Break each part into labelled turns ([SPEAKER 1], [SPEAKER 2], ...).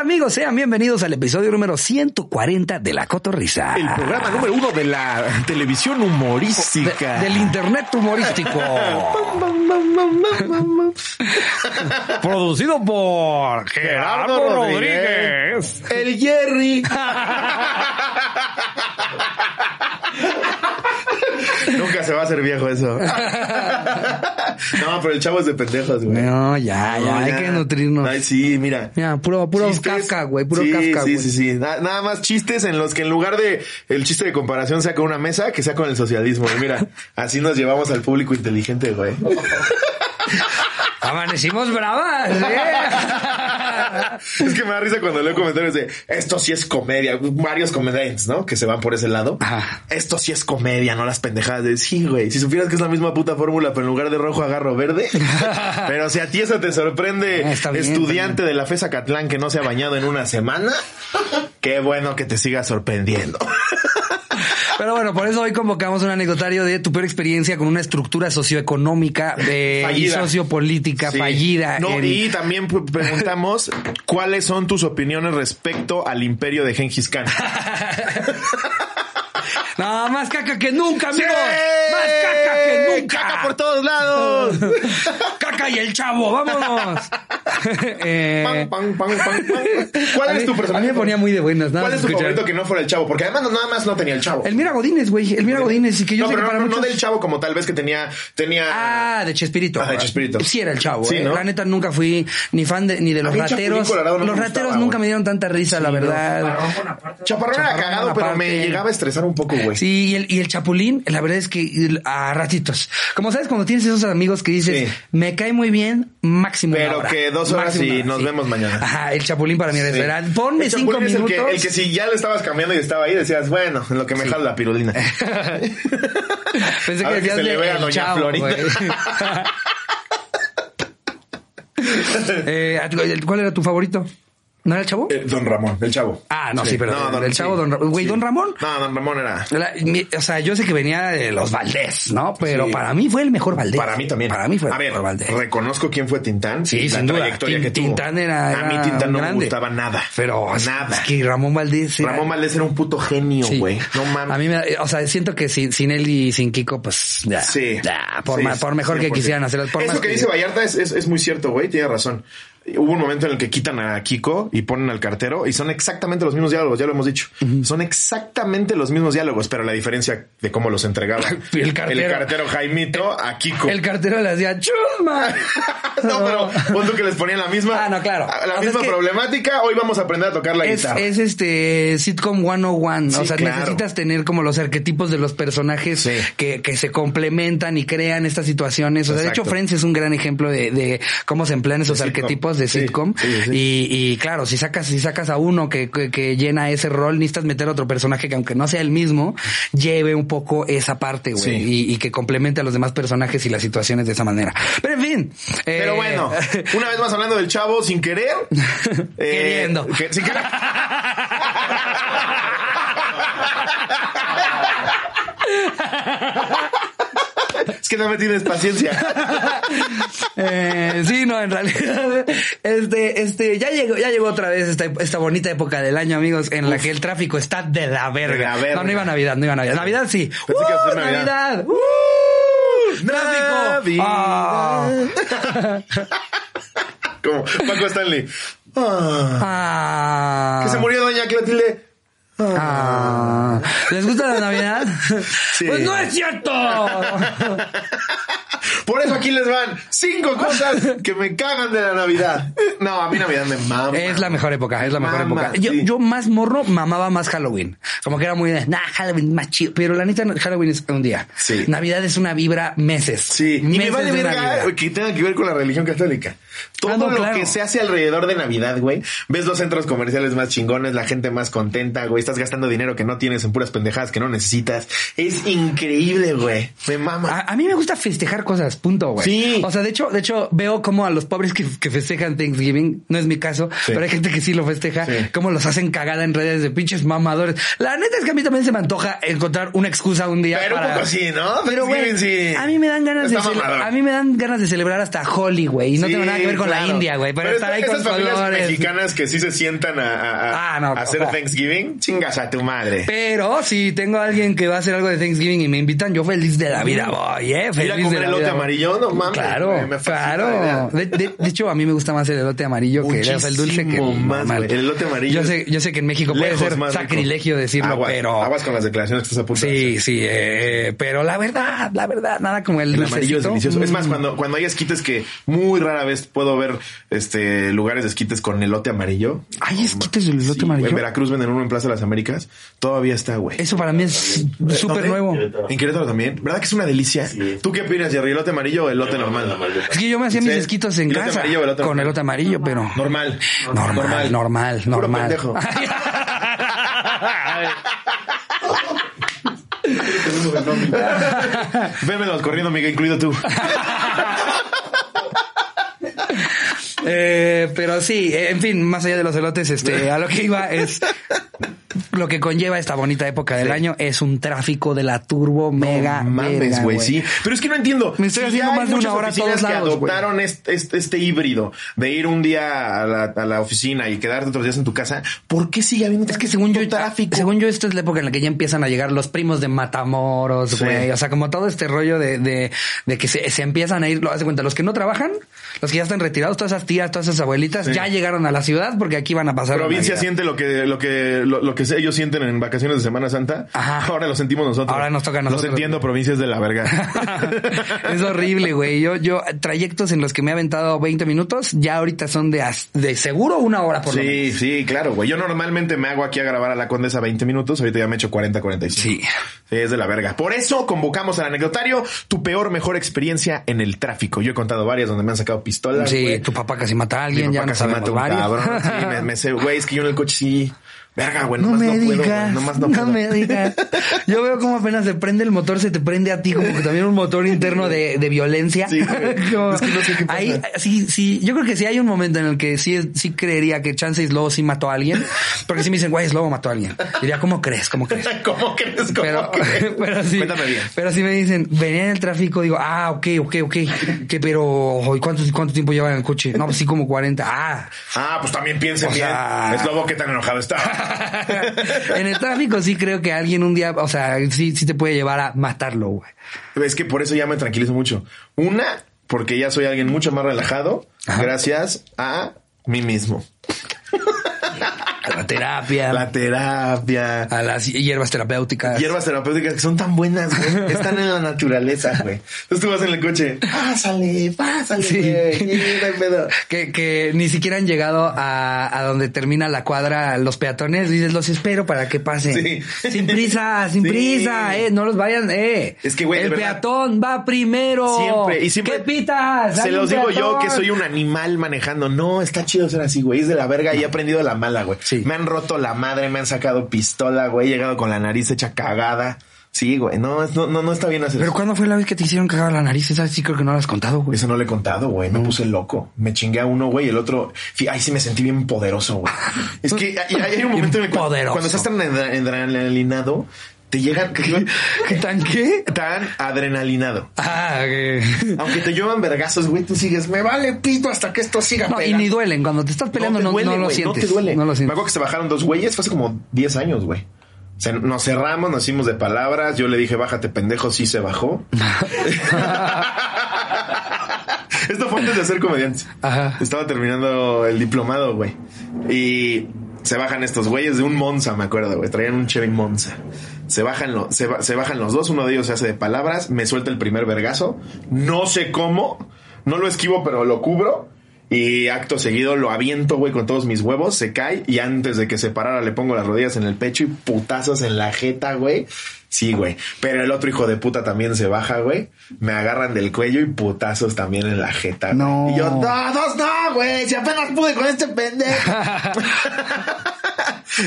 [SPEAKER 1] amigos, sean bienvenidos al episodio número 140 de La Cotorrisa.
[SPEAKER 2] El programa número uno de la televisión humorística.
[SPEAKER 1] De- del internet humorístico. Producido por Gerardo Rodríguez.
[SPEAKER 2] El Jerry. Nunca se va a hacer viejo eso. no, pero el chavo es de pendejos, güey.
[SPEAKER 1] No, ya, ya,
[SPEAKER 2] No,
[SPEAKER 1] hay
[SPEAKER 2] ya.
[SPEAKER 1] que nutrirnos.
[SPEAKER 2] Ay, sí, mira.
[SPEAKER 1] Mira, puro, puro
[SPEAKER 2] Chistes.
[SPEAKER 1] Kafka, güey, puro
[SPEAKER 2] sí,
[SPEAKER 1] Kafka,
[SPEAKER 2] sí,
[SPEAKER 1] güey.
[SPEAKER 2] sí, sí. Na- nada más chistes en los que en lugar de el chiste de comparación sea con una mesa, que sea con el socialismo. Y mira, así nos llevamos al público inteligente, güey.
[SPEAKER 1] Amanecimos bravas, ¿eh?
[SPEAKER 2] es que me da risa cuando leo comentarios de esto sí es comedia. Varios comediantes, ¿no? Que se van por ese lado.
[SPEAKER 1] Ajá.
[SPEAKER 2] Esto sí es comedia, no las pendejadas de sí, güey. Si supieras que es la misma puta fórmula, pero en lugar de rojo agarro verde. pero si a ti eso te sorprende,
[SPEAKER 1] Ah, está bien,
[SPEAKER 2] estudiante de la FESA Catlán que no se ha bañado en una semana, qué bueno que te siga sorprendiendo.
[SPEAKER 1] Pero bueno, por eso hoy convocamos un anecdotario de tu peor experiencia con una estructura socioeconómica de, y
[SPEAKER 2] Fallida.
[SPEAKER 1] sociopolítica
[SPEAKER 2] Sí.
[SPEAKER 1] fallida.
[SPEAKER 2] No,
[SPEAKER 1] en-
[SPEAKER 2] y también p- preguntamos cuáles son tus opiniones respecto al imperio de Gengis Khan.
[SPEAKER 1] No, más caca que nunca,
[SPEAKER 2] ¡Sí!
[SPEAKER 1] amigos. Más caca que nunca. Eh.
[SPEAKER 2] Caca por todos lados.
[SPEAKER 1] Caca y el chavo, vámonos. Eh,
[SPEAKER 2] Pan, pan, pan, pan, pan. ¿Cuál
[SPEAKER 1] a
[SPEAKER 2] es
[SPEAKER 1] mí-
[SPEAKER 2] tu personaje?
[SPEAKER 1] A mí me ponía muy de buenas. Nada
[SPEAKER 2] ¿Cuál
[SPEAKER 1] más
[SPEAKER 2] es tu
[SPEAKER 1] escuchar.
[SPEAKER 2] favorito que no fuera el chavo? Porque además no- nada más no tenía el chavo.
[SPEAKER 1] Elmira Godínez, güey. Elmira Godínez. Y que yo
[SPEAKER 2] no,
[SPEAKER 1] sé que
[SPEAKER 2] pero no,
[SPEAKER 1] para
[SPEAKER 2] no- no
[SPEAKER 1] muchos...
[SPEAKER 2] del chavo como tal vez que tenía, tenía.
[SPEAKER 1] Ah, de Chespirito.
[SPEAKER 2] Ah, de Chespirito.
[SPEAKER 1] Sí era el chavo.
[SPEAKER 2] Sí,
[SPEAKER 1] eh.
[SPEAKER 2] ¿no?
[SPEAKER 1] La neta nunca fui ni fan de, ni de los
[SPEAKER 2] mí Chapulín
[SPEAKER 1] rateros.
[SPEAKER 2] Colorado no
[SPEAKER 1] los
[SPEAKER 2] me
[SPEAKER 1] rateros
[SPEAKER 2] gustaba,
[SPEAKER 1] nunca
[SPEAKER 2] güey.
[SPEAKER 1] me dieron tanta risa, la verdad.
[SPEAKER 2] Chaparrón era
[SPEAKER 1] Chaparrón
[SPEAKER 2] cagado,
[SPEAKER 1] era
[SPEAKER 2] pero me
[SPEAKER 1] parte.
[SPEAKER 2] llegaba a estresar un poco, güey.
[SPEAKER 1] Sí, y el, y el chapulín, la verdad es que el- a ratitos. Como sabes, cuando tienes esos amigos que dices,
[SPEAKER 2] Sí.
[SPEAKER 1] me cae muy bien, máximo. una
[SPEAKER 2] Pero
[SPEAKER 1] hora.
[SPEAKER 2] que dos horas
[SPEAKER 1] Máximo
[SPEAKER 2] y
[SPEAKER 1] una hora,
[SPEAKER 2] nos vemos mañana.
[SPEAKER 1] Ajá, el chapulín para mí era
[SPEAKER 2] Sí.
[SPEAKER 1] esperar. Ponme
[SPEAKER 2] El
[SPEAKER 1] cinco
[SPEAKER 2] chapulín es
[SPEAKER 1] minutos.
[SPEAKER 2] El que, el que si ya le estabas cambiando y estaba ahí, decías, bueno, en lo que me jala la pirulina.
[SPEAKER 1] Pensé
[SPEAKER 2] A
[SPEAKER 1] que
[SPEAKER 2] ver que
[SPEAKER 1] decías de
[SPEAKER 2] se le vea a
[SPEAKER 1] el
[SPEAKER 2] Doña
[SPEAKER 1] chavo,
[SPEAKER 2] Florinda.
[SPEAKER 1] güey. Eh, ¿Cuál era tu favorito? ¿No era el chavo?
[SPEAKER 2] Eh, Don Ramón, el chavo.
[SPEAKER 1] Ah, no, sí, pero el- el chavo, Don Ra- güey, Don Ramón.
[SPEAKER 2] No, Don Ramón era.
[SPEAKER 1] La- mi- o sea, yo sé que venía de los Valdés, ¿no? Pero
[SPEAKER 2] Sí.
[SPEAKER 1] para mí fue el mejor Valdés.
[SPEAKER 2] Para mí también.
[SPEAKER 1] Para mí fue el
[SPEAKER 2] A ver,
[SPEAKER 1] mejor Valdés.
[SPEAKER 2] reconozco quién fue Tintán.
[SPEAKER 1] Sí,
[SPEAKER 2] y la
[SPEAKER 1] sin duda.
[SPEAKER 2] trayectoria
[SPEAKER 1] Tin-
[SPEAKER 2] que tuvo.
[SPEAKER 1] Tintán era,
[SPEAKER 2] A mí
[SPEAKER 1] era
[SPEAKER 2] Tintán
[SPEAKER 1] un
[SPEAKER 2] no me
[SPEAKER 1] grande.
[SPEAKER 2] gustaba nada.
[SPEAKER 1] Pero es-
[SPEAKER 2] nada.
[SPEAKER 1] Es que Ramón Valdés. era-
[SPEAKER 2] Ramón Valdés era un puto genio,
[SPEAKER 1] Sí.
[SPEAKER 2] güey. No mames.
[SPEAKER 1] A mí me, o sea, siento que sin, sin él y sin Kiko, pues ya.
[SPEAKER 2] Sí.
[SPEAKER 1] Ya, por,
[SPEAKER 2] Sí,
[SPEAKER 1] ma- por mejor que
[SPEAKER 2] 100%.
[SPEAKER 1] quisieran hacerlas. Por más
[SPEAKER 2] Eso que dice Vallarta es, es, es muy cierto, güey. Tiene razón. Hubo un momento en el que quitan a Kiko y ponen al cartero y son exactamente los mismos diálogos, ya lo hemos dicho. Son exactamente los mismos diálogos, pero la diferencia de cómo los entregaba
[SPEAKER 1] El cartero.
[SPEAKER 2] Jaimito a Kiko.
[SPEAKER 1] El cartero le hacía chusma.
[SPEAKER 2] no, pero punto que les ponían la misma.
[SPEAKER 1] Ah, no, claro.
[SPEAKER 2] La
[SPEAKER 1] O sea,
[SPEAKER 2] misma
[SPEAKER 1] es que-
[SPEAKER 2] problemática. Hoy vamos a aprender a tocar la
[SPEAKER 1] Es,
[SPEAKER 2] guitarra.
[SPEAKER 1] es este sitcom 101. o
[SPEAKER 2] Sí,
[SPEAKER 1] sea,
[SPEAKER 2] claro.
[SPEAKER 1] necesitas tener como los arquetipos de los personajes
[SPEAKER 2] Sí.
[SPEAKER 1] que, que se complementan y crean estas situaciones. O sea, de
[SPEAKER 2] Exacto.
[SPEAKER 1] hecho, Friends es un gran ejemplo de, de cómo se emplean esos
[SPEAKER 2] De sitcom.
[SPEAKER 1] arquetipos de
[SPEAKER 2] Sí,
[SPEAKER 1] sitcom.
[SPEAKER 2] sí, sí.
[SPEAKER 1] Y, y claro, si sacas, si sacas a uno que, que, que llena ese rol, necesitas meter otro personaje que, aunque no sea el mismo, lleve un poco esa parte, güey.
[SPEAKER 2] Sí.
[SPEAKER 1] Y, y que complemente a los demás personajes y las situaciones de esa manera. Pero en fin. eh,
[SPEAKER 2] Pero bueno, una vez más hablando del chavo sin querer. eh,
[SPEAKER 1] Queriendo.
[SPEAKER 2] que- sin querer. es que no me tienes paciencia.
[SPEAKER 1] Eh, sí, no, en realidad. Este, este, ya llegó, ya llegó otra vez esta, esta bonita época del año, amigos, en la que el tráfico está de la verga.
[SPEAKER 2] De la verga.
[SPEAKER 1] No, no iba a Navidad, no iba a Navidad. Navidad sí.
[SPEAKER 2] Pensé que iba a
[SPEAKER 1] ¡Uh,
[SPEAKER 2] ser
[SPEAKER 1] Navidad!
[SPEAKER 2] Navidad.
[SPEAKER 1] ¡Uh! ¡Tráfico! Ah.
[SPEAKER 2] Como Paco Stanley. Ah,
[SPEAKER 1] Ah.
[SPEAKER 2] que se murió Doña Clotilde.
[SPEAKER 1] Ah. ¿Les gusta la Navidad?
[SPEAKER 2] Sí.
[SPEAKER 1] Pues no es cierto.
[SPEAKER 2] Por eso aquí les van cinco cosas que me cagan de la Navidad. No, a mí Navidad me mama.
[SPEAKER 1] Es la mejor época, es la mejor
[SPEAKER 2] Mamá,
[SPEAKER 1] época. Yo,
[SPEAKER 2] sí.
[SPEAKER 1] yo más morro mamaba más Halloween. Como que era muy de, nah, Halloween más chido. Pero la neta, Halloween es un día.
[SPEAKER 2] Sí.
[SPEAKER 1] Navidad es una vibra meses.
[SPEAKER 2] Sí, y me
[SPEAKER 1] Meses
[SPEAKER 2] vale
[SPEAKER 1] de
[SPEAKER 2] verga
[SPEAKER 1] Navidad.
[SPEAKER 2] que tenga que ver con la religión católica. Todo
[SPEAKER 1] Ah, no,
[SPEAKER 2] lo
[SPEAKER 1] claro.
[SPEAKER 2] que se hace alrededor de Navidad, güey. Ves los centros comerciales más chingones, la gente más contenta, güey. Estás gastando dinero que no tienes en puras pendejadas que no necesitas. Es increíble, güey. Me
[SPEAKER 1] Ah,
[SPEAKER 2] mama.
[SPEAKER 1] A, a mí me gusta festejar cosas, punto, güey.
[SPEAKER 2] Sí.
[SPEAKER 1] O sea, de hecho, de hecho, veo como a los pobres que, que festejan Thanksgiving Thanksgiving, no es mi caso,
[SPEAKER 2] Sí.
[SPEAKER 1] pero hay gente que sí lo festeja,
[SPEAKER 2] Sí.
[SPEAKER 1] cómo los hacen cagada en redes de pinches mamadores. La neta es que a mí también se me antoja encontrar una excusa un día
[SPEAKER 2] Pero un
[SPEAKER 1] para...
[SPEAKER 2] poco sí, ¿no?
[SPEAKER 1] Pero güey,
[SPEAKER 2] Thanksgiving sí.
[SPEAKER 1] a mí me dan ganas de
[SPEAKER 2] Está
[SPEAKER 1] cele-
[SPEAKER 2] mamador.
[SPEAKER 1] a mí me dan ganas de celebrar hasta Holi, güey, y no
[SPEAKER 2] Sí,
[SPEAKER 1] tengo nada que ver con la
[SPEAKER 2] claro.
[SPEAKER 1] India, güey, pero, estar
[SPEAKER 2] esta-
[SPEAKER 1] ahí con
[SPEAKER 2] estas familias
[SPEAKER 1] colores.
[SPEAKER 2] mexicanas que sí se sientan a, a- a-
[SPEAKER 1] Ah, no,
[SPEAKER 2] a hacer
[SPEAKER 1] ojo.
[SPEAKER 2] Thanksgiving, chingas a tu madre.
[SPEAKER 1] Pero si tengo a alguien que va a hacer algo de Thanksgiving y me invitan, yo feliz de la vida voy, eh. Feliz
[SPEAKER 2] Ir a comer
[SPEAKER 1] de la
[SPEAKER 2] elote
[SPEAKER 1] vida voy.
[SPEAKER 2] amarillo, no mames,
[SPEAKER 1] Claro,
[SPEAKER 2] güey, me fascina la idea.
[SPEAKER 1] claro. De, de- de hecho, a mí me gusta más el elote amarillo que el, o sea, el dulce que
[SPEAKER 2] Muchísimo más,
[SPEAKER 1] normal.
[SPEAKER 2] güey. El elote amarillo
[SPEAKER 1] Yo sé, yo sé que en México puede
[SPEAKER 2] Lejos
[SPEAKER 1] ser
[SPEAKER 2] más rico.
[SPEAKER 1] sacrilegio decirlo,
[SPEAKER 2] Aguas-
[SPEAKER 1] pero.
[SPEAKER 2] Aguas con las declaraciones que estás a punto de hacer.
[SPEAKER 1] Sí, sí, eh, pero la verdad, la verdad, nada como el,
[SPEAKER 2] El amarillo es
[SPEAKER 1] dulcecito.
[SPEAKER 2] delicioso. Es más,
[SPEAKER 1] Mm.
[SPEAKER 2] cuando, cuando hay esquites que muy rara vez puedo ver este lugares de esquites con elote amarillo.
[SPEAKER 1] ¿Hay esquites del este elote
[SPEAKER 2] Sí, güey,
[SPEAKER 1] amarillo?
[SPEAKER 2] En Veracruz venden uno en Plaza de las Américas. Todavía está, güey.
[SPEAKER 1] Eso para mí es súper
[SPEAKER 2] ¿Dónde?
[SPEAKER 1] nuevo.
[SPEAKER 2] En Querétaro también. ¿Verdad que es una delicia?
[SPEAKER 3] Sí.
[SPEAKER 2] ¿Tú qué opinas, Jerry? ¿Elote amarillo o elote normal?
[SPEAKER 1] Es que yo me hacía mis
[SPEAKER 2] Sí.
[SPEAKER 1] esquitos en
[SPEAKER 2] ¿Elote
[SPEAKER 1] casa
[SPEAKER 2] amarillo o elote
[SPEAKER 1] con
[SPEAKER 2] normal?
[SPEAKER 1] elote amarillo, pero.
[SPEAKER 2] Normal.
[SPEAKER 1] Normal, normal,
[SPEAKER 2] Puro
[SPEAKER 1] normal.
[SPEAKER 2] pendejo. Vémelos corriendo, amiga, incluido tú.
[SPEAKER 1] Eh, pero sí, eh, en fin, más allá de los elotes, este, a lo que iba es lo que conlleva esta bonita época del año es un tráfico de la turbo mega
[SPEAKER 2] Mames,
[SPEAKER 1] verga,
[SPEAKER 2] güey, sí. Pero es que no entiendo.
[SPEAKER 1] Me estoy
[SPEAKER 2] Si
[SPEAKER 1] haciendo
[SPEAKER 2] ya hay
[SPEAKER 1] más de una
[SPEAKER 2] muchas
[SPEAKER 1] hora a
[SPEAKER 2] oficinas
[SPEAKER 1] todos lados,
[SPEAKER 2] que
[SPEAKER 1] güey.
[SPEAKER 2] adoptaron este, este, este híbrido de ir un día a la, a la oficina y quedarte otros días en tu casa. ¿Por qué sigue habiendo este
[SPEAKER 1] Es que según yo,
[SPEAKER 2] tráfico?
[SPEAKER 1] según yo, esta es la época en la que ya empiezan a llegar los primos de Matamoros,
[SPEAKER 2] Sí.
[SPEAKER 1] güey. O sea, como todo este rollo de, de, de que se, se empiezan a ir, lo hace cuenta, los que no trabajan, los que ya están retirados, todas esas tías, todas esas abuelitas,
[SPEAKER 2] Sí.
[SPEAKER 1] ya llegaron a la ciudad porque aquí van a pasar. la
[SPEAKER 2] provincia
[SPEAKER 1] Navidad.
[SPEAKER 2] siente lo que lo que lo, lo que ellos sienten en vacaciones de Semana Santa.
[SPEAKER 1] Ajá.
[SPEAKER 2] Ahora lo sentimos nosotros.
[SPEAKER 1] Ahora nos toca a nosotros.
[SPEAKER 2] Los entiendo, provincias de la verga.
[SPEAKER 1] es horrible, güey. Yo, yo, trayectos en los que me he aventado 20 minutos, ya ahorita son de, as- de seguro una hora por lo menos.
[SPEAKER 2] Sí, sí, claro, güey. Yo normalmente me hago aquí a grabar a la Condesa 20 minutos, ahorita ya me he hecho 40, 45.
[SPEAKER 1] Sí.
[SPEAKER 2] Sí, es de la verga. Por eso convocamos al anecdotario tu peor, mejor experiencia en el tráfico. Yo he contado varias donde me han sacado pistolas.
[SPEAKER 1] Sí,
[SPEAKER 2] güey.
[SPEAKER 1] tu papá casi mata a
[SPEAKER 2] Mi
[SPEAKER 1] alguien, ya no
[SPEAKER 2] papá casi mata
[SPEAKER 1] sabemos
[SPEAKER 2] a un
[SPEAKER 1] varios.
[SPEAKER 2] cabrón. Sí, me, me sé, güey, es que yo en el coche sí. Verga, güey,
[SPEAKER 1] No
[SPEAKER 2] nomás
[SPEAKER 1] me
[SPEAKER 2] no puedo,
[SPEAKER 1] digas,
[SPEAKER 2] güey, nomás no,
[SPEAKER 1] no,
[SPEAKER 2] puedo.
[SPEAKER 1] me digas. Yo veo cómo apenas se prende el motor, se te prende a ti, como que también un motor interno de, de violencia.
[SPEAKER 2] Sí, güey.
[SPEAKER 1] Como-
[SPEAKER 2] Es que no sé qué pasa.
[SPEAKER 1] Ahí, sí, sí, yo creo que sí hay un momento en el que sí, es- sí creería que Chance Slobo sí mató a alguien, porque sí me dicen, guay, Slobo mató a alguien. Diría, ¿cómo crees? ¿Cómo crees?
[SPEAKER 2] ¿Cómo crees? ¿Cómo
[SPEAKER 1] Pero,
[SPEAKER 2] crees?
[SPEAKER 1] pero sí,
[SPEAKER 2] Cuéntame bien.
[SPEAKER 1] pero sí me dicen, venía en el tráfico, digo, ah, ok, ok, ok, que pero, ¿y cuánto, cuánto tiempo llevan en el coche? No, pues sí, como 40. Ah,
[SPEAKER 2] Ah, pues también piensen
[SPEAKER 1] O sea-
[SPEAKER 2] bien. Es lobo que tan enojado está.
[SPEAKER 1] en el tráfico sí creo que alguien un día, o sea, sí, sí te puede llevar a matarlo, güey.
[SPEAKER 2] Es que por eso ya me tranquilizo mucho. Una, porque ya soy alguien mucho más relajado
[SPEAKER 1] Ajá.
[SPEAKER 2] gracias a mí mismo.
[SPEAKER 1] A la terapia,
[SPEAKER 2] La terapia,
[SPEAKER 1] a las hierbas terapéuticas.
[SPEAKER 2] hierbas terapéuticas que son tan buenas, güey. Están en la naturaleza, güey. Entonces tú vas en el coche. Pásale, pásale,
[SPEAKER 1] Sí.
[SPEAKER 2] güey. Sí, no hay pedo.
[SPEAKER 1] Que, que ni siquiera han llegado a, a donde termina la cuadra los peatones. Dices, los espero para que pasen.
[SPEAKER 2] Sí.
[SPEAKER 1] Sin prisa, sin
[SPEAKER 2] Sí.
[SPEAKER 1] prisa, eh. No los vayan, eh.
[SPEAKER 2] Es que, güey, de
[SPEAKER 1] El
[SPEAKER 2] verdad.
[SPEAKER 1] peatón va primero.
[SPEAKER 2] Siempre, y siempre.
[SPEAKER 1] ¿Qué pitas?
[SPEAKER 2] Se
[SPEAKER 1] Hay
[SPEAKER 2] los
[SPEAKER 1] un
[SPEAKER 2] digo yo
[SPEAKER 1] peatón.
[SPEAKER 2] que soy un animal manejando. No, está chido ser así, güey. Es de la verga y he aprendido la mala, güey.
[SPEAKER 1] Sí.
[SPEAKER 2] Me han roto la madre, me han sacado pistola, güey. He llegado con la nariz hecha cagada. Sí, güey. No, es- no, no, no está bien hacer
[SPEAKER 1] Pero
[SPEAKER 2] eso.
[SPEAKER 1] ¿cuándo fue la vez que te hicieron cagar la nariz? Esa sí creo que no la has contado, güey.
[SPEAKER 2] Eso no le he contado, güey. Me puse loco. Me chingué a uno, güey. El otro. Fí- Ay, sí me sentí bien poderoso, güey. Es que hay, hay un momento en el que cuando,
[SPEAKER 1] Poderoso.
[SPEAKER 2] cuando estás tan adre- adrenalinado, te llegan
[SPEAKER 1] ¿Qué tan qué?
[SPEAKER 2] tan adrenalinado.
[SPEAKER 1] Ah, que...
[SPEAKER 2] Aunque te llevan vergazos, güey, tú sigues, me vale pito hasta que esto siga
[SPEAKER 1] No, y
[SPEAKER 2] pegando".
[SPEAKER 1] ni duelen. Cuando te estás peleando,
[SPEAKER 2] te
[SPEAKER 1] no,
[SPEAKER 2] duele,
[SPEAKER 1] no lo
[SPEAKER 2] güey,
[SPEAKER 1] sientes.
[SPEAKER 2] No te duele.
[SPEAKER 1] No lo
[SPEAKER 2] Me
[SPEAKER 1] sientes.
[SPEAKER 2] acuerdo que se bajaron dos güeyes, fue hace como 10 años, güey. Se- nos cerramos, nos hicimos de palabras. Yo le dije, bájate, pendejo. Sí se bajó. Esto fue antes de ser comediante.
[SPEAKER 1] Ajá.
[SPEAKER 2] Estaba terminando el diplomado, güey. Y se bajan estos güeyes de un Monza, me acuerdo, güey. Traían un Chevy Monza. Se bajan, lo- se, ba- se bajan los dos. Uno de ellos se hace de palabras. Me suelta el primer vergazo. No sé cómo. No lo esquivo, pero lo cubro. Y acto seguido lo aviento, güey, con todos mis huevos. Se cae. Y antes de que se parara, le pongo las rodillas en el pecho y putazos en la jeta, güey. Sí, güey. Pero el otro hijo de puta también se baja, güey. Me agarran del cuello y putazos también en la jeta. güey.
[SPEAKER 1] No.
[SPEAKER 2] Y yo, no, dos no, güey. Si apenas pude con este pendejo.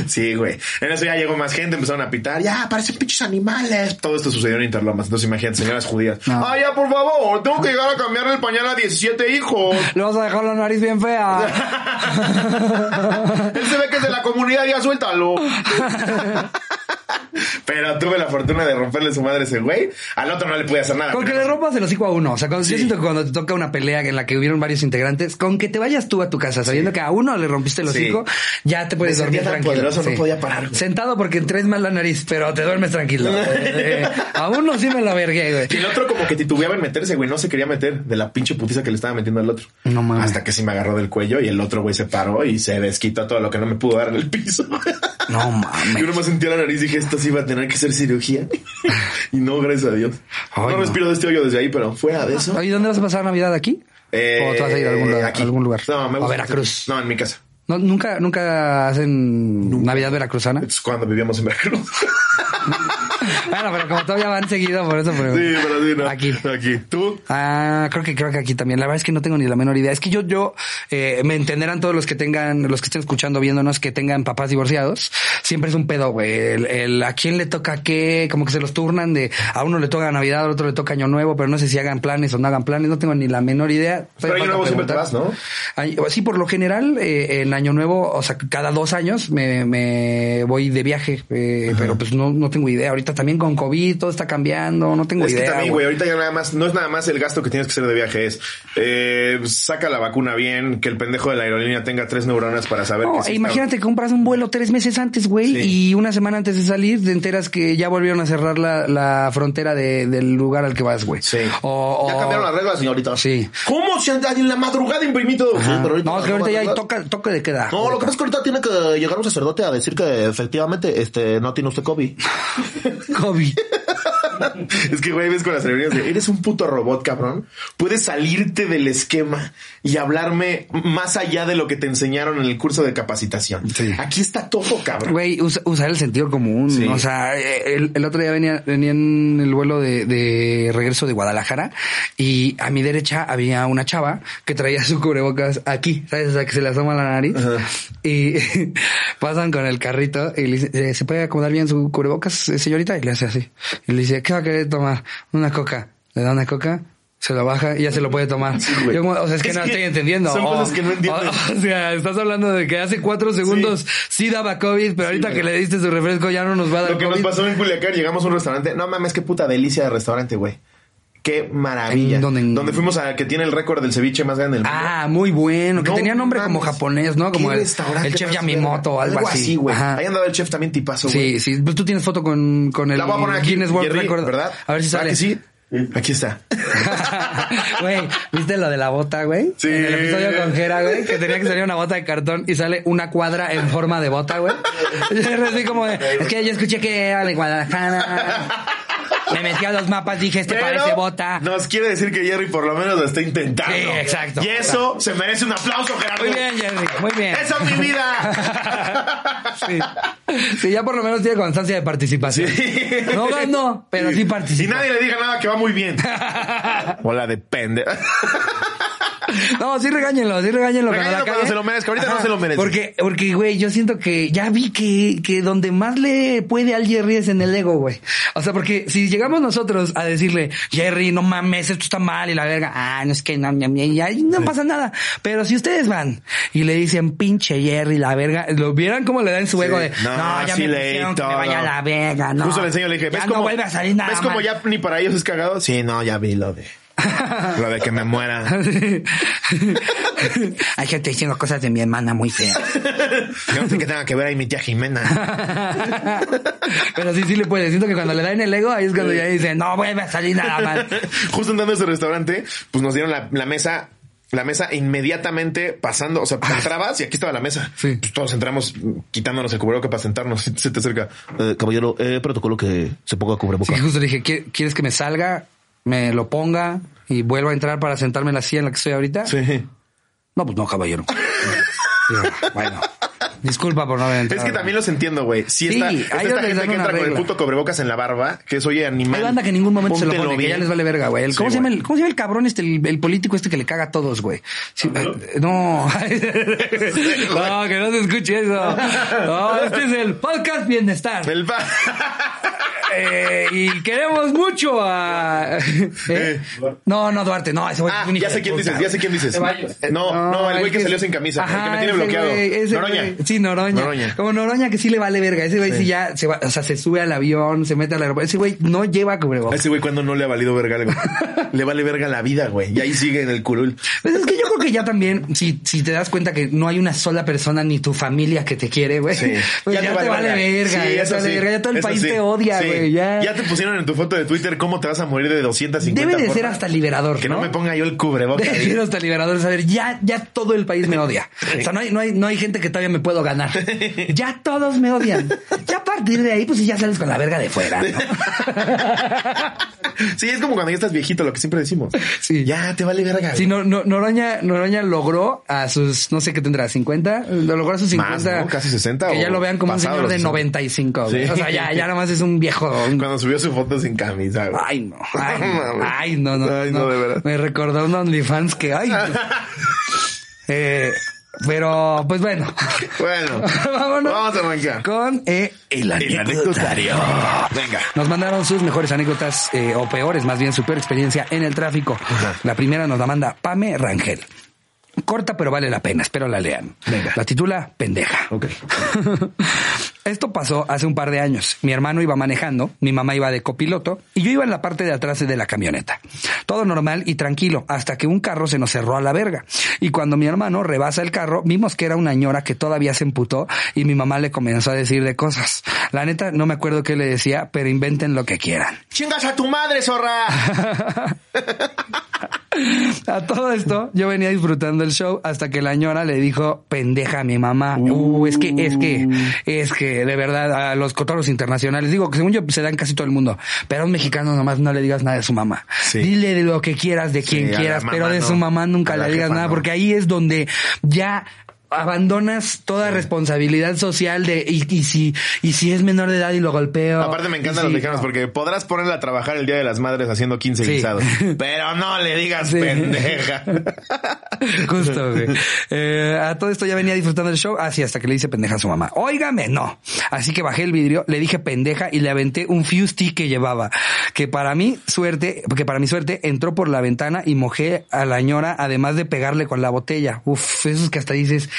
[SPEAKER 2] Sí, güey. En eso ya llegó más gente, empezaron a pitar. Ya, parecen pinches animales. Todo esto sucedió en Interlomas. Entonces imagínate, señoras judías.
[SPEAKER 1] No.
[SPEAKER 2] Ah, ya, por favor, tengo que llegar a cambiarle el pañal a 17 hijos.
[SPEAKER 1] Le vas a dejar la nariz bien fea.
[SPEAKER 2] Él se ve que es de la comunidad, ya suéltalo. Pero tuve la fortuna de romperle su madre a ese güey. Al otro no le pude hacer nada.
[SPEAKER 1] Con que le rompas el hocico a uno. O sea, cuando, yo siento que cuando te toca una pelea en la que hubieron varios integrantes, con que te vayas tú a tu casa sabiendo que a uno le rompiste el
[SPEAKER 2] Sí.
[SPEAKER 1] hocico, ya te puedes
[SPEAKER 2] Me
[SPEAKER 1] dormir
[SPEAKER 2] sentía tan
[SPEAKER 1] tranquilo.
[SPEAKER 2] poderoso, no podía parar, güey.
[SPEAKER 1] Sentado porque traes mal la nariz, pero te duermes tranquilo. Eh, eh, a uno sí me la vergué, güey.
[SPEAKER 2] Y el otro como que titubeaba en meterse, güey. No se quería meter de la pinche putiza que le estaba metiendo al otro.
[SPEAKER 1] No mames.
[SPEAKER 2] Hasta que sí me agarró del cuello y el otro güey se paró y se desquitó todo lo que no me pudo dar en el piso.
[SPEAKER 1] No
[SPEAKER 2] Yo
[SPEAKER 1] mames.
[SPEAKER 2] nomás sentí la nariz y dije, esto sí va a tener que ser cirugía. y no, gracias a Dios.
[SPEAKER 1] Ay,
[SPEAKER 2] no,
[SPEAKER 1] no.
[SPEAKER 2] respiro de este hoyo desde ahí, pero fuera de eso. eh,
[SPEAKER 1] ¿Y dónde vas a pasar Navidad aquí? ¿O tú vas a ir a algún, lugar-
[SPEAKER 2] aquí.
[SPEAKER 1] a algún lugar?
[SPEAKER 2] No, me
[SPEAKER 1] ¿O
[SPEAKER 2] gusta-
[SPEAKER 1] Veracruz?
[SPEAKER 2] No, en mi casa.
[SPEAKER 1] No, ¿Nunca, nunca hacen Navidad veracruzana?
[SPEAKER 2] Es cuando vivíamos en Veracruz.
[SPEAKER 1] Bueno, pero como todavía van seguido, por eso. pero-
[SPEAKER 2] sí, pero sí, no.
[SPEAKER 1] Aquí.
[SPEAKER 2] Aquí. ¿Tú?
[SPEAKER 1] Ah, creo que creo que aquí también. La verdad es que no tengo ni la menor idea. Es que yo, yo, eh, me entenderán todos los que tengan, los que estén escuchando, viéndonos, que tengan papás divorciados. Siempre es un pedo, güey. El, el a quién le toca qué, como que se los turnan de a uno le toca Navidad, al otro le toca Año Nuevo, pero no sé si hagan planes o no hagan planes. No tengo ni la menor idea.
[SPEAKER 2] Pero Año
[SPEAKER 1] Falta
[SPEAKER 2] Nuevo siempre te
[SPEAKER 1] preguntar.
[SPEAKER 2] vas, ¿no?
[SPEAKER 1] Ay, Sí, por lo general, eh, en Año Nuevo, o sea, cada dos años me, me voy de viaje, eh, pero pues no, no tengo idea. Ahorita también con COVID todo está cambiando, no tengo
[SPEAKER 2] Es
[SPEAKER 1] idea.
[SPEAKER 2] que también,
[SPEAKER 1] güey.
[SPEAKER 2] güey, ahorita ya nada más, no es nada más el gasto que tienes que hacer de viaje, es eh, saca la vacuna bien, que el pendejo de la aerolínea tenga tres neuronas para saber
[SPEAKER 1] No,
[SPEAKER 2] que
[SPEAKER 1] e
[SPEAKER 2] sí está-
[SPEAKER 1] imagínate que compras un vuelo tres meses antes, güey,
[SPEAKER 2] Sí.
[SPEAKER 1] y una semana antes de salir te enteras que ya volvieron a cerrar la, la frontera de- del lugar al que vas, güey.
[SPEAKER 2] Sí.
[SPEAKER 1] O,
[SPEAKER 2] Ya
[SPEAKER 1] o-
[SPEAKER 2] cambiaron las reglas, señorita.
[SPEAKER 1] Sí.
[SPEAKER 2] ¿Cómo? Si en en la madrugada imprimí todo. Sí, pero
[SPEAKER 1] Ah. No, es que
[SPEAKER 3] no
[SPEAKER 1] ahorita
[SPEAKER 3] va a
[SPEAKER 1] ya hay
[SPEAKER 3] tardar.
[SPEAKER 1] toca, toque de queda.
[SPEAKER 3] No, lo que pasa es que ahorita tiene que llegar un sacerdote a decir que efectivamente este no tiene usted COVID.
[SPEAKER 1] COVID.
[SPEAKER 2] Es que, güey, ves con las ceremonias de eres un puto robot, cabrón. Puedes salirte del esquema y hablarme más allá de lo que te enseñaron en el curso de capacitación.
[SPEAKER 1] Sí.
[SPEAKER 2] Aquí está todo, cabrón.
[SPEAKER 1] Güey, usa- usar el sentido común.
[SPEAKER 2] Sí.
[SPEAKER 1] O sea, eh, el, el otro día venía, venía en el vuelo de, de regreso de Guadalajara y a mi derecha había una chava que traía su cubrebocas aquí, ¿sabes? O sea, que se le asoma la nariz y pasan con el carrito y le dice, "Eh, ¿se puede acomodar bien su cubrebocas, eh, señorita? Y le hace así. Y le dice, ¿qué va a querer tomar? Una coca. Le da una coca. Se lo baja y ya se lo puede tomar.
[SPEAKER 2] güey.
[SPEAKER 1] Yo como, o sea, es que
[SPEAKER 2] Es
[SPEAKER 1] no
[SPEAKER 2] que
[SPEAKER 1] estoy entendiendo. Oh,
[SPEAKER 2] son
[SPEAKER 1] O-
[SPEAKER 2] cosas que no entiendes.
[SPEAKER 1] o- o sea, estás hablando de que hace cuatro segundos sí, daba COVID, pero ahorita que le diste su refresco ya no nos va a dar
[SPEAKER 2] Lo que nos
[SPEAKER 1] COVID.
[SPEAKER 2] pasó en Culiacán, llegamos a un restaurante. No mames, qué puta delicia de restaurante, güey. Qué maravilla.
[SPEAKER 1] ¿En dónde? ¿En-
[SPEAKER 2] Donde fuimos a que tiene el récord del ceviche más grande del mundo.
[SPEAKER 1] Ah, muy bueno. Que
[SPEAKER 2] No
[SPEAKER 1] tenía nombre como
[SPEAKER 2] mames.
[SPEAKER 1] japonés, ¿no? Como
[SPEAKER 2] ¿Qué
[SPEAKER 1] el,
[SPEAKER 2] restaurante
[SPEAKER 1] el chef
[SPEAKER 2] más
[SPEAKER 1] Yamimoto o
[SPEAKER 2] verga?
[SPEAKER 1] algo, así.
[SPEAKER 2] güey.
[SPEAKER 1] Ajá.
[SPEAKER 2] Ahí andaba el chef también tipazo, güey.
[SPEAKER 1] Sí, sí. Pues tú tienes foto con, con el
[SPEAKER 2] La voy a poner aquí.
[SPEAKER 1] Guinness World
[SPEAKER 2] Jerry,
[SPEAKER 1] Record.
[SPEAKER 2] ¿Verdad?
[SPEAKER 1] A ver si
[SPEAKER 2] ¿Verdad
[SPEAKER 1] sale.
[SPEAKER 2] que sí? Aquí está.
[SPEAKER 1] Güey, este ¿viste lo de la bota, güey?
[SPEAKER 2] Sí.
[SPEAKER 1] En el episodio con Jera, güey, que tenía que salir una bota de cartón y sale una cuadra en forma de bota, güey. Yo era así como de, es que yo escuché que era de Guadalajara. Me metí a los mapas, dije, este
[SPEAKER 2] Pero
[SPEAKER 1] parece bota.
[SPEAKER 2] Nos quiere decir que Jerry por lo menos lo está intentando.
[SPEAKER 1] Sí, exacto.
[SPEAKER 2] Y eso se merece un aplauso, Gerardo.
[SPEAKER 1] Muy bien, Jerry, muy bien.
[SPEAKER 2] ¡Eso es mi vida!
[SPEAKER 1] Sí. Sí, ya por lo menos tiene constancia de participación.
[SPEAKER 2] Sí.
[SPEAKER 1] No ganó, pero sí
[SPEAKER 2] Y
[SPEAKER 1] participó.
[SPEAKER 2] nadie le diga nada que va muy bien. Hola, depende.
[SPEAKER 1] No, sí regáñenlo, sí regáñenlo.
[SPEAKER 2] Regáñenlo
[SPEAKER 1] la
[SPEAKER 2] cuando
[SPEAKER 1] cague.
[SPEAKER 2] se lo merezca, ahorita no se lo merece.
[SPEAKER 1] Porque, porque, güey, yo siento que ya vi que, que donde más le puede al Jerry es en el ego, güey. O sea, porque si llegamos nosotros a decirle, Jerry, no mames, esto está mal y la verga, ah, no es que no, no, no, y ahí no pasa nada. Pero si ustedes van y le dicen, pinche Jerry, la verga, lo vieran cómo le dan su ego de, no, ya
[SPEAKER 2] sí
[SPEAKER 1] me
[SPEAKER 2] leí
[SPEAKER 1] pusieron que me
[SPEAKER 2] todo.
[SPEAKER 1] vaya a la verga, no.
[SPEAKER 2] Justo le enseño, le dije,
[SPEAKER 1] ya
[SPEAKER 2] ¿ves
[SPEAKER 1] no
[SPEAKER 2] cómo,
[SPEAKER 1] vuelve a salir nada
[SPEAKER 2] ¿ves cómo
[SPEAKER 1] mal".
[SPEAKER 2] ya ni para ellos es cagado? Sí, no, ya vi lo de, lo de que me muera.
[SPEAKER 1] Hay gente diciendo cosas de mi hermana muy feas.
[SPEAKER 2] Yo no sé qué tenga que ver ahí mi tía Jimena.
[SPEAKER 1] Pero sí, sí le puede. Siento que cuando le dan el ego, ahí es cuando ya dice, no vuelve a salir nada mal.
[SPEAKER 2] Justo entrando a ese restaurante, pues nos dieron la, la mesa, la mesa inmediatamente pasando, o sea, entrabas y aquí estaba la mesa.
[SPEAKER 1] Sí.
[SPEAKER 2] Pues todos entramos mm, quitándonos el cubrebocas para sentarnos. Se te acerca.
[SPEAKER 3] Eh, caballero, eh, protocolo que se ponga
[SPEAKER 1] Sí,
[SPEAKER 3] cubrebocas.
[SPEAKER 1] justo le dije, "¿Qui- ¿quieres que me salga, me lo ponga y vuelva a entrar para sentarme en la silla en la que estoy ahorita?
[SPEAKER 2] Sí.
[SPEAKER 1] No, pues no, caballero. Digo, bueno, Disculpa por no haber
[SPEAKER 2] Es
[SPEAKER 1] entrado.
[SPEAKER 2] que también los entiendo, güey. Si
[SPEAKER 1] Sí,
[SPEAKER 2] está,
[SPEAKER 1] a
[SPEAKER 2] está
[SPEAKER 1] ellos les
[SPEAKER 2] esta gente
[SPEAKER 1] dan
[SPEAKER 2] que
[SPEAKER 1] una
[SPEAKER 2] entra con el
[SPEAKER 1] regla.
[SPEAKER 2] puto cobrebocas en la barba, que es oye animal.
[SPEAKER 1] Hay banda que en ningún momento se lo
[SPEAKER 2] póntelo
[SPEAKER 1] pone, que
[SPEAKER 2] bien.
[SPEAKER 1] ya les vale verga, güey. El- ¿Cómo,
[SPEAKER 2] Sí,
[SPEAKER 1] se llama el- ¿Cómo se llama el cabrón este, el, el político este que le caga a todos, güey? Sí, eh, no. no, que no se escuche eso. No, este es el podcast Bienestar.
[SPEAKER 2] El pa-
[SPEAKER 1] Eh, y queremos mucho a... ¿Eh? No, no, Duarte, no, ese güey
[SPEAKER 2] Ah,
[SPEAKER 1] es un hijo
[SPEAKER 2] ya sé
[SPEAKER 1] de
[SPEAKER 2] quién
[SPEAKER 1] puta,
[SPEAKER 2] dices, ya sé quién dices. Eh,
[SPEAKER 4] Ceballos.
[SPEAKER 2] No, no, el güey
[SPEAKER 1] es
[SPEAKER 2] que salió sin camisa, el que me tiene
[SPEAKER 1] ese
[SPEAKER 2] bloqueado.
[SPEAKER 1] güey, ese
[SPEAKER 2] Noroña.
[SPEAKER 1] güey. Sí, Noroña.
[SPEAKER 2] Noroña.
[SPEAKER 1] Como Noroña que sí le vale verga. Ese güey sí, ya se va, o sea, se sube al avión, se mete al aeropuerto. Ese güey no lleva
[SPEAKER 2] A
[SPEAKER 1] cubrebocas.
[SPEAKER 2] ese güey cuando no le ha valido verga algo. le vale verga la vida, güey. Y ahí sigue en el curul.
[SPEAKER 1] Pues es que yo creo que ya también, si, si te das cuenta que no hay una sola persona ni tu familia que te quiere, güey,
[SPEAKER 2] Sí.
[SPEAKER 1] pues ya, te vale verga,
[SPEAKER 2] Sí,
[SPEAKER 1] ya te
[SPEAKER 2] eso
[SPEAKER 1] vale
[SPEAKER 2] sí.
[SPEAKER 1] verga, ya todo el
[SPEAKER 2] Eso
[SPEAKER 1] país
[SPEAKER 2] sí.
[SPEAKER 1] te odia,
[SPEAKER 2] Sí.
[SPEAKER 1] güey, ya.
[SPEAKER 2] te pusieron en tu foto de Twitter cómo te vas a morir de 250
[SPEAKER 1] Debe de ser
[SPEAKER 2] formas.
[SPEAKER 1] hasta liberador,
[SPEAKER 2] Que no, me ponga yo el cubrebocas.
[SPEAKER 1] Debe ser hasta liberador saber, ya, ya todo el país me odia. O sea, no hay, no hay, no hay gente que todavía me puedo ganar. Ya todos me odian. Ya a partir de ahí, pues sí, ya sales con la verga de fuera, ¿no?
[SPEAKER 2] sí, es como cuando ya estás viejito, lo que siempre decimos.
[SPEAKER 1] Sí.
[SPEAKER 2] Ya te vale verga.
[SPEAKER 1] Sí, no,
[SPEAKER 2] güey.
[SPEAKER 1] no, Noroña, Noroña logró a sus, no sé qué tendrá, 50, lo logró a sus
[SPEAKER 2] Más,
[SPEAKER 1] 50.
[SPEAKER 2] ¿no? Casi 60
[SPEAKER 1] Que
[SPEAKER 2] o
[SPEAKER 1] ya lo vean como un
[SPEAKER 2] pasado
[SPEAKER 1] señor
[SPEAKER 2] los
[SPEAKER 1] de
[SPEAKER 2] 60.
[SPEAKER 1] 95. güey.
[SPEAKER 2] Sí.
[SPEAKER 1] O sea, ya, ya nomás es un viejo. un-
[SPEAKER 2] Cuando subió su foto sin camisa. güey.
[SPEAKER 1] Ay, no. Ay, no,
[SPEAKER 2] mames.
[SPEAKER 1] ay, no, no,
[SPEAKER 2] Ay, no,
[SPEAKER 1] no.
[SPEAKER 2] de verdad.
[SPEAKER 1] Me recordó un OnlyFans que, ay. no. Eh, pero, pues bueno.
[SPEAKER 2] Bueno,
[SPEAKER 1] Vámonos.
[SPEAKER 2] Vamos a arrancar.
[SPEAKER 1] Con eh, el
[SPEAKER 2] El
[SPEAKER 1] anecdotario.
[SPEAKER 2] Venga.
[SPEAKER 1] Nos mandaron sus mejores anécdotas, eh, o peores, más bien, su peor experiencia en el tráfico. La primera nos la manda Pame Rangel. Corta, pero vale la pena. Espero la lean. La titula Pendeja. Esto pasó hace un par de años. Mi hermano iba manejando, mi mamá iba de copiloto y yo iba en la parte de atrás de la camioneta. Todo normal y tranquilo, hasta que un carro se nos cerró a la verga. Y cuando mi hermano rebasa el carro, vimos que era una ñora que todavía se emputó y mi mamá le comenzó a decir de cosas. La neta, no me acuerdo qué le decía, pero inventen lo que quieran.
[SPEAKER 2] Chingas a tu madre, zorra.
[SPEAKER 1] A todo esto, yo venía disfrutando el show hasta que la ñora le dijo pendeja a mi mamá. Uh, es que, es que, es que, de verdad, a los cotorros internacionales, digo que según yo pues, se dan casi todo el mundo, pero a un mexicano nomás no le digas nada de su mamá.
[SPEAKER 2] Sí.
[SPEAKER 1] Dile de lo que quieras, de quien
[SPEAKER 2] a la
[SPEAKER 1] quieras,
[SPEAKER 2] mamá
[SPEAKER 1] pero de
[SPEAKER 2] no.
[SPEAKER 1] su mamá
[SPEAKER 2] A
[SPEAKER 1] nunca
[SPEAKER 2] la
[SPEAKER 1] le digas
[SPEAKER 2] jefa
[SPEAKER 1] nada,
[SPEAKER 2] no.
[SPEAKER 1] porque ahí es donde ya abandonas toda responsabilidad social de y, y si y si es menor de edad y lo golpeo
[SPEAKER 2] Aparte me encantan
[SPEAKER 1] y
[SPEAKER 2] los
[SPEAKER 1] si-
[SPEAKER 2] mexicanos porque podrás ponerla a trabajar el Día de las Madres haciendo 15
[SPEAKER 1] Sí.
[SPEAKER 2] guisados. Pero no le digas
[SPEAKER 1] Sí.
[SPEAKER 2] pendeja.
[SPEAKER 1] Justo, güey. Eh, a todo esto ya venía disfrutando el show, así hasta que le hice pendeja a su mamá. Óigame, no. Así que bajé el vidrio, le dije pendeja y le aventé un fusti que llevaba, que para mi suerte, porque para mi suerte entró por la ventana y mojé a la ñora, además de pegarle con la botella. Uf, eso es que hasta dices,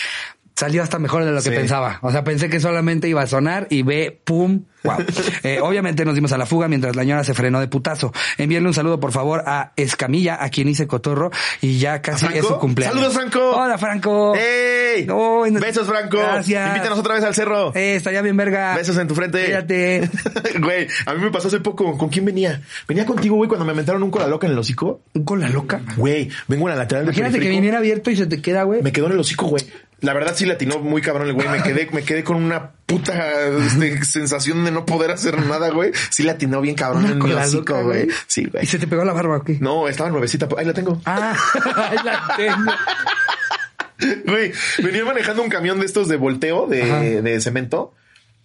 [SPEAKER 1] salió hasta mejor de lo que
[SPEAKER 2] Sí.
[SPEAKER 1] pensaba. O sea, pensé que solamente iba a sonar y ve, pum, wow. Eh, obviamente nos dimos a la fuga mientras la ñora se frenó de putazo. Envíenle un saludo, por favor, a Escamilla, a quien hice cotorro y ya casi Sí,
[SPEAKER 2] ¿Franco?
[SPEAKER 1] es su cumpleaños.
[SPEAKER 2] Saludos, Franco.
[SPEAKER 1] Hola, Franco.
[SPEAKER 2] ¡Ey!
[SPEAKER 1] No, no-
[SPEAKER 2] Besos, Franco.
[SPEAKER 1] Gracias.
[SPEAKER 2] Invítanos otra vez al cerro.
[SPEAKER 1] Eh, estaría bien, verga.
[SPEAKER 2] Besos en tu frente.
[SPEAKER 1] Fíjate.
[SPEAKER 2] güey, a mí me pasó hace poco. ¿Con quién venía? Venía contigo, güey, cuando me aventaron un cola loca en el hocico.
[SPEAKER 1] Un cola loca.
[SPEAKER 2] Güey, vengo a la lateral de
[SPEAKER 1] Imagínate que viniera abierto y se te queda, güey.
[SPEAKER 2] Me quedó en el hocico, güey. La verdad sí latinó muy cabrón el güey. Me quedé, me quedé con una puta este, sensación de no poder hacer nada, güey. Sí latinó bien cabrón
[SPEAKER 1] Una
[SPEAKER 2] en mi
[SPEAKER 1] cola
[SPEAKER 2] hocico,
[SPEAKER 1] loca,
[SPEAKER 2] güey.
[SPEAKER 1] güey.
[SPEAKER 2] Sí, güey.
[SPEAKER 1] Y se te pegó la barba, ¿o qué?
[SPEAKER 2] No, estaba nuevecita. Ahí la tengo.
[SPEAKER 1] Ah, ahí la tengo.
[SPEAKER 2] Güey, venía manejando un camión de estos de volteo
[SPEAKER 1] Ajá.
[SPEAKER 2] de, de cemento.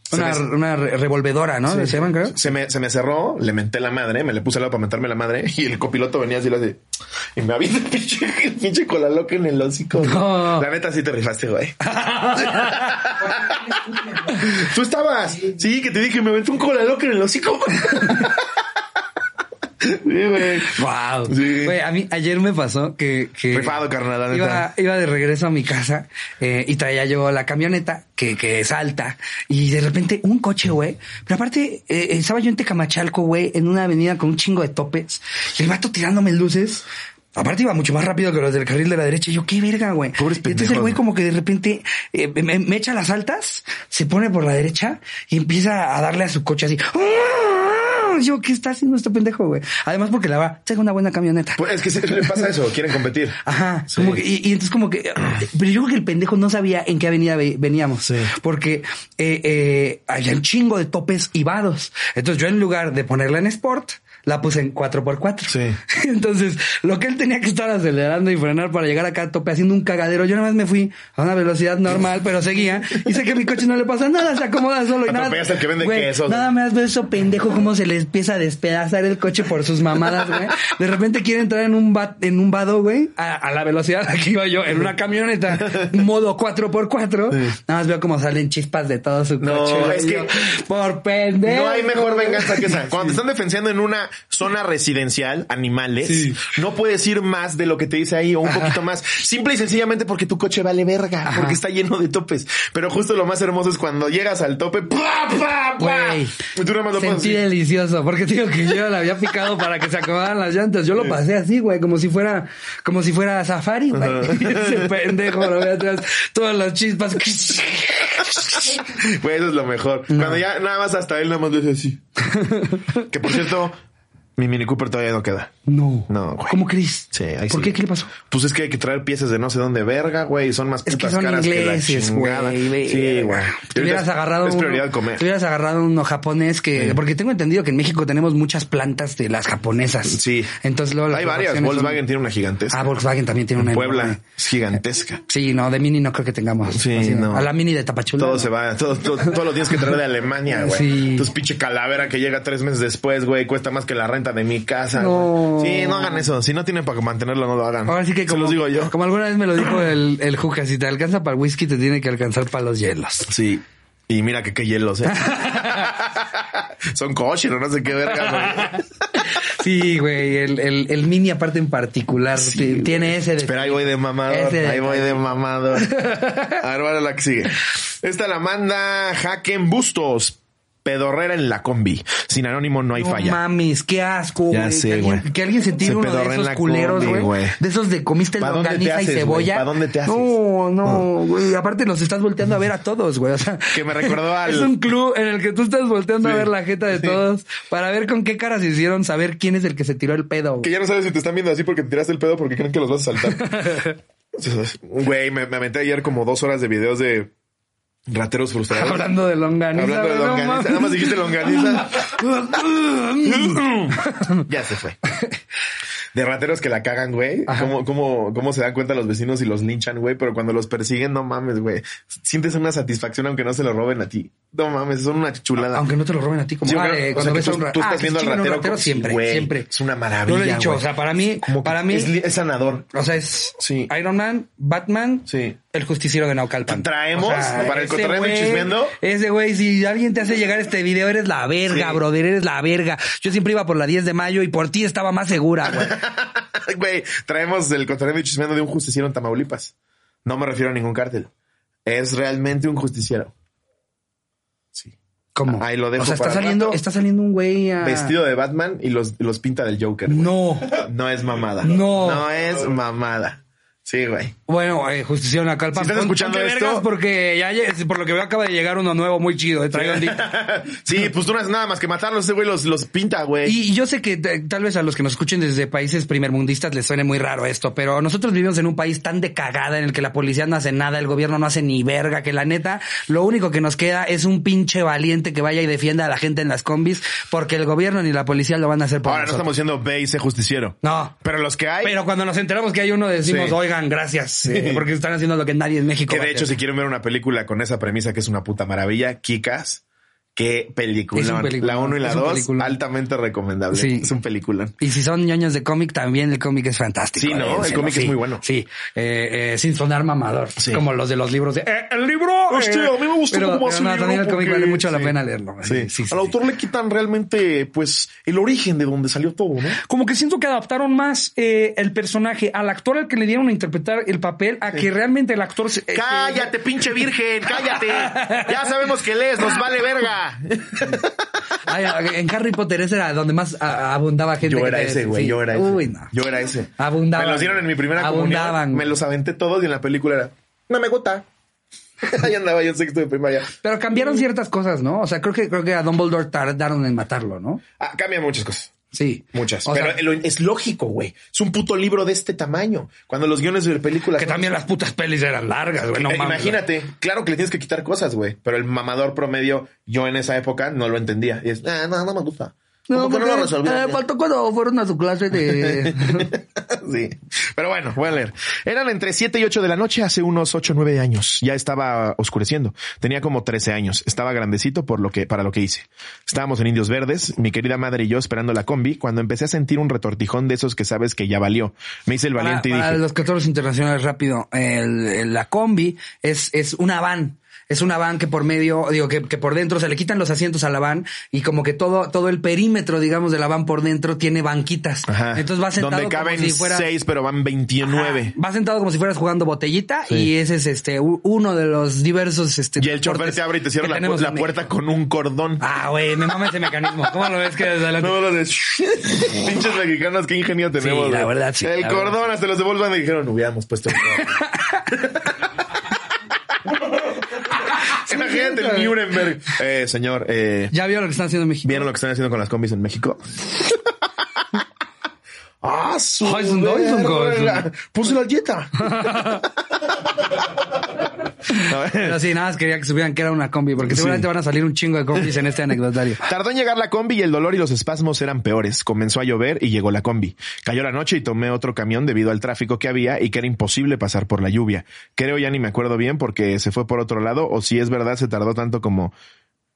[SPEAKER 2] Se
[SPEAKER 1] Una,
[SPEAKER 2] me-
[SPEAKER 1] una re- revolvedora, ¿no? Se llaman, creo.
[SPEAKER 2] Se me, se me cerró, le menté la madre, me le puse al lado para mentarme la madre y el copiloto venía así, lo hace, y me avisa el pinche, el pinche cola loca en el hocico. güey.
[SPEAKER 1] No.
[SPEAKER 2] La neta sí te rifaste, güey. Tú estabas, sí, que te dije, me aventó un cola loca en el hocico. sí, güey.
[SPEAKER 1] Wow.
[SPEAKER 2] Sí.
[SPEAKER 1] Güey, a mí ayer me pasó que, que
[SPEAKER 2] Rifado, carnal, la neta.
[SPEAKER 1] iba, iba de regreso a mi casa eh, y traía yo la camioneta que, que salta y de repente un coche, güey. Pero aparte, eh, estaba yo en Tecamachalco, güey, en una avenida con un chingo de topes y el vato tirándome luces. Aparte iba mucho más rápido que los del carril de la derecha. Y yo, qué verga, güey. Y
[SPEAKER 2] Pobres
[SPEAKER 1] Entonces el
[SPEAKER 2] pendejos,
[SPEAKER 1] güey
[SPEAKER 2] ¿no?
[SPEAKER 1] como que de repente eh, me, me echa las altas, se pone por la derecha y empieza a darle a su coche así. ¡Ah! Yo, ¿qué está haciendo este pendejo, güey? Además, porque la va, tengo una buena camioneta.
[SPEAKER 2] Pues es que se- le pasa eso, quieren competir.
[SPEAKER 1] Ajá.
[SPEAKER 2] Sí.
[SPEAKER 1] como que- y, y entonces como que... Pero yo creo que el pendejo no sabía en qué avenida ve- veníamos.
[SPEAKER 2] Sí.
[SPEAKER 1] Porque eh, eh, había un chingo de topes y vados. Entonces yo en lugar de ponerla en sport... la puse en 4x4.
[SPEAKER 2] Sí.
[SPEAKER 1] Entonces, lo que él tenía que estar acelerando y frenar para llegar acá a tope haciendo un cagadero, yo nada más me fui a una velocidad normal, pero seguía y sé que a mi coche no le pasa nada, se acomoda solo y nada.
[SPEAKER 2] Atropellaste al que vende
[SPEAKER 1] Güey,
[SPEAKER 2] quesos.
[SPEAKER 1] Nada más ves eso pendejo cómo se le empieza a despedazar el coche por sus mamadas, güey. De repente quiere entrar en un va- en un vado, güey, a, a la velocidad a la que iba yo en una camioneta modo 4x4. Nada más veo cómo salen chispas de todo su
[SPEAKER 2] No,
[SPEAKER 1] coche. güey,
[SPEAKER 2] es
[SPEAKER 1] y
[SPEAKER 2] que-
[SPEAKER 1] yo, por pendejo.
[SPEAKER 2] No hay mejor venganza que esa. Cuando te están defendiendo en una zona residencial, animales,
[SPEAKER 1] Sí.
[SPEAKER 2] no puedes ir más de lo que te dice ahí o un poquito más. Simple y sencillamente porque tu coche vale verga, porque está lleno de topes. Pero justo lo más hermoso es cuando llegas al tope, ¡pa, pa, pa!
[SPEAKER 1] Güey,
[SPEAKER 2] Y tú nada más lo pasas
[SPEAKER 1] sentí
[SPEAKER 2] así.
[SPEAKER 1] delicioso, porque te digo que yo la había picado para que se acabaran las llantas. Yo lo pasé así, güey, como si fuera, como si fuera safari, güey. Ese pendejo lo ve atrás, todas las chispas.
[SPEAKER 2] Güey, eso es lo mejor. Cuando ya nada más hasta él nada más le hace así. que por cierto, mi Mini Cooper todavía no queda.
[SPEAKER 1] No.
[SPEAKER 2] No, güey.
[SPEAKER 1] ¿Cómo crees?
[SPEAKER 2] Sí, ahí
[SPEAKER 1] ¿Por
[SPEAKER 2] sí.
[SPEAKER 1] qué? ¿Qué le pasó?
[SPEAKER 2] Pues es que hay que traer piezas de no sé dónde verga, güey. y Son más
[SPEAKER 1] Es que
[SPEAKER 2] putas
[SPEAKER 1] son
[SPEAKER 2] caras que la
[SPEAKER 1] ingleses,
[SPEAKER 2] chingada.
[SPEAKER 1] güey.
[SPEAKER 2] Sí, güey.
[SPEAKER 1] Te hubieras agarrado
[SPEAKER 2] Es
[SPEAKER 1] uno-
[SPEAKER 2] prioridad comer.
[SPEAKER 1] Te hubieras agarrado uno japonés que... Porque tengo entendido que en México tenemos muchas plantas de las japonesas.
[SPEAKER 2] Sí.
[SPEAKER 1] Entonces luego las
[SPEAKER 2] Hay varias.
[SPEAKER 1] proporciones son-
[SPEAKER 2] Volkswagen tiene una gigantesca.
[SPEAKER 1] Ah, Volkswagen también tiene una
[SPEAKER 2] Puebla
[SPEAKER 1] enorme. Eh,
[SPEAKER 2] es gigantesca.
[SPEAKER 1] Sí, no, de mini no creo que tengamos.
[SPEAKER 2] Sí,
[SPEAKER 1] Así,
[SPEAKER 2] no.
[SPEAKER 1] A la mini de Tapachula.
[SPEAKER 2] Todo
[SPEAKER 1] ¿no?
[SPEAKER 2] se va, todo, todo, todo lo tienes que traer de Alemania, güey.
[SPEAKER 1] pues Sí.
[SPEAKER 2] Entonces, pinche calavera que llega tres meses después, güey, cuesta más que la renta de mi casa.
[SPEAKER 1] No.
[SPEAKER 2] güey. Sí, no hagan eso. Si no tienen para mantenerlo, no lo hagan.
[SPEAKER 1] Ahora sí que
[SPEAKER 2] Se
[SPEAKER 1] como,
[SPEAKER 2] los digo yo.
[SPEAKER 1] como alguna vez me lo dijo el, el Juca, si te alcanza para el whisky te tiene que alcanzar para los hielos.
[SPEAKER 2] Sí. Y mira que qué hielos, eh. Son coches, no sé qué verga, güey.
[SPEAKER 1] Sí, güey, el, el, el mini aparte en particular
[SPEAKER 2] Sí,
[SPEAKER 1] ti-
[SPEAKER 2] güey.
[SPEAKER 1] tiene ese de...
[SPEAKER 2] Espera, ahí voy de mamador.
[SPEAKER 1] Ese de-
[SPEAKER 2] Ahí voy de mamador. A ver, bueno, la que sigue. Esta la manda Haken Bustos. Pedorrera en la combi. Sin anónimo no hay
[SPEAKER 1] No
[SPEAKER 2] falla.
[SPEAKER 1] mames, qué asco,
[SPEAKER 2] Ya
[SPEAKER 1] güey.
[SPEAKER 2] sé,
[SPEAKER 1] que, alguien-
[SPEAKER 2] güey.
[SPEAKER 1] que alguien se tire
[SPEAKER 2] Se
[SPEAKER 1] uno
[SPEAKER 2] pedorrea
[SPEAKER 1] de
[SPEAKER 2] en
[SPEAKER 1] esos
[SPEAKER 2] la
[SPEAKER 1] culeros,
[SPEAKER 2] combi,
[SPEAKER 1] güey.
[SPEAKER 2] güey.
[SPEAKER 1] De esos de comiste
[SPEAKER 2] ¿Pa' dónde te
[SPEAKER 1] longaniza y
[SPEAKER 2] haces,
[SPEAKER 1] cebolla.
[SPEAKER 2] güey? ¿Pa' dónde te haces?
[SPEAKER 1] No, no, güey. Aparte los estás volteando a ver a todos, güey. O sea,
[SPEAKER 2] Que me recordó al-
[SPEAKER 1] Es un club en el que tú estás volteando a
[SPEAKER 2] Sí.
[SPEAKER 1] ver la jeta de
[SPEAKER 2] Sí.
[SPEAKER 1] todos para ver con qué caras hicieron saber quién es el que se tiró el pedo. güey.
[SPEAKER 2] Que ya no sabes si te están viendo así porque te tiraste el pedo porque creen que los vas a saltar. Güey, me, me aventé ayer como dos horas de videos de rateros frustrados.
[SPEAKER 1] Hablando de longaniza.
[SPEAKER 2] Hablando de
[SPEAKER 1] güey, no
[SPEAKER 2] longaniza.
[SPEAKER 1] mames.
[SPEAKER 2] Nada más dijiste longaniza. ya se fue. De rateros que la cagan, güey.
[SPEAKER 1] Ajá.
[SPEAKER 2] ¿Cómo, cómo, ¿Cómo se dan cuenta los vecinos y los linchan, güey? Pero cuando los persiguen, no mames, güey. Sientes una satisfacción aunque no se lo roben a ti. No mames, son una chulada.
[SPEAKER 1] Aunque no te lo roben a ti, como
[SPEAKER 2] Sí,
[SPEAKER 1] ah,
[SPEAKER 2] claro.
[SPEAKER 1] eh,
[SPEAKER 2] O
[SPEAKER 1] cuando
[SPEAKER 2] sea, que
[SPEAKER 1] ves
[SPEAKER 2] tú-
[SPEAKER 1] a un ra-
[SPEAKER 2] tú estás
[SPEAKER 1] ah, que
[SPEAKER 2] viendo al
[SPEAKER 1] chinguen un
[SPEAKER 2] ratero como-
[SPEAKER 1] siempre,
[SPEAKER 2] Sí, güey,
[SPEAKER 1] siempre.
[SPEAKER 2] es una
[SPEAKER 1] Yo lo he
[SPEAKER 2] maravilla,
[SPEAKER 1] dicho,
[SPEAKER 2] güey.
[SPEAKER 1] o sea, para mí,
[SPEAKER 2] Como que
[SPEAKER 1] para mí,
[SPEAKER 2] es, li- es sanador.
[SPEAKER 1] o sea, es
[SPEAKER 2] Sí.
[SPEAKER 1] Iron Man, Batman,
[SPEAKER 2] Sí,
[SPEAKER 1] el justiciero de Naucalpan.
[SPEAKER 2] Traemos para el
[SPEAKER 1] ese
[SPEAKER 2] cotorreo de
[SPEAKER 1] güey-
[SPEAKER 2] Chismeando.
[SPEAKER 1] Ese güey, si alguien te hace llegar este video, eres la verga,
[SPEAKER 2] Sí.
[SPEAKER 1] brother, eres la verga. Yo siempre iba por la 10 de mayo y por ti estaba más segura, güey.
[SPEAKER 2] Güey, traemos el contenido chismeando de un justiciero en Tamaulipas. No me refiero a ningún cártel. Es realmente un justiciero. Sí.
[SPEAKER 1] ¿Cómo?
[SPEAKER 2] Ahí lo dejo
[SPEAKER 1] O sea, está
[SPEAKER 2] para
[SPEAKER 1] saliendo,
[SPEAKER 2] rato.
[SPEAKER 1] está saliendo un güey a...
[SPEAKER 2] Vestido de Batman y los, los pinta del Joker. güey.
[SPEAKER 1] No.
[SPEAKER 2] No es mamada.
[SPEAKER 1] No.
[SPEAKER 2] No es mamada. Sí, güey.
[SPEAKER 1] Bueno, eh, Justiciero Naucalpan.
[SPEAKER 2] Si estás
[SPEAKER 1] pon-
[SPEAKER 2] escuchando
[SPEAKER 1] ponte
[SPEAKER 2] esto-
[SPEAKER 1] vergas porque ya, lle- por lo que veo, acaba de llegar uno nuevo muy chido. eh, traigan di-
[SPEAKER 2] Sí, pues tú no haces nada más que matarlos. Ese güey los, los pinta, güey.
[SPEAKER 1] Y yo sé que t- tal vez a los que nos escuchen desde países primermundistas les suene muy raro esto, pero nosotros vivimos en un país tan de cagada en el que la policía no hace nada, el gobierno no hace ni verga, que la neta, lo único que nos queda es un pinche valiente que vaya y defienda a la gente en las combis, porque el gobierno ni la policía lo van a hacer por
[SPEAKER 2] Ahora no
[SPEAKER 1] nosotros.
[SPEAKER 2] estamos diciendo ve y sé justiciero.
[SPEAKER 1] No.
[SPEAKER 2] Pero los que hay,
[SPEAKER 1] Pero cuando nos enteramos que hay uno decimos,
[SPEAKER 2] Sí.
[SPEAKER 1] oigan, gracias, eh, porque están haciendo lo que nadie en México
[SPEAKER 2] que
[SPEAKER 1] va a
[SPEAKER 2] de hecho,
[SPEAKER 1] hacer".
[SPEAKER 2] si quieren ver una película con esa premisa que es una puta maravilla, Kikas. Qué
[SPEAKER 1] Es un
[SPEAKER 2] peliculón.
[SPEAKER 1] peliculón.
[SPEAKER 2] La 1 y la
[SPEAKER 1] Es un
[SPEAKER 2] 2,
[SPEAKER 1] peliculón.
[SPEAKER 2] altamente recomendable.
[SPEAKER 1] Sí.
[SPEAKER 2] Es un peliculón.
[SPEAKER 1] Y si son ñoños de cómic, también el cómic es fantástico.
[SPEAKER 2] Sí, ¿no? El
[SPEAKER 1] Léenselo,
[SPEAKER 2] cómic es
[SPEAKER 1] sí,
[SPEAKER 2] muy bueno.
[SPEAKER 1] Sí, Eh, eh, sin sonar mamador.
[SPEAKER 2] Sí.
[SPEAKER 1] Como los de los libros de... "Eh, el libro...
[SPEAKER 2] Hostia,
[SPEAKER 1] eh".
[SPEAKER 2] a mí me gustó
[SPEAKER 1] pero,
[SPEAKER 2] cómo
[SPEAKER 1] pero
[SPEAKER 2] hace
[SPEAKER 1] no,
[SPEAKER 2] el
[SPEAKER 1] también el
[SPEAKER 2] libro,
[SPEAKER 1] cómic
[SPEAKER 2] porque-
[SPEAKER 1] vale mucho la
[SPEAKER 2] sí.
[SPEAKER 1] pena leerlo. güey.
[SPEAKER 2] Sí.
[SPEAKER 1] Sí, sí,
[SPEAKER 2] Al
[SPEAKER 1] sí.
[SPEAKER 2] autor le quitan realmente, pues, el origen de donde salió todo, ¿no?
[SPEAKER 1] Como que siento que adaptaron más eh, el personaje al actor al que le dieron a interpretar el papel a que realmente el actor... se- eh,
[SPEAKER 2] Cállate, pinche virgen, cállate. Ya sabemos que lees, nos vale verga.
[SPEAKER 1] eh, ay, en Harry Potter ese era donde más a- abundaba gente.
[SPEAKER 2] Yo
[SPEAKER 1] que
[SPEAKER 2] era
[SPEAKER 1] te-
[SPEAKER 2] ese, güey,
[SPEAKER 1] sí.
[SPEAKER 2] yo era ese.
[SPEAKER 1] Uy, no.
[SPEAKER 2] Yo era ese.
[SPEAKER 1] Abundaban.
[SPEAKER 2] Me los dieron en mi primera
[SPEAKER 1] Abundaban,
[SPEAKER 2] comunión.
[SPEAKER 1] güey.
[SPEAKER 2] Me los aventé todos y en la película era, no me gusta. Ahí andaba yo en sexto de primaria.
[SPEAKER 1] Pero cambiaron ciertas cosas, ¿no? O sea, creo que, creo que a Dumbledore tardaron en matarlo, ¿no?
[SPEAKER 2] Ah, cambian muchas cosas.
[SPEAKER 1] Sí.
[SPEAKER 2] Muchas.
[SPEAKER 1] O
[SPEAKER 2] pero
[SPEAKER 1] sea,
[SPEAKER 2] lo- es lógico, güey. Es un puto libro de este tamaño. Cuando los guiones de películas...
[SPEAKER 1] Que
[SPEAKER 2] son-
[SPEAKER 1] también las putas pelis eran largas, güey. No
[SPEAKER 2] Eh,
[SPEAKER 1] mames.
[SPEAKER 2] Imagínate, claro que le tienes que quitar cosas, güey. Pero el mamador promedio, yo en esa época no lo entendía. Y es, ah, no, no me gusta.
[SPEAKER 1] No,
[SPEAKER 3] Como que no
[SPEAKER 1] porque
[SPEAKER 3] lo resolví.
[SPEAKER 1] eh, faltó cuando fueron a su clase de...
[SPEAKER 2] sí. Pero bueno, voy a leer. Eran entre 7 y 8 de la noche hace unos 8 o 9 años. Ya estaba oscureciendo. Tenía como 13 años. Estaba grandecito por lo que, para lo que hice. Estábamos en Indios Verdes, mi querida madre y yo esperando la combi, cuando empecé a sentir un retortijón de esos que sabes que ya valió. Me hice el
[SPEAKER 1] Para,
[SPEAKER 2] valiente
[SPEAKER 1] para
[SPEAKER 2] y dije,
[SPEAKER 1] los 14 internacionales rápido, el- el- la combi es, es una van. Es una van que por medio, digo, que, que por dentro se le quitan los asientos a la van y como que todo, todo el perímetro, digamos, de la van por dentro tiene banquitas.
[SPEAKER 2] ajá,
[SPEAKER 1] Entonces vas sentado
[SPEAKER 2] donde caben
[SPEAKER 1] como si fuera...
[SPEAKER 2] 6, pero van
[SPEAKER 1] Ajá,
[SPEAKER 2] 29.
[SPEAKER 1] vas sentado como si fueras jugando botellita y ese es este u- uno de los diversos este
[SPEAKER 2] Y el chofer
[SPEAKER 1] transportes
[SPEAKER 2] te abre y te
[SPEAKER 1] que
[SPEAKER 2] cierra la,
[SPEAKER 1] tenemos
[SPEAKER 2] pu- la
[SPEAKER 1] en México.
[SPEAKER 2] puerta con un cordón.
[SPEAKER 1] Ah, güey, me mama ese mecanismo. ¿Cómo lo ves que desde adelante?
[SPEAKER 2] No, lo de pinches mexicanos, qué ingenio tenemos.
[SPEAKER 1] la
[SPEAKER 2] güey.
[SPEAKER 1] verdad, sí,
[SPEAKER 2] El
[SPEAKER 1] la
[SPEAKER 2] cordón hasta los de Volkswagen dijeron, hubiéramos puesto el cordón. Imagínate el Nuremberg. Eh, señor, eh,
[SPEAKER 1] Ya vio lo que están haciendo en México.
[SPEAKER 2] ¿vieron lo que están haciendo con las combis en México? ¡Ah, su
[SPEAKER 1] Ay, es un doy, es un gol.
[SPEAKER 2] verga. Puse la dieta. A ver.
[SPEAKER 1] Pero sí, nada más quería que supieran que era una combi, porque seguramente van a salir un chingo de combis en este anecdotario.
[SPEAKER 2] Tardó en llegar la combi y el dolor y los espasmos eran peores. Comenzó a llover y llegó la combi. Cayó la noche y tomé otro camión debido al tráfico que había y que era imposible pasar por la lluvia. Creo ya ni me acuerdo bien porque se fue por otro lado o si es verdad se tardó tanto como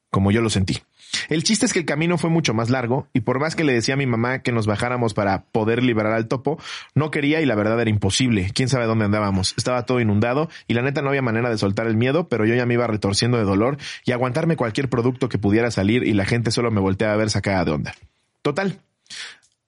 [SPEAKER 2] como yo lo sentí. El chiste es que el camino fue mucho más largo y por más que le decía a mi mamá que nos bajáramos para poder liberar al topo, no quería y la verdad era imposible. Quién sabe dónde andábamos. Estaba todo inundado y la neta no había manera de soltar el miedo, pero yo ya me iba retorciendo de dolor y aguantarme cualquier producto que pudiera salir y la gente solo me volteaba a ver sacada de onda. Total,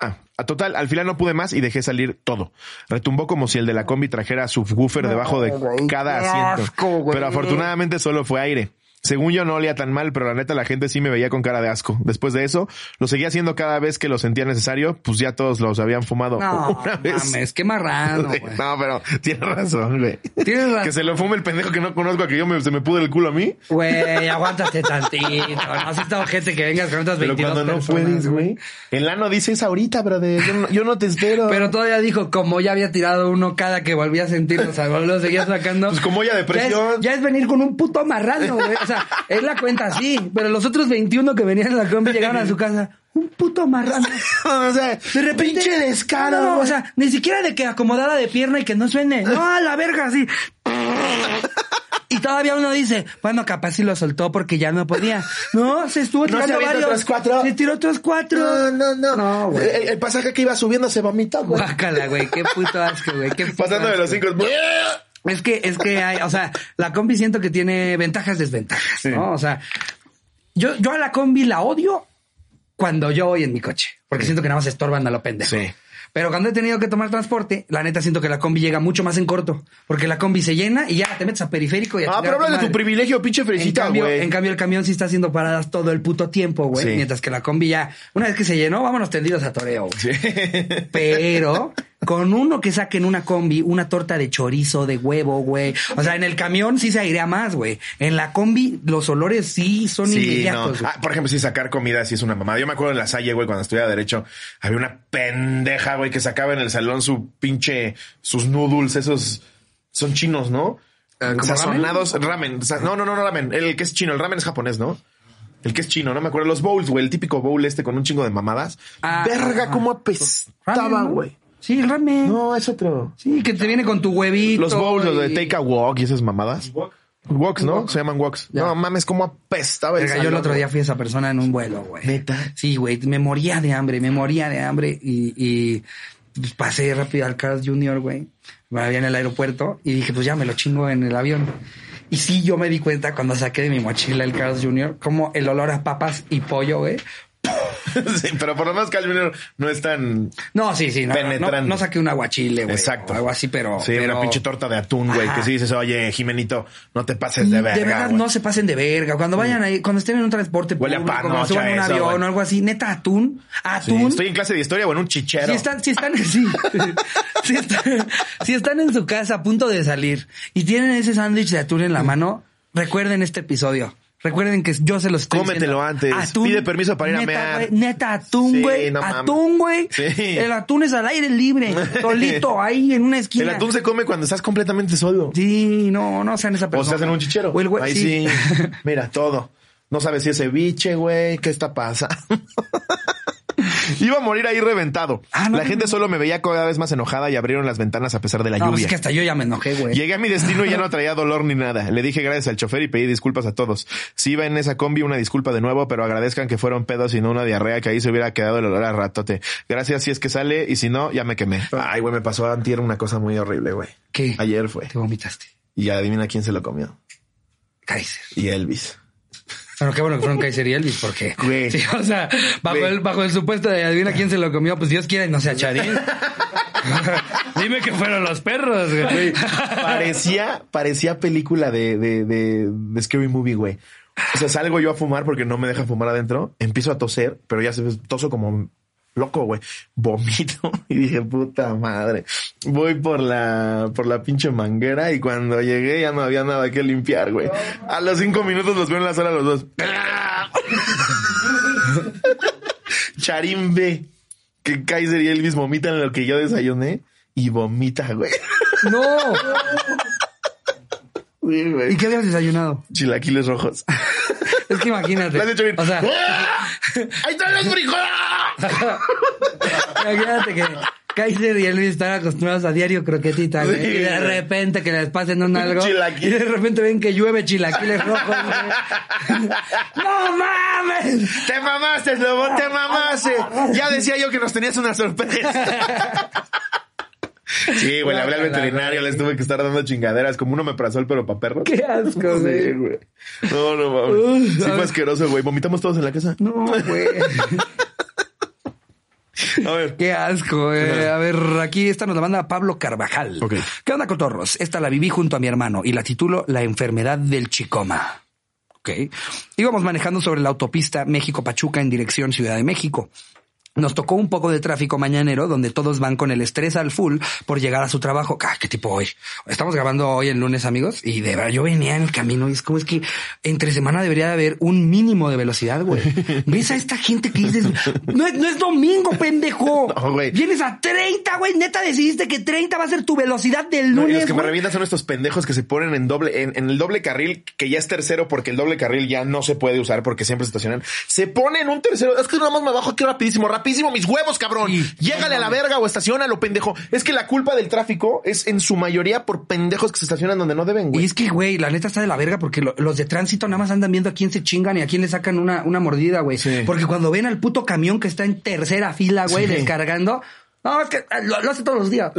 [SPEAKER 2] Ah, a total, al final no pude más y dejé salir todo. Retumbó como si el de la combi trajera subwoofer debajo de cada
[SPEAKER 1] qué
[SPEAKER 2] asiento.
[SPEAKER 1] asco, güey.
[SPEAKER 2] pero afortunadamente solo fue aire. Según yo no olía tan mal, pero la neta la gente sí me veía con cara de asco. Después de eso, lo seguía haciendo cada vez que lo sentía necesario, pues ya todos los habían fumado
[SPEAKER 1] No,
[SPEAKER 2] una vez.
[SPEAKER 1] mames, qué marrano,
[SPEAKER 2] Sí,
[SPEAKER 1] güey.
[SPEAKER 2] no, pero tienes razón, güey.
[SPEAKER 1] Tienes razón.
[SPEAKER 2] Que se lo fume el pendejo que no conozco, a que yo me, se me pude el culo a mí.
[SPEAKER 1] Güey, aguántate tantito. No has estado gente que vengas con otras
[SPEAKER 2] Pero
[SPEAKER 1] 22
[SPEAKER 2] cuando no
[SPEAKER 1] personas,
[SPEAKER 2] puedes, güey. El ano dice es ahorita, brother. Yo no, yo no te espero.
[SPEAKER 1] Pero todavía dijo, como ya había tirado uno cada que volvía a sentirlo, o sea, lo seguía sacando.
[SPEAKER 2] Pues como olla de
[SPEAKER 1] Ya
[SPEAKER 2] presión.
[SPEAKER 1] es, ya es venir con un puto amarrado, güey. O sea, él la cuenta así, pero los otros 21 que venían en la combi llegaron a su casa. Un puto amarrado.
[SPEAKER 2] o sea,
[SPEAKER 1] De repente.
[SPEAKER 2] pinche descaro.
[SPEAKER 1] No, no, o sea, ni siquiera de que acomodada de pierna y que no suene. No, a la verga, así. Y todavía uno dice, bueno, capaz si lo soltó porque ya no podía. No, se estuvo
[SPEAKER 2] No,
[SPEAKER 1] tirando
[SPEAKER 2] se avienta
[SPEAKER 1] varios.
[SPEAKER 2] otros cuatro.
[SPEAKER 1] Se tiró otros cuatro.
[SPEAKER 2] No, no, no. Eh.
[SPEAKER 1] No, güey.
[SPEAKER 2] el, el pasaje que iba subiendo se vomitó, güey.
[SPEAKER 1] Guácala, güey. Qué puto asco, güey. Qué puto
[SPEAKER 2] Pasando de
[SPEAKER 1] asco.
[SPEAKER 2] los cinco.
[SPEAKER 1] Es que, es que hay, o sea, la combi siento que tiene ventajas, desventajas,
[SPEAKER 2] Sí.
[SPEAKER 1] ¿no? O sea, yo, yo a la combi la odio cuando yo voy en mi coche, porque siento que nada más estorban a lo pendejo.
[SPEAKER 2] Sí.
[SPEAKER 1] Pero cuando he tenido que tomar transporte, la neta siento que la combi llega mucho más en corto, porque la combi se llena y ya te metes a periférico y a
[SPEAKER 2] Ah,
[SPEAKER 1] chingar a
[SPEAKER 2] pero habla de
[SPEAKER 1] madre.
[SPEAKER 2] tu privilegio, pinche
[SPEAKER 1] En
[SPEAKER 2] fresita,
[SPEAKER 1] cambio,
[SPEAKER 2] güey.
[SPEAKER 1] en cambio, el camión sí está haciendo paradas todo el puto tiempo, güey.
[SPEAKER 2] Sí.
[SPEAKER 1] Mientras que la combi ya, una vez que se llenó, vámonos tendidos a toreo. güey. Pero con uno que saque en una combi una torta de chorizo, de huevo, güey. O sea, en el camión sí se airea más, güey. En la combi los olores sí son
[SPEAKER 2] Sí, no.
[SPEAKER 1] inmediatos. güey.
[SPEAKER 2] Ah, por ejemplo, si sacar comida, sí es una mamada. Yo me acuerdo en la salle, güey, cuando estudiaba Derecho, había una pendeja, güey, que sacaba en el salón su pinche, sus noodles, esos son chinos, ¿no?
[SPEAKER 1] Ah, ¿como
[SPEAKER 2] Sazonados, ramen. Sa- No, no, no, no, ramen. El que es chino, el ramen es japonés, ¿no? El que es chino, no me acuerdo. Los bowls, güey, el típico bowl este con un chingo de mamadas.
[SPEAKER 1] Ah,
[SPEAKER 2] Verga,
[SPEAKER 1] ah,
[SPEAKER 2] cómo
[SPEAKER 1] Ramen,
[SPEAKER 2] apestaba,
[SPEAKER 1] ¿no?
[SPEAKER 2] güey.
[SPEAKER 1] Sí, el ramen.
[SPEAKER 2] No, es otro.
[SPEAKER 1] Sí, que te viene con tu huevito.
[SPEAKER 2] Los bowls, los de
[SPEAKER 1] y-
[SPEAKER 2] take a walk y esas mamadas. Walks, ¿no? Se llaman walks.
[SPEAKER 1] Ya.
[SPEAKER 2] No mames, cómo apestaba el
[SPEAKER 1] Verga, yo el
[SPEAKER 2] salón,
[SPEAKER 1] otro
[SPEAKER 2] güey.
[SPEAKER 1] día fui a esa persona en un vuelo, güey.
[SPEAKER 2] ¿Neta?
[SPEAKER 1] Sí, güey, me moría de hambre, me moría de hambre y, y, pues, pasé rápido al Carl Junior, güey. Me había en el aeropuerto y dije, pues ya me lo chingo en el avión. Y sí, yo me di cuenta cuando saqué de mi mochila el Carl Junior, como el olor a papas y pollo, güey.
[SPEAKER 2] Sí, pero por lo menos Carl Jr. no es tan.
[SPEAKER 1] No, sí, sí, no, no, no,
[SPEAKER 2] Penetrante.
[SPEAKER 1] no saqué un aguachile, güey.
[SPEAKER 2] Exacto.
[SPEAKER 1] o algo así, pero.
[SPEAKER 2] Sí,
[SPEAKER 1] pero-
[SPEAKER 2] una pinche torta de atún, güey.
[SPEAKER 1] Ajá.
[SPEAKER 2] Que sí dices, oye, Jimenito, no te pases de verga.
[SPEAKER 1] De verdad,
[SPEAKER 2] güey". Mm.
[SPEAKER 1] no se pasen de verga. Cuando vayan ahí, cuando estén en un transporte
[SPEAKER 2] Huele a
[SPEAKER 1] público, cuando
[SPEAKER 2] panocha
[SPEAKER 1] suban a un
[SPEAKER 2] eso,
[SPEAKER 1] avión
[SPEAKER 2] güey.
[SPEAKER 1] o algo así, neta, atún,
[SPEAKER 2] Sí,
[SPEAKER 1] atún.
[SPEAKER 2] estoy en clase de historia o en un chichero.
[SPEAKER 1] Si están, si están, sí. si, están, si están en su casa a punto de salir y tienen ese sándwich de atún en la mano, recuerden este episodio. Recuerden que yo se los estoy
[SPEAKER 2] Cómetelo
[SPEAKER 1] diciendo.
[SPEAKER 2] antes. Pide permiso para ir a
[SPEAKER 1] neta,
[SPEAKER 2] mear.
[SPEAKER 1] güey, neta, atún,
[SPEAKER 2] Sí,
[SPEAKER 1] güey.
[SPEAKER 2] no mames.
[SPEAKER 1] atún, güey.
[SPEAKER 2] Sí.
[SPEAKER 1] El atún es al aire libre. Solito, ahí en una esquina.
[SPEAKER 2] El atún se come cuando estás completamente solo.
[SPEAKER 1] Sí, no, no sean esa
[SPEAKER 2] o
[SPEAKER 1] persona.
[SPEAKER 2] estás en un chichero.
[SPEAKER 1] O el güey,
[SPEAKER 2] Ahí
[SPEAKER 1] sí.
[SPEAKER 2] sí. Mira, todo. No sabes si es ceviche, güey. ¿Qué está pasando? Iba a morir ahí reventado.
[SPEAKER 1] Ah, no,
[SPEAKER 2] la
[SPEAKER 1] no,
[SPEAKER 2] gente
[SPEAKER 1] no.
[SPEAKER 2] solo me veía cada vez más enojada y abrieron las ventanas a pesar de la
[SPEAKER 1] No, pues
[SPEAKER 2] lluvia.
[SPEAKER 1] es que hasta yo ya me enojé, güey.
[SPEAKER 2] Llegué a mi destino y ya no traía dolor ni nada. Le dije gracias al chofer y pedí disculpas a todos. Si iba en esa combi, una disculpa de nuevo, pero agradezcan que fueron pedos y no una diarrea que ahí se hubiera quedado el olor a ratote. Gracias si es que sale y si no, ya me quemé. Ay, güey, me pasó antier una cosa muy horrible, güey.
[SPEAKER 1] ¿Qué?
[SPEAKER 2] Ayer fue.
[SPEAKER 1] Te vomitaste.
[SPEAKER 2] Y adivina quién se lo comió.
[SPEAKER 1] Kaiser.
[SPEAKER 2] Y Elvis.
[SPEAKER 1] Bueno, qué bueno que fueron Kaiser y Elvis, porque.
[SPEAKER 2] Güey.
[SPEAKER 1] Sí, o sea, bajo
[SPEAKER 2] Güey.
[SPEAKER 1] el, bajo el supuesto de adivina quién se lo comió, pues Dios quiere, no sea Charín. Dime que fueron los perros, güey.
[SPEAKER 2] parecía, parecía película de, de, de, de Scary Movie, güey. O sea, salgo yo a fumar porque no me deja fumar adentro. Empiezo a toser, pero ya se toso como loco, güey. Vomito y dije, puta madre. Voy por la, por la pinche manguera y cuando llegué ya no había nada que limpiar, güey. A los cinco minutos los veo en la sala los dos. Charín B. Que Kaiser y Elvis vomitan lo que yo desayuné y vomita, güey.
[SPEAKER 1] No.
[SPEAKER 2] Sí, güey.
[SPEAKER 1] ¿Y qué habías desayunado?
[SPEAKER 2] Chilaquiles rojos.
[SPEAKER 1] Es que imagínate.
[SPEAKER 2] Lo has hecho bien.
[SPEAKER 1] O sea,
[SPEAKER 2] ¡Ah! ¡Ahí están los frijoles!
[SPEAKER 1] imagínate que. Kaiser y Elvis están acostumbrados a diario croquetita, güey.
[SPEAKER 2] Sí,
[SPEAKER 1] y de
[SPEAKER 2] güey.
[SPEAKER 1] repente que les pasen un algo.
[SPEAKER 2] Chilaquil.
[SPEAKER 1] Y de repente ven que llueve chilaquiles rojos, güey. ¡No mames!
[SPEAKER 2] ¡Te mamaste, Lobo! ¡Te mamaste! Ya decía yo que nos tenías una sorpresa. Sí, güey, le hablé al veterinario, les tuve que estar dando chingaderas, como uno me prazol, pero para perros.
[SPEAKER 1] Qué asco, güey.
[SPEAKER 2] Sí, güey. No, no mames.
[SPEAKER 1] Uf,
[SPEAKER 2] Sí,
[SPEAKER 1] a ver.
[SPEAKER 2] fue asqueroso, güey. Vomitamos todos en la casa.
[SPEAKER 1] No, güey.
[SPEAKER 2] A ver.
[SPEAKER 1] Qué asco. eh. A ver, aquí esta nos la manda Pablo Carvajal.
[SPEAKER 2] Ok.
[SPEAKER 1] ¿Qué onda, Cotorros? Esta la viví junto a mi hermano y la titulo La enfermedad del chicoma. Ok. Íbamos manejando sobre la autopista México-Pachuca en dirección Ciudad de México. Nos tocó un poco de tráfico mañanero donde todos van con el estrés al full por llegar a su trabajo. Ah, qué tipo hoy. Estamos grabando hoy el lunes, amigos, y de verdad yo venía en el camino y es como es que entre semana debería de haber un mínimo de velocidad, güey. ¿Ves a esta gente que dices, no es, no es domingo, pendejo?
[SPEAKER 2] No, güey.
[SPEAKER 1] Vienes a 30, güey. Neta decidiste que 30 va a ser tu velocidad del
[SPEAKER 2] No, y
[SPEAKER 1] lunes.
[SPEAKER 2] los que me
[SPEAKER 1] güey?
[SPEAKER 2] revientan son estos pendejos que se ponen en doble, en, en el doble carril, que ya es tercero, porque el doble carril ya no se puede usar porque siempre se estacionan. Se ponen un tercero. Es que nada más me bajo aquí rapidísimo, rapidísimo, mis huevos, cabrón.
[SPEAKER 1] Sí.
[SPEAKER 2] Llégale a la verga o estacionalo, pendejo. Es que la culpa del tráfico es en su mayoría por pendejos que se estacionan donde no deben,
[SPEAKER 1] Y
[SPEAKER 2] güey.
[SPEAKER 1] es que, güey, la neta está de la verga porque lo- los de tránsito nada más andan viendo a quién se chingan y a quién le sacan una, una mordida, güey.
[SPEAKER 2] Sí.
[SPEAKER 1] Porque cuando ven al puto camión que está en tercera fila, güey,
[SPEAKER 2] Sí.
[SPEAKER 1] descargando, no, es que eh, lo, lo hace todos los días.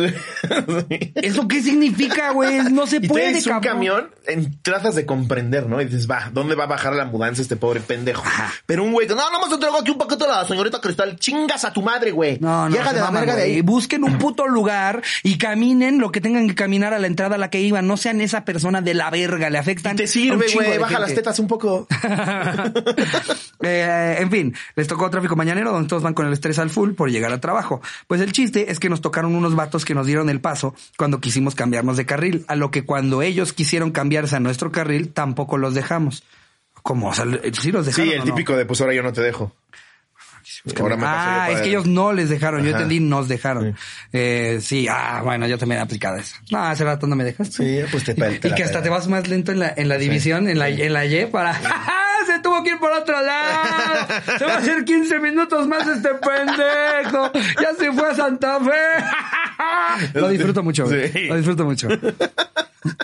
[SPEAKER 1] ¿Eso qué significa, güey? No se
[SPEAKER 2] Y
[SPEAKER 1] puede,
[SPEAKER 2] traes un
[SPEAKER 1] cabrón.
[SPEAKER 2] camión, en, tratas de comprender, ¿no? Y dices, va, ¿dónde va a bajar la mudanza este pobre pendejo? Pero un güey, no, nomás te traigo aquí un paquete a la señorita Cristal. Chingas a tu madre, güey.
[SPEAKER 1] No, no,
[SPEAKER 2] Llégale
[SPEAKER 1] se
[SPEAKER 2] a la
[SPEAKER 1] maman,
[SPEAKER 2] verga de
[SPEAKER 1] güey.
[SPEAKER 2] ahí.
[SPEAKER 1] Busquen un puto lugar y caminen lo que tengan que caminar a la entrada a la que iban. No sean esa persona de la verga, le afectan. a
[SPEAKER 2] Te
[SPEAKER 1] un
[SPEAKER 2] sirve,
[SPEAKER 1] chingo
[SPEAKER 2] güey.
[SPEAKER 1] de
[SPEAKER 2] Baja las
[SPEAKER 1] gente.
[SPEAKER 2] tetas un poco.
[SPEAKER 1] Eh, en fin, les tocó tráfico mañanero donde todos van con el estrés al full por llegar al trabajo. Pues el chiste es que nos tocaron unos vatos que nos dieron el paso cuando quisimos cambiarnos de carril, a lo que cuando ellos quisieron cambiarse a nuestro carril tampoco los dejamos. Como, o sea, sí los dejaron.
[SPEAKER 2] Sí, el
[SPEAKER 1] o no?
[SPEAKER 2] típico de pues ahora yo no te dejo. Ahora me paso yo
[SPEAKER 1] Ah,
[SPEAKER 2] para
[SPEAKER 1] es que
[SPEAKER 2] el-
[SPEAKER 1] ellos no les dejaron. Yo
[SPEAKER 2] Ajá.
[SPEAKER 1] entendí, nos dejaron. Eh, sí, ah, bueno, yo también he aplicado eso. No, hace rato no me dejaste.
[SPEAKER 2] Sí, pues te
[SPEAKER 1] Y, y que hasta te vas más lento en la, en la división, en, la, en la Y, para... ¡Se tuvo que ir por otro lado! ¡Se va a hacer 15 minutos más este pendejo! ¡Ya se fue a Santa Fe! Lo disfruto mucho, güey.
[SPEAKER 2] Sí.
[SPEAKER 1] Lo disfruto mucho.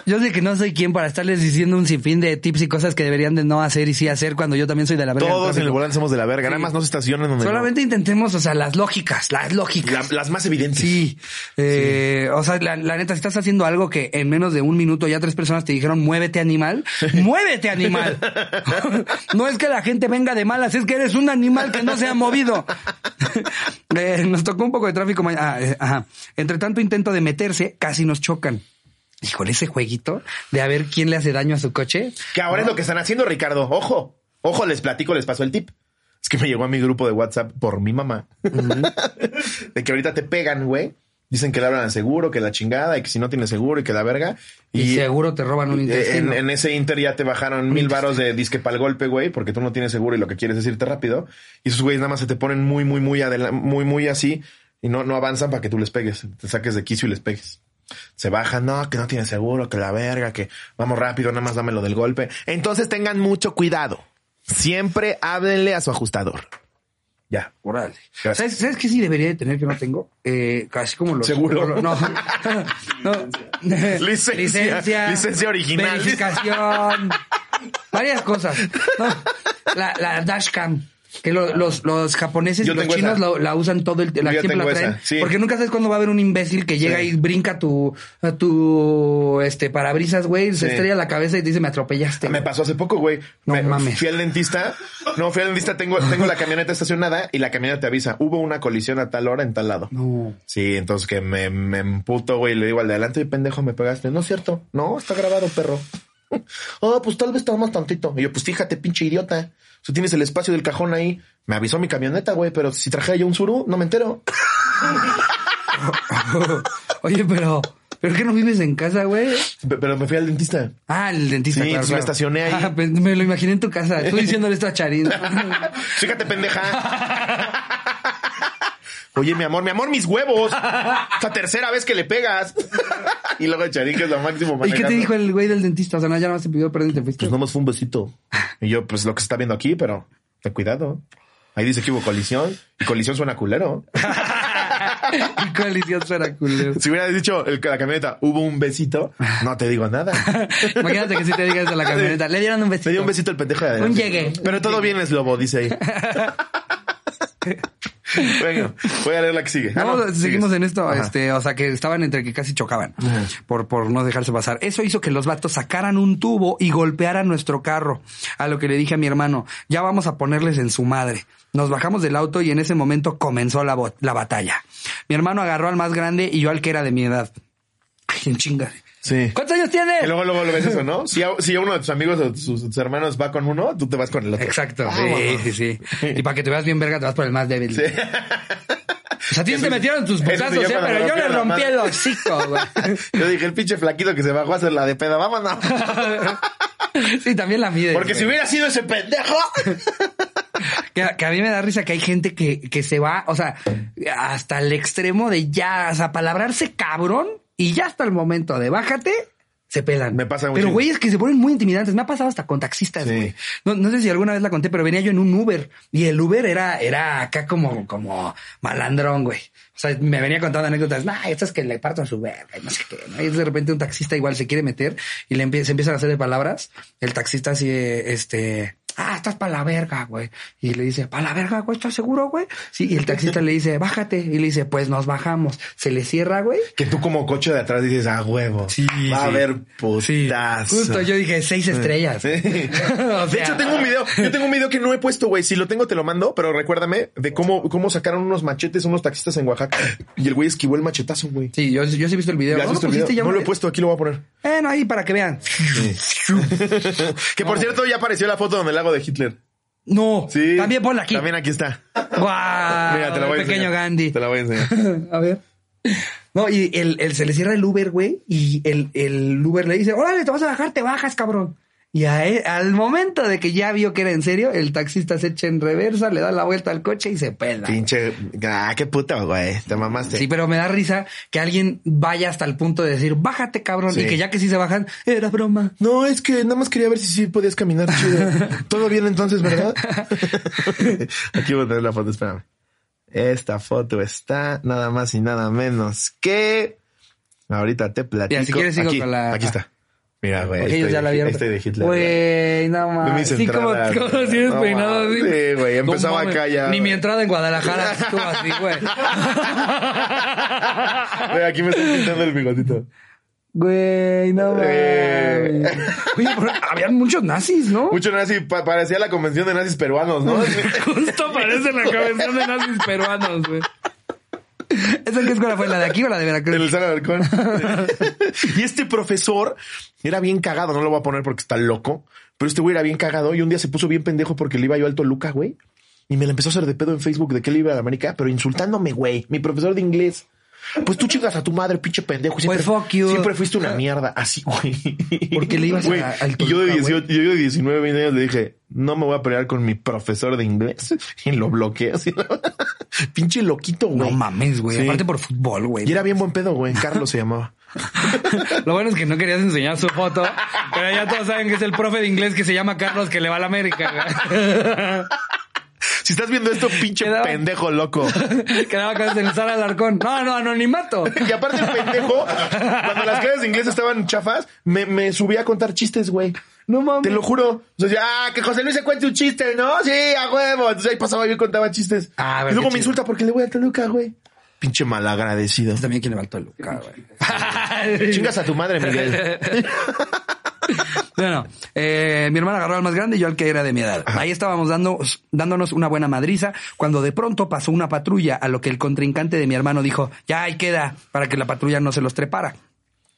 [SPEAKER 1] Yo sé que no soy quien para estarles diciendo un sinfín de tips y cosas que deberían de no hacer y sí hacer cuando yo también soy de la verga. del
[SPEAKER 2] Todos en el
[SPEAKER 1] tráfico.
[SPEAKER 2] volante somos de la verga. Nada más no se estacionan donde. no.
[SPEAKER 1] Solamente intentemos, o sea, las lógicas, las
[SPEAKER 2] La-
[SPEAKER 1] lógicas.
[SPEAKER 2] las más evidentes.
[SPEAKER 1] Sí. Eh, O sea, la, la neta, si estás haciendo algo que en menos de un minuto ya tres personas te dijeron, muévete animal, muévete animal. no es que la gente venga de malas, es que eres un animal que no se ha movido. Eh, nos tocó un poco de tráfico. ma- ah, eh, ajá. Entre tanto intento de meterse, casi nos chocan. Híjole, ese jueguito de a ver quién le hace daño a su coche.
[SPEAKER 2] Que ahora es lo que están haciendo, Ricardo. Ojo, ojo, les platico, les paso el tip. Es que me llegó a mi grupo de WhatsApp por mi mamá. de que ahorita te pegan, güey. Dicen que le hablan al seguro, que la chingada, y que si no tienes seguro y que la verga.
[SPEAKER 1] Y, seguro te roban un
[SPEAKER 2] Eh,
[SPEAKER 1] intestino.
[SPEAKER 2] En, en ese Inter ya te bajaron mil varos de disque pa'l golpe, güey, porque tú no tienes seguro y lo que quieres es irte rápido. Y esos güeyes nada más se te ponen muy, muy, muy adela- muy, muy así y no, no avanzan para que tú les pegues. Te saques de quicio y les pegues. Se bajan, no, que no tienes seguro, que la verga, que vamos rápido, nada más dame lo del golpe. Entonces tengan mucho cuidado. Siempre háblenle a su ajustador. Ya.
[SPEAKER 1] Órale.
[SPEAKER 2] Gracias.
[SPEAKER 1] ¿Sabes, ¿Sabes qué sí debería de tener que no tengo? Eh, casi como los...
[SPEAKER 2] Seguro.
[SPEAKER 1] como los- No. no.
[SPEAKER 2] Licencia. Licencia original.
[SPEAKER 1] Verificación. varias cosas. No. La, la dashcam. Que lo- los, los japoneses
[SPEAKER 2] Yo
[SPEAKER 1] y los
[SPEAKER 2] tengo
[SPEAKER 1] chinos
[SPEAKER 2] esa.
[SPEAKER 1] la, la usan todo el la,
[SPEAKER 2] Yo
[SPEAKER 1] siempre la
[SPEAKER 2] tengo
[SPEAKER 1] traen.
[SPEAKER 2] esa, sí.
[SPEAKER 1] Porque nunca sabes cuándo va a haber un imbécil que llega
[SPEAKER 2] Sí.
[SPEAKER 1] y brinca tu, a tu este parabrisas, güey, se
[SPEAKER 2] Sí. Ah,
[SPEAKER 1] estrella la cabeza y te dice me atropellaste.
[SPEAKER 2] Me pasó hace poco, güey.
[SPEAKER 1] Este, No
[SPEAKER 2] Me-
[SPEAKER 1] mames.
[SPEAKER 2] Fui al dentista. No, fui al dentista. Tengo, tengo la camioneta estacionada y la camioneta te avisa. Hubo una colisión a tal hora en tal lado.
[SPEAKER 1] No.
[SPEAKER 2] Sí, entonces que me, me emputo, güey. y Le digo al de adelante, pendejo, me pegaste. No es cierto. No, está grabado, perro. Ah, pues tal vez más tantito. Y yo, pues fíjate, pinche idiota. Tú tienes el espacio del cajón ahí. Me avisó mi camioneta, güey, pero si trajera yo un suru, no me entero.
[SPEAKER 1] Oye, pero, ¿pero qué no vives en casa, güey?
[SPEAKER 2] Pe- Pero me fui al dentista.
[SPEAKER 1] Ah, el dentista.
[SPEAKER 2] Sí,
[SPEAKER 1] claro,
[SPEAKER 2] pues
[SPEAKER 1] claro.
[SPEAKER 2] me estacioné ahí.
[SPEAKER 1] Ah, pues, me lo imaginé en tu casa. Estoy diciéndole esto a Charín.
[SPEAKER 2] Fíjate, pendeja. Oye, mi amor, mi amor, mis huevos. Es la tercera vez que le pegas. y luego Charín, que es lo máximo.
[SPEAKER 1] ¿Y qué te
[SPEAKER 2] manejando.
[SPEAKER 1] dijo el güey del dentista? O sea, no, ya no se pidió perdón y te fuiste.
[SPEAKER 2] Pues nomás fue un besito. Y yo, pues lo que se está viendo aquí, pero ten cuidado. Ahí dice que hubo colisión. Y colisión suena culero.
[SPEAKER 1] Y coalición será culero.
[SPEAKER 2] Si hubieras dicho el, la camioneta, hubo un besito, no te digo nada.
[SPEAKER 1] Imagínate que si te digas de la camioneta. Le dieron un besito.
[SPEAKER 2] Me dio un besito el pendejo de adelante.
[SPEAKER 1] Un llegue.
[SPEAKER 2] Pero todo bien es lobo, dice ahí. bueno, voy a leer la que sigue. Ah,
[SPEAKER 1] No,
[SPEAKER 2] no,
[SPEAKER 1] seguimos
[SPEAKER 2] sigues.
[SPEAKER 1] en esto,
[SPEAKER 2] Ajá.
[SPEAKER 1] este, o sea que estaban entre que casi chocaban por, por no dejarse pasar. Eso hizo que los vatos sacaran un tubo y golpearan nuestro carro. A lo que le dije a mi hermano, ya vamos a ponerles en su madre. Nos bajamos del auto y en ese momento comenzó la, bo- la batalla. Mi hermano agarró al más grande y yo al que era de mi edad. Ay, en chinga.
[SPEAKER 2] Sí.
[SPEAKER 1] ¿Cuántos años tienes?
[SPEAKER 2] Y luego, luego lo ves eso, ¿no? Si, a- si uno de tus amigos o tus, tus hermanos va con uno, tú te vas con el otro.
[SPEAKER 1] Exacto.
[SPEAKER 2] Ah,
[SPEAKER 1] sí,
[SPEAKER 2] bueno.
[SPEAKER 1] sí, sí. Y para que te veas bien verga, te vas por el más débil.
[SPEAKER 2] Sí.
[SPEAKER 1] O sea, a ti sí te metieron tus
[SPEAKER 2] Eso se
[SPEAKER 1] putazos, ¿eh?
[SPEAKER 2] llama
[SPEAKER 1] pero yo le
[SPEAKER 2] romper la
[SPEAKER 1] rompí el
[SPEAKER 2] madre.
[SPEAKER 1] hocico, güey.
[SPEAKER 2] Yo dije, el pinche flaquito que se bajó a hacer la de peda, vámonos.
[SPEAKER 1] Sí, también la mide.
[SPEAKER 2] Porque si hubiera sido ese pendejo.
[SPEAKER 1] Que, que a mí me da risa que hay gente que, que se va, o sea, hasta el extremo de ya, o sea, palabrarse cabrón y ya hasta el momento de bájate, se pelan.
[SPEAKER 2] Me pasa un
[SPEAKER 1] Pero
[SPEAKER 2] chingo.
[SPEAKER 1] güeyes que se ponen muy intimidantes. Me ha pasado hasta con taxistas,
[SPEAKER 2] Sí.
[SPEAKER 1] güey. No, no sé si alguna vez la conté, pero venía yo en un Uber y el Uber era, era acá como, como malandrón, güey. O sea, me venía contando anécdotas. Nah, esto es que le parto a su verga y no sé qué. ¿no? Y de repente un taxista igual se quiere meter y le empieza, se empiezan a hacer de palabras. El taxista así, eh, este, ah, estás para la verga, güey. Y le dice, para la verga, güey, ¿estás seguro, güey? Sí, y el taxista le dice, bájate. Y le dice, pues nos bajamos. Se le cierra, güey.
[SPEAKER 2] Que tú como coche de atrás dices, ah, huevo.
[SPEAKER 1] Sí,
[SPEAKER 2] Va a
[SPEAKER 1] sí.
[SPEAKER 2] haber
[SPEAKER 1] Sí,
[SPEAKER 2] putazo.
[SPEAKER 1] justo yo dije seis estrellas.
[SPEAKER 2] Sí.
[SPEAKER 1] O
[SPEAKER 2] de
[SPEAKER 1] sea,
[SPEAKER 2] hecho, tengo un video. Yo tengo un video que no he puesto, güey. Si lo tengo, te lo mando, pero recuérdame de cómo, cómo sacaron unos machetes unos taxistas en Oaxaca. Y el güey esquivó el machetazo, güey.
[SPEAKER 1] Sí, yo, yo sí he visto el video.
[SPEAKER 2] ¿Ya has
[SPEAKER 1] ¿No lo
[SPEAKER 2] visto el
[SPEAKER 1] pusiste
[SPEAKER 2] video?
[SPEAKER 1] ya?
[SPEAKER 2] No lo he puesto, aquí lo voy a poner.
[SPEAKER 1] Bueno, ahí para que vean.
[SPEAKER 2] Que por cierto, ya apareció la foto donde el lago de Hitler.
[SPEAKER 1] No,
[SPEAKER 2] Sí.
[SPEAKER 1] también ponla aquí.
[SPEAKER 2] También aquí está.
[SPEAKER 1] Guau,
[SPEAKER 2] Mira, te la
[SPEAKER 1] el
[SPEAKER 2] voy a
[SPEAKER 1] pequeño
[SPEAKER 2] enseñar.
[SPEAKER 1] Gandhi.
[SPEAKER 2] Te la voy a enseñar.
[SPEAKER 1] A ver. No, y el, el- se le cierra el Uber, güey, y el, el Uber le dice, órale, te vas a bajar, te bajas, cabrón. Y a él- al momento de que ya vio que era en serio, el taxista se echa en reversa, le da la vuelta al coche y se pela.
[SPEAKER 2] Pinche. Ah, qué puta, güey. Te mamaste.
[SPEAKER 1] Sí, pero me da risa que alguien vaya hasta el punto de decir, bájate, cabrón,
[SPEAKER 2] Sí.
[SPEAKER 1] y que ya que sí se bajan, era broma.
[SPEAKER 2] No, es que nada más quería ver si sí podías caminar chido. Todo bien entonces, ¿verdad? Aquí voy a tener la foto, espérame. Esta foto está nada más y nada menos que... Ahorita te platico.
[SPEAKER 1] Mira, si quieres sigo
[SPEAKER 2] aquí,
[SPEAKER 1] con la-
[SPEAKER 2] Aquí está. Mira, güey.
[SPEAKER 1] Porque ellos
[SPEAKER 2] estoy
[SPEAKER 1] ya
[SPEAKER 2] Este de-
[SPEAKER 1] la vieron.
[SPEAKER 2] Estoy de Hitler. güey.
[SPEAKER 1] Güey, no
[SPEAKER 2] De
[SPEAKER 1] mames.
[SPEAKER 2] mis
[SPEAKER 1] Sí, como,
[SPEAKER 2] entradas,
[SPEAKER 1] como
[SPEAKER 2] güey.
[SPEAKER 1] si eres
[SPEAKER 2] No
[SPEAKER 1] peinado.
[SPEAKER 2] mames. Sí, güey, empezaba
[SPEAKER 1] mames.
[SPEAKER 2] acá ya,
[SPEAKER 1] Ni mi
[SPEAKER 2] güey.
[SPEAKER 1] entrada en Guadalajara estuvo así, güey.
[SPEAKER 2] Güey, aquí me estoy pintando el bigotito.
[SPEAKER 1] Güey, no
[SPEAKER 2] Eh.
[SPEAKER 1] mames. Oye, pero habían muchos nazis, ¿no?
[SPEAKER 2] Mucho nazi, pa- parecía la convención de nazis peruanos, ¿no?
[SPEAKER 1] Justo parece la cabeza de nazis peruanos, güey. ¿Esa qué escuela fue? ¿La de aquí o la de Veracruz?
[SPEAKER 2] En el Sala Alarcón. y este profesor era bien cagado, no lo voy a poner porque está loco, pero este güey era bien cagado y un día se puso bien pendejo porque le iba yo al Toluca, güey. Y me la empezó a hacer de pedo en Facebook de que le iba a la América, pero insultándome, güey. Mi profesor de inglés. Pues tú chingas a tu madre, pinche pendejo. y Siempre,
[SPEAKER 1] Pues fuck you.
[SPEAKER 2] siempre fuiste una mierda. Así, güey.
[SPEAKER 1] ¿Por qué le ibas a-
[SPEAKER 2] Güey,
[SPEAKER 1] al
[SPEAKER 2] y yo de,
[SPEAKER 1] Toluca,
[SPEAKER 2] 18, yo de 19, 20 años le dije, no me voy a pelear con mi profesor de inglés. Y lo bloqueé así. pinche loquito,
[SPEAKER 1] No
[SPEAKER 2] güey.
[SPEAKER 1] mames, güey.
[SPEAKER 2] Sí.
[SPEAKER 1] Aparte por fútbol, güey.
[SPEAKER 2] Y era bien buen pedo, güey. Carlos se llamaba.
[SPEAKER 1] Lo bueno es que no querías enseñar su foto, pero ya todos saben que es el profe de inglés que se llama Carlos que le va a la América. güey.
[SPEAKER 2] Si Si estás viendo esto, pinche
[SPEAKER 1] Quedaba-
[SPEAKER 2] pendejo loco.
[SPEAKER 1] Quedaba con el Sara Alarcón. No, no, anonimato.
[SPEAKER 2] Y aparte el pendejo, cuando las clases de inglés estaban chafas, me, me subí a contar chistes, güey.
[SPEAKER 1] No mames.
[SPEAKER 2] Te lo juro. O sea, yo, ah, que José Luis se cuente un chiste, ¿no? Sí, a huevo. Entonces ahí pasaba yo y contaba chistes.
[SPEAKER 1] Ah, a ver,
[SPEAKER 2] y luego
[SPEAKER 1] qué chido.
[SPEAKER 2] me insulta porque le voy a Toluca, güey. Pinche malagradecido.
[SPEAKER 1] También quien levantó el Luca, güey.
[SPEAKER 2] Chingas a tu madre, Miguel.
[SPEAKER 1] No, no. Eh, mi hermana agarró al más grande y yo al que era de mi edad. Ahí estábamos dando, dándonos una buena madriza cuando de pronto pasó una patrulla a lo que el contrincante de mi hermano dijo, ya ahí queda para que la patrulla no se los trepara.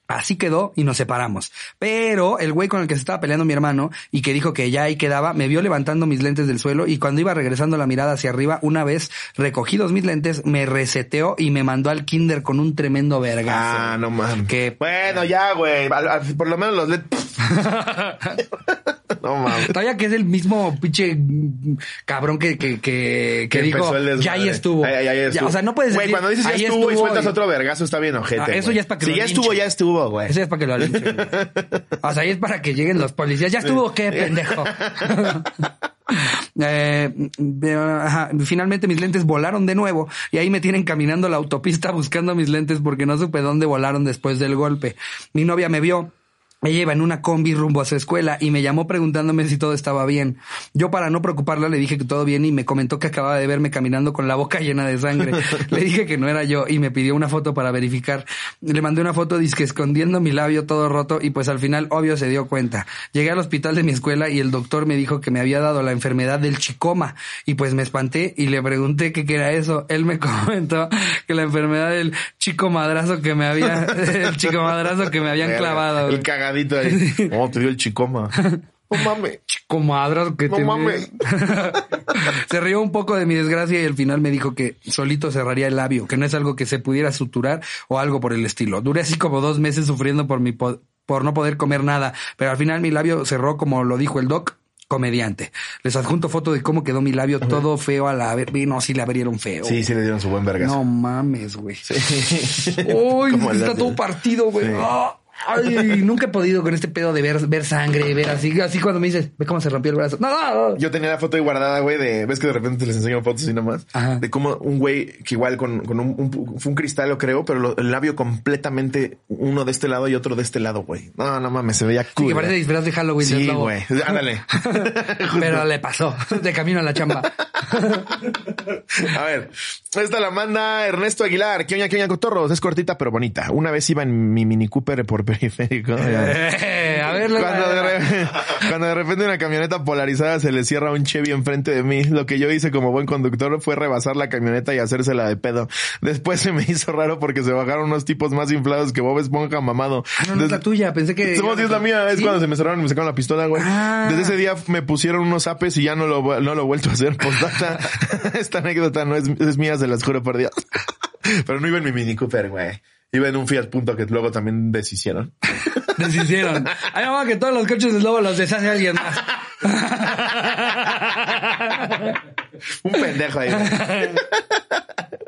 [SPEAKER 1] Así quedó y nos separamos. Pero el güey con el que se estaba peleando mi hermano y que dijo que ya ahí quedaba, me vio levantando mis lentes del suelo y cuando iba regresando la mirada hacia arriba, una vez recogidos mis lentes, me reseteó y me mandó al kinder con un tremendo vergazo.
[SPEAKER 2] Ah, no mames.
[SPEAKER 1] Qué
[SPEAKER 2] Bueno, ya, güey. Al- al- Por lo menos los led. no mames.
[SPEAKER 1] Todavía que es el mismo pinche mm, cabrón que, que, que, que
[SPEAKER 2] Que
[SPEAKER 1] dijo,
[SPEAKER 2] empezó el desmadre.
[SPEAKER 1] ya ahí estuvo.
[SPEAKER 2] Ahí, ahí, ahí
[SPEAKER 1] Ya,
[SPEAKER 2] estuvo.
[SPEAKER 1] o sea, no puedes
[SPEAKER 2] Güey,
[SPEAKER 1] decir,
[SPEAKER 2] cuando dices ya
[SPEAKER 1] "Ahí
[SPEAKER 2] estuvo, y sueltas
[SPEAKER 1] y-
[SPEAKER 2] otro vergazo, está bien ojete.
[SPEAKER 1] Ah, eso
[SPEAKER 2] güey.
[SPEAKER 1] ya es para que
[SPEAKER 2] Si
[SPEAKER 1] lo
[SPEAKER 2] ya estuvo,
[SPEAKER 1] linchen.
[SPEAKER 2] ya estuvo, güey.
[SPEAKER 1] Eso es para que lo linchen, güey. O sea, ahí es para que lleguen los policías. Ya estuvo, qué pendejo. Eh, pero, ajá, finalmente mis lentes volaron de nuevo y ahí me tienen caminando la autopista buscando mis lentes porque no supe dónde volaron después del golpe. Mi novia me vio. Ella iba en una combi rumbo a su escuela y me llamó preguntándome si todo estaba bien. Yo para no preocuparla le dije que todo bien y me comentó que acababa de verme caminando con la boca llena de sangre. Le dije que no era yo y me pidió una foto para verificar. Le mandé una foto disque escondiendo mi labio todo roto y pues al final obvio se dio cuenta. Llegué al hospital de mi escuela y el doctor me dijo que me había dado la enfermedad del chicoma y pues me espanté y le pregunté que qué era eso. Él me comentó que la enfermedad del chico madrazo que me había, el chico madrazo que me habían
[SPEAKER 2] Verga,
[SPEAKER 1] clavado.
[SPEAKER 2] El cagadito ahí. Oh, te dio el chicoma. No mames.
[SPEAKER 1] comadras que
[SPEAKER 2] No
[SPEAKER 1] te-
[SPEAKER 2] mames.
[SPEAKER 1] se rió un poco de mi desgracia y al final me dijo que solito cerraría el labio, que no es algo que se pudiera suturar o algo por el estilo. Duré así como dos meses sufriendo por mi po- por no poder comer nada, pero al final mi labio cerró como lo dijo el doc comediante. Les adjunto foto de cómo quedó mi labio todo feo a la ver- no, sí le abrieron feo.
[SPEAKER 2] Sí, sí le dieron su buen vergazo.
[SPEAKER 1] No mames, güey. Uy,
[SPEAKER 2] Como
[SPEAKER 1] está
[SPEAKER 2] las de-
[SPEAKER 1] todo partido, güey.
[SPEAKER 2] Sí.
[SPEAKER 1] Ah, Ay, nunca he podido con este pedo de ver, ver sangre, ver así, así cuando me dices, ve cómo se rompió el brazo. No, no, no.
[SPEAKER 2] Yo tenía la foto ahí guardada, güey, de... ¿Ves que de repente les enseño fotos y nomás?
[SPEAKER 1] Ajá.
[SPEAKER 2] De cómo un güey que igual con, con un, un- Fue un cristal, lo creo, pero lo- el labio completamente uno de este lado y otro de este lado, güey. No, no mames, se veía
[SPEAKER 1] Sí,
[SPEAKER 2] cool.
[SPEAKER 1] que parece
[SPEAKER 2] güey.
[SPEAKER 1] disfraz de Halloween. del
[SPEAKER 2] Sí,
[SPEAKER 1] lobo.
[SPEAKER 2] güey. Ándale.
[SPEAKER 1] Pero le pasó de camino a la chamba.
[SPEAKER 2] A ver, esta la manda Ernesto Aguilar. ¿Qué oña, qué oña, cotorros? Es cortita pero bonita. Una vez iba en mi Mini Cooper por periférico.
[SPEAKER 1] Eh, a ver,
[SPEAKER 2] Cuando de,
[SPEAKER 1] la-
[SPEAKER 2] re- cuando de repente una camioneta polarizada se le cierra un Chevy enfrente de mí, lo que yo hice como buen conductor fue rebasar la camioneta y hacérsela de pedo. Después se me hizo raro porque se bajaron unos tipos más inflados que Bob Esponja mamado.
[SPEAKER 1] Ah, no, no es la
[SPEAKER 2] Des-
[SPEAKER 1] tuya. Pensé que.
[SPEAKER 2] somos 10 la mía, es
[SPEAKER 1] Sí.
[SPEAKER 2] cuando se me cerraron y me sacaron la pistola, güey.
[SPEAKER 1] Ah.
[SPEAKER 2] Desde ese día me pusieron unos apes y ya no lo, no lo he vuelto a hacer. Postdata, esta anécdota no es, es mía, se las juro por Dios. Pero no iba en mi Mini Cooper, güey. Iba en un Fiat Punto que luego también deshicieron.
[SPEAKER 1] Deshicieron. Ay, mamá, que todos los coches del lobo los deshace alguien más.
[SPEAKER 2] Un pendejo ahí. güey.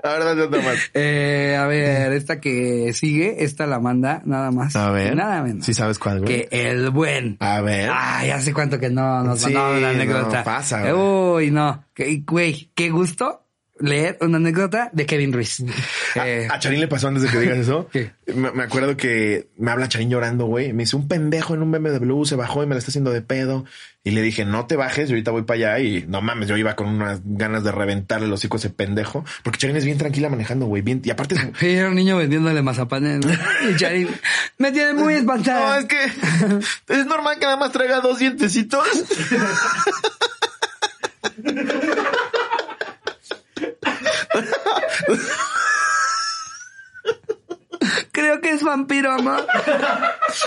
[SPEAKER 2] Ahora date otra más.
[SPEAKER 1] Eh, a ver, esta que sigue, esta la manda nada más.
[SPEAKER 2] A ver.
[SPEAKER 1] y Nada menos.
[SPEAKER 2] Sí sabes cuál, güey.
[SPEAKER 1] que Ah, el buen.
[SPEAKER 2] A ver.
[SPEAKER 1] Ay, hace cuánto que no nos
[SPEAKER 2] ¿Eh? Sí,
[SPEAKER 1] mandaban una anécdota.
[SPEAKER 2] no, pasa,
[SPEAKER 1] Eh,
[SPEAKER 2] güey.
[SPEAKER 1] Uy, no. Que- Güey, qué gusto leer una anécdota de Kevin Ruiz. Eh,
[SPEAKER 2] A Charín le pasó antes de que digas eso.
[SPEAKER 1] ¿Qué?
[SPEAKER 2] Me, me acuerdo que me habla Charín llorando, güey. Me dice un pendejo en un BMW, se bajó y me la está haciendo de pedo. Y le dije, no te bajes, yo ahorita voy para allá. Y no mames, yo iba con unas ganas de reventarle los hocico a ese pendejo. Porque Charín es bien tranquila manejando, güey. Bien, y aparte es-
[SPEAKER 1] Sí, era un niño vendiéndole mazapán en- y Charín, Me tiene muy
[SPEAKER 2] No,
[SPEAKER 1] espantada.
[SPEAKER 2] es que es normal que nada más traiga dos dientecitos.
[SPEAKER 1] Creo que es vampiro, amor.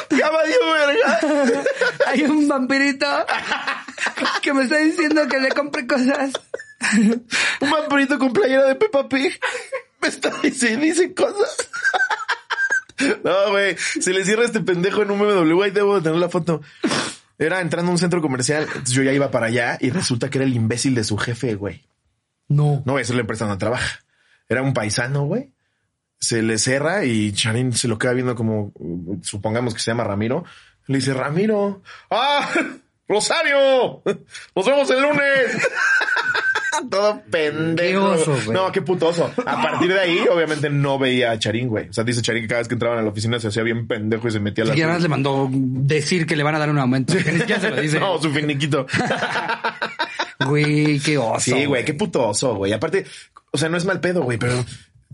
[SPEAKER 2] Ya valió verga.
[SPEAKER 1] Hay un vampirito que me está diciendo que le compre cosas.
[SPEAKER 2] Un vampirito con playera de Peppa Pig. Me está diciendo, dice cosas. No, güey. Se le cierra este pendejo en un BMW. Ahí debo de tener la foto. Era entrando a un centro comercial. Entonces, Yo ya iba para allá y resulta que era el imbécil de su jefe, güey.
[SPEAKER 1] No.
[SPEAKER 2] No voy a decir la empresa donde trabaja. Era un paisano, güey. Se le cerra y Charín se lo queda viendo como, uh, supongamos que se llama Ramiro. Le dice, Ramiro. ¡Ah! ¡Rosario! ¡Nos vemos el lunes! Todo pendejo.
[SPEAKER 1] Qué oso, güey.
[SPEAKER 2] no, qué putoso. A partir de ahí, obviamente, no veía a Charín, güey. O sea, dice Charín que cada vez que entraban a la oficina se hacía bien pendejo y se metía a la.
[SPEAKER 1] Y además le mandó decir que le van a dar un aumento. Ya se lo dice.
[SPEAKER 2] No, su finiquito.
[SPEAKER 1] Güey, qué oso.
[SPEAKER 2] Sí, güey, qué putoso, güey. Aparte, o sea, no es mal pedo, güey, pero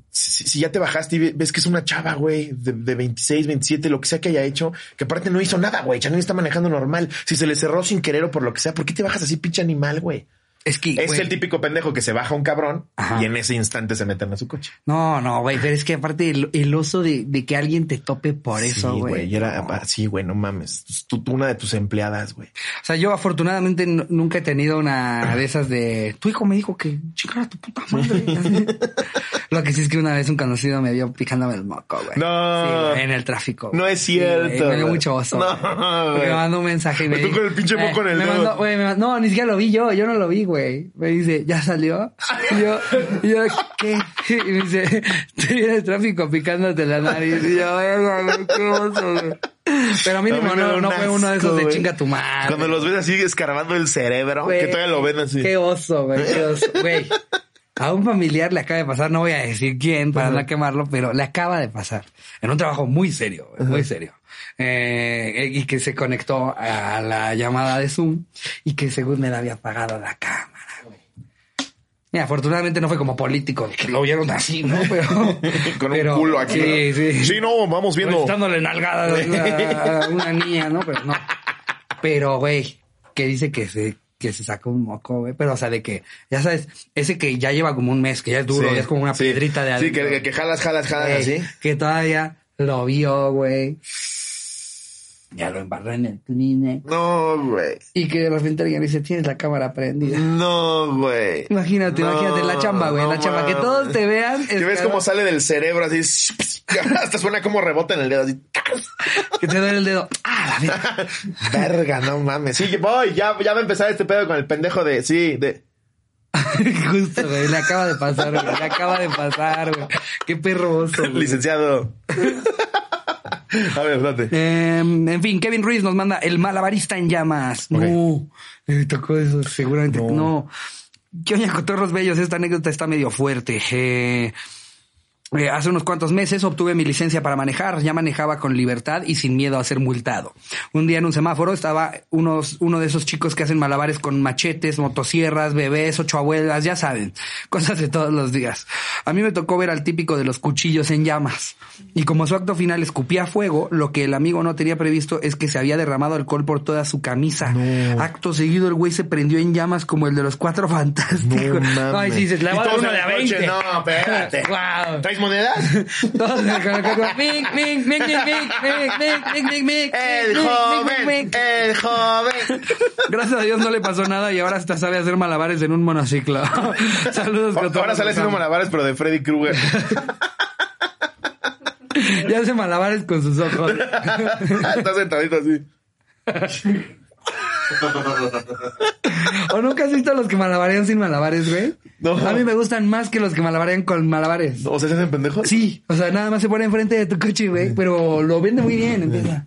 [SPEAKER 2] si, si ya te bajaste y ve- ves que es una chava, güey, de, de 26, 27, lo que sea que haya hecho, que aparte no hizo nada, güey. Chanin está manejando normal. Si se le cerró sin querer o por lo que sea, ¿por qué te bajas así, pinche animal, güey?
[SPEAKER 1] Es que,
[SPEAKER 2] Es
[SPEAKER 1] güey,
[SPEAKER 2] el típico pendejo que se baja un cabrón
[SPEAKER 1] Ajá.
[SPEAKER 2] y en ese instante se meten a su coche.
[SPEAKER 1] No, no, güey, pero es que aparte el, el oso de, de que alguien te tope por eso,
[SPEAKER 2] sí,
[SPEAKER 1] güey.
[SPEAKER 2] y Era, ah, Sí, güey, no mames. Tú, tú una de tus empleadas, güey.
[SPEAKER 1] O sea, yo afortunadamente n- nunca he tenido una de esas de tu hijo me dijo que chingar a tu puta madre. Lo que sí es que una vez un conocido me vio picándome el moco, güey.
[SPEAKER 2] No.
[SPEAKER 1] Sí, güey, en el tráfico. güey.
[SPEAKER 2] No es
[SPEAKER 1] Sí, güey,
[SPEAKER 2] cierto,
[SPEAKER 1] me dio
[SPEAKER 2] güey.
[SPEAKER 1] mucho oso.
[SPEAKER 2] No,
[SPEAKER 1] güey. Porque
[SPEAKER 2] güey.
[SPEAKER 1] me mandó un mensaje y me
[SPEAKER 2] Tú
[SPEAKER 1] dijo,
[SPEAKER 2] con el pinche moco en el
[SPEAKER 1] me
[SPEAKER 2] dedo.
[SPEAKER 1] mandó, güey, me mandó- no, ni siquiera lo vi yo, yo no lo vi, güey. Me dice, ¿ya salió? Y yo, y yo ¿qué? Y me dice, estoy en el tráfico picándote la nariz. Y yo, verga, güey, qué oso, güey. Pero
[SPEAKER 2] A mí
[SPEAKER 1] mínimo
[SPEAKER 2] me da
[SPEAKER 1] no,
[SPEAKER 2] un
[SPEAKER 1] no fue uno de esos
[SPEAKER 2] asco,
[SPEAKER 1] de
[SPEAKER 2] güey.
[SPEAKER 1] chinga tu madre.
[SPEAKER 2] Cuando los ves así escarbando el cerebro,
[SPEAKER 1] Güey,
[SPEAKER 2] que todavía lo ven así.
[SPEAKER 1] Qué oso, güey. Qué oso. Güey. A un familiar le acaba de pasar, no voy a decir quién para no quemarlo, pero le acaba de pasar en un trabajo muy serio, güey, muy serio. Eh, y que se conectó a la llamada de Zoom y que según él había apagado la cámara. güey. Mira, afortunadamente no fue como político, que lo vieron así, ¿no? Pero,
[SPEAKER 2] Con
[SPEAKER 1] pero-
[SPEAKER 2] un culo aquí.
[SPEAKER 1] Sí, sí. Pues
[SPEAKER 2] Sí, no, vamos viendo.
[SPEAKER 1] Dándole nalgadas a a una niña, ¿no? Pero no. Pero, güey, que dice que se, que se saca un moco, güey. Pero, o sea, de que, ya sabes, ese que ya lleva como un mes, que ya es duro,
[SPEAKER 2] Sí,
[SPEAKER 1] ya es como una
[SPEAKER 2] sí.
[SPEAKER 1] piedrita de
[SPEAKER 2] Sí,
[SPEAKER 1] adentro.
[SPEAKER 2] que, que- ah, que jalas, jalas, jalas
[SPEAKER 1] Güey,
[SPEAKER 2] así.
[SPEAKER 1] Que todavía lo vio, güey. Ya lo embarró en el cline.
[SPEAKER 2] No, güey.
[SPEAKER 1] Y que de repente alguien dice, tienes la cámara prendida.
[SPEAKER 2] No, güey.
[SPEAKER 1] Imagínate,
[SPEAKER 2] No,
[SPEAKER 1] imagínate la chamba, güey.
[SPEAKER 2] no
[SPEAKER 1] la chamba, que
[SPEAKER 2] mames.
[SPEAKER 1] todos te vean.
[SPEAKER 2] Que ves
[SPEAKER 1] escarbando.
[SPEAKER 2] cómo sale del cerebro así. Hasta suena como rebota en el dedo así.
[SPEAKER 1] Que te duele el dedo. Ah, la verga.
[SPEAKER 2] Verga, no mames. Sí, voy, ya, ya va a empezar este pedo con el pendejo de. Sí, de.
[SPEAKER 1] Justo, güey. Le acaba de pasar, güey. Le acaba de pasar, güey. Qué perroso. güey.
[SPEAKER 2] Licenciado. a ver, date.
[SPEAKER 1] Eh, en fin, Kevin Ruiz nos manda el malabarista en llamas. No, le tocó eso, seguramente. No.
[SPEAKER 2] No.
[SPEAKER 1] ¿Qué oña cotorros bellos? Esta anécdota está medio fuerte. Eh, eh, hace unos cuantos meses obtuve mi licencia para manejar. Ya manejaba con libertad y sin miedo a ser multado. Un día en un semáforo estaba unos, uno de esos chicos que hacen malabares con machetes, motosierras, bebés, ocho abuelas, ya saben. Cosas de todos los días. A mí me tocó ver al típico de los cuchillos en llamas. Y como su acto final escupía fuego, lo que el amigo no tenía previsto es que se había derramado alcohol por toda su camisa. Acto seguido el güey se prendió en llamas como el de los cuatro fantásticos.
[SPEAKER 2] mames.
[SPEAKER 1] Ay, sí, se
[SPEAKER 2] Y
[SPEAKER 1] clavaba
[SPEAKER 2] todos
[SPEAKER 1] uno
[SPEAKER 2] en
[SPEAKER 1] de
[SPEAKER 2] el
[SPEAKER 1] a
[SPEAKER 2] coche,
[SPEAKER 1] 20.
[SPEAKER 2] No, espérate.
[SPEAKER 1] Guau.
[SPEAKER 2] ¿Traes monedas?
[SPEAKER 1] Todos en el carro, como, "Mic, mic, mic, mic, mic, mic, mic, mic, mic, mic, mic, mic,
[SPEAKER 2] El
[SPEAKER 1] mic,
[SPEAKER 2] joven,
[SPEAKER 1] mic".
[SPEAKER 2] el joven.
[SPEAKER 1] Gracias a Dios no le pasó nada y ahora hasta sabe hacer malabares en un monociclo. Saludos.
[SPEAKER 2] Ahora
[SPEAKER 1] cotorros.
[SPEAKER 2] sale haciendo malabares, pero de Freddy Krueger.
[SPEAKER 1] Ya hace malabares con sus ojos.
[SPEAKER 2] Ah, Está sentadito así.
[SPEAKER 1] ¿O nunca has visto a los que malabarean sin malabares, güey?
[SPEAKER 2] No.
[SPEAKER 1] A mí me gustan más que los que malabarean con malabares.
[SPEAKER 2] ¿O sea, se hacen pendejos?
[SPEAKER 1] Sí, o sea, nada más se pone enfrente de tu coche, güey, pero lo vende muy bien, empieza.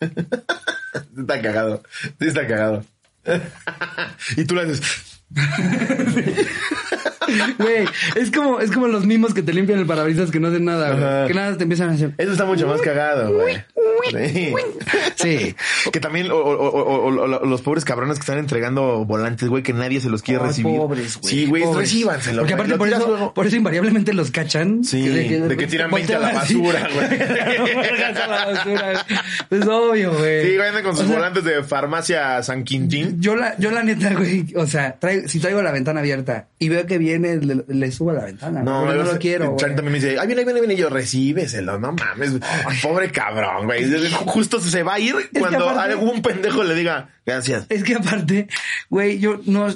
[SPEAKER 2] Está cagado. Sí, está cagado. y tú le haces.
[SPEAKER 1] Güey, es como, es como los mimos que te limpian el parabrisas que no hacen nada, güey.
[SPEAKER 2] Ajá.
[SPEAKER 1] Que nada te empiezan a hacer.
[SPEAKER 2] Eso está mucho más cagado, güey. Sí.
[SPEAKER 1] Sí.
[SPEAKER 2] Que también o- o- o- o- o- los pobres cabrones que están entregando volantes, güey, que nadie se los quiere
[SPEAKER 1] Ay,
[SPEAKER 2] recibir.
[SPEAKER 1] Pobres, güey.
[SPEAKER 2] Sí, güey,
[SPEAKER 1] pobres.
[SPEAKER 2] recíbanselo.
[SPEAKER 1] Porque
[SPEAKER 2] güey.
[SPEAKER 1] aparte
[SPEAKER 2] Lo
[SPEAKER 1] por
[SPEAKER 2] tiras
[SPEAKER 1] eso,
[SPEAKER 2] luego.
[SPEAKER 1] por eso invariablemente los cachan.
[SPEAKER 2] Sí, de que tiran 20 a la
[SPEAKER 1] voltean así.
[SPEAKER 2] basura, güey.
[SPEAKER 1] Voltean a la basura, güey. Es Pues obvio, güey.
[SPEAKER 2] Sí, güey, andan con sus
[SPEAKER 1] O sea,
[SPEAKER 2] volantes de farmacia San Quintín.
[SPEAKER 1] Yo la, yo la neta, güey, o sea, traigo- si traigo la ventana abierta y veo que viene, le, le subo a la ventana. Ah, No, no,
[SPEAKER 2] yo
[SPEAKER 1] lo
[SPEAKER 2] sé-
[SPEAKER 1] quiero. güey.
[SPEAKER 2] Chan también me dice, ay, viene, ahí viene, ahí viene. Y yo, recíbeselo, no mames. Pobre cabrón, güey. Justo se va a ir
[SPEAKER 1] que
[SPEAKER 2] cuando
[SPEAKER 1] aparte-
[SPEAKER 2] algún pendejo le diga, gracias.
[SPEAKER 1] Es que aparte, güey, yo no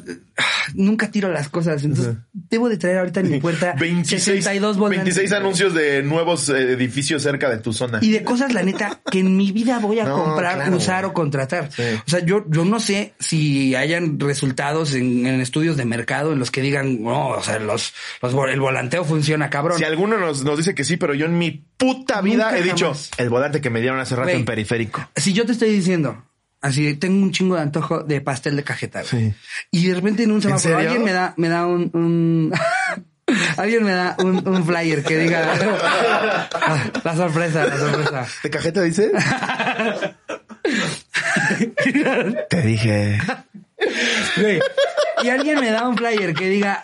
[SPEAKER 1] nunca tiro las cosas, entonces debo de traer ahorita en mi puerta
[SPEAKER 2] 26,
[SPEAKER 1] 62 volantes.
[SPEAKER 2] 26 anuncios de nuevos eh, edificios cerca de tu zona.
[SPEAKER 1] Y de cosas, la neta, que en mi vida voy a
[SPEAKER 2] No,
[SPEAKER 1] comprar,
[SPEAKER 2] claro.
[SPEAKER 1] usar o contratar.
[SPEAKER 2] Sí.
[SPEAKER 1] O sea, yo, yo no sé si hayan resultados en, en estudios de mercado en los que digan, no, o sea, los, los vol- el volanteo funciona, cabrón.
[SPEAKER 2] Si alguno nos, nos dice que sí, pero yo en mi puta vida
[SPEAKER 1] Nunca
[SPEAKER 2] he dicho
[SPEAKER 1] jamás.
[SPEAKER 2] el volante que me dieron hace rato
[SPEAKER 1] Güey.
[SPEAKER 2] en periférico.
[SPEAKER 1] Si yo te estoy diciendo, Así tengo un chingo de antojo de pastel de cajeta. güey.
[SPEAKER 2] Sí.
[SPEAKER 1] Y de repente en un semáforo
[SPEAKER 2] serio?
[SPEAKER 1] alguien me da, me da un, un- alguien me da un, un flyer que diga Ah, la sorpresa, la sorpresa.
[SPEAKER 2] ¿De cajeta dice? Te dije.
[SPEAKER 1] Güey, Y alguien me da un flyer que diga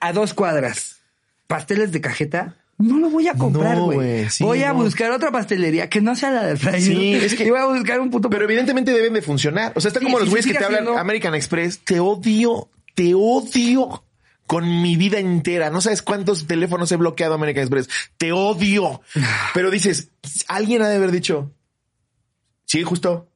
[SPEAKER 1] a dos cuadras, pasteles de cajeta. No lo voy a comprar,
[SPEAKER 2] No,
[SPEAKER 1] güey.
[SPEAKER 2] güey, sí,
[SPEAKER 1] voy a
[SPEAKER 2] no.
[SPEAKER 1] buscar otra pastelería que no sea la del flyer.
[SPEAKER 2] Sí, es que-
[SPEAKER 1] Y voy a buscar un puto
[SPEAKER 2] Pero evidentemente deben de funcionar. O sea, está
[SPEAKER 1] Sí,
[SPEAKER 2] como los
[SPEAKER 1] si
[SPEAKER 2] güeyes
[SPEAKER 1] se
[SPEAKER 2] que te
[SPEAKER 1] sigue
[SPEAKER 2] hablan
[SPEAKER 1] haciendo-
[SPEAKER 2] American Express. Te odio, te odio con mi vida entera. No sabes cuántos teléfonos he bloqueado American Express. Te odio. Pero dices, alguien ha de haber dicho. Sí, justo.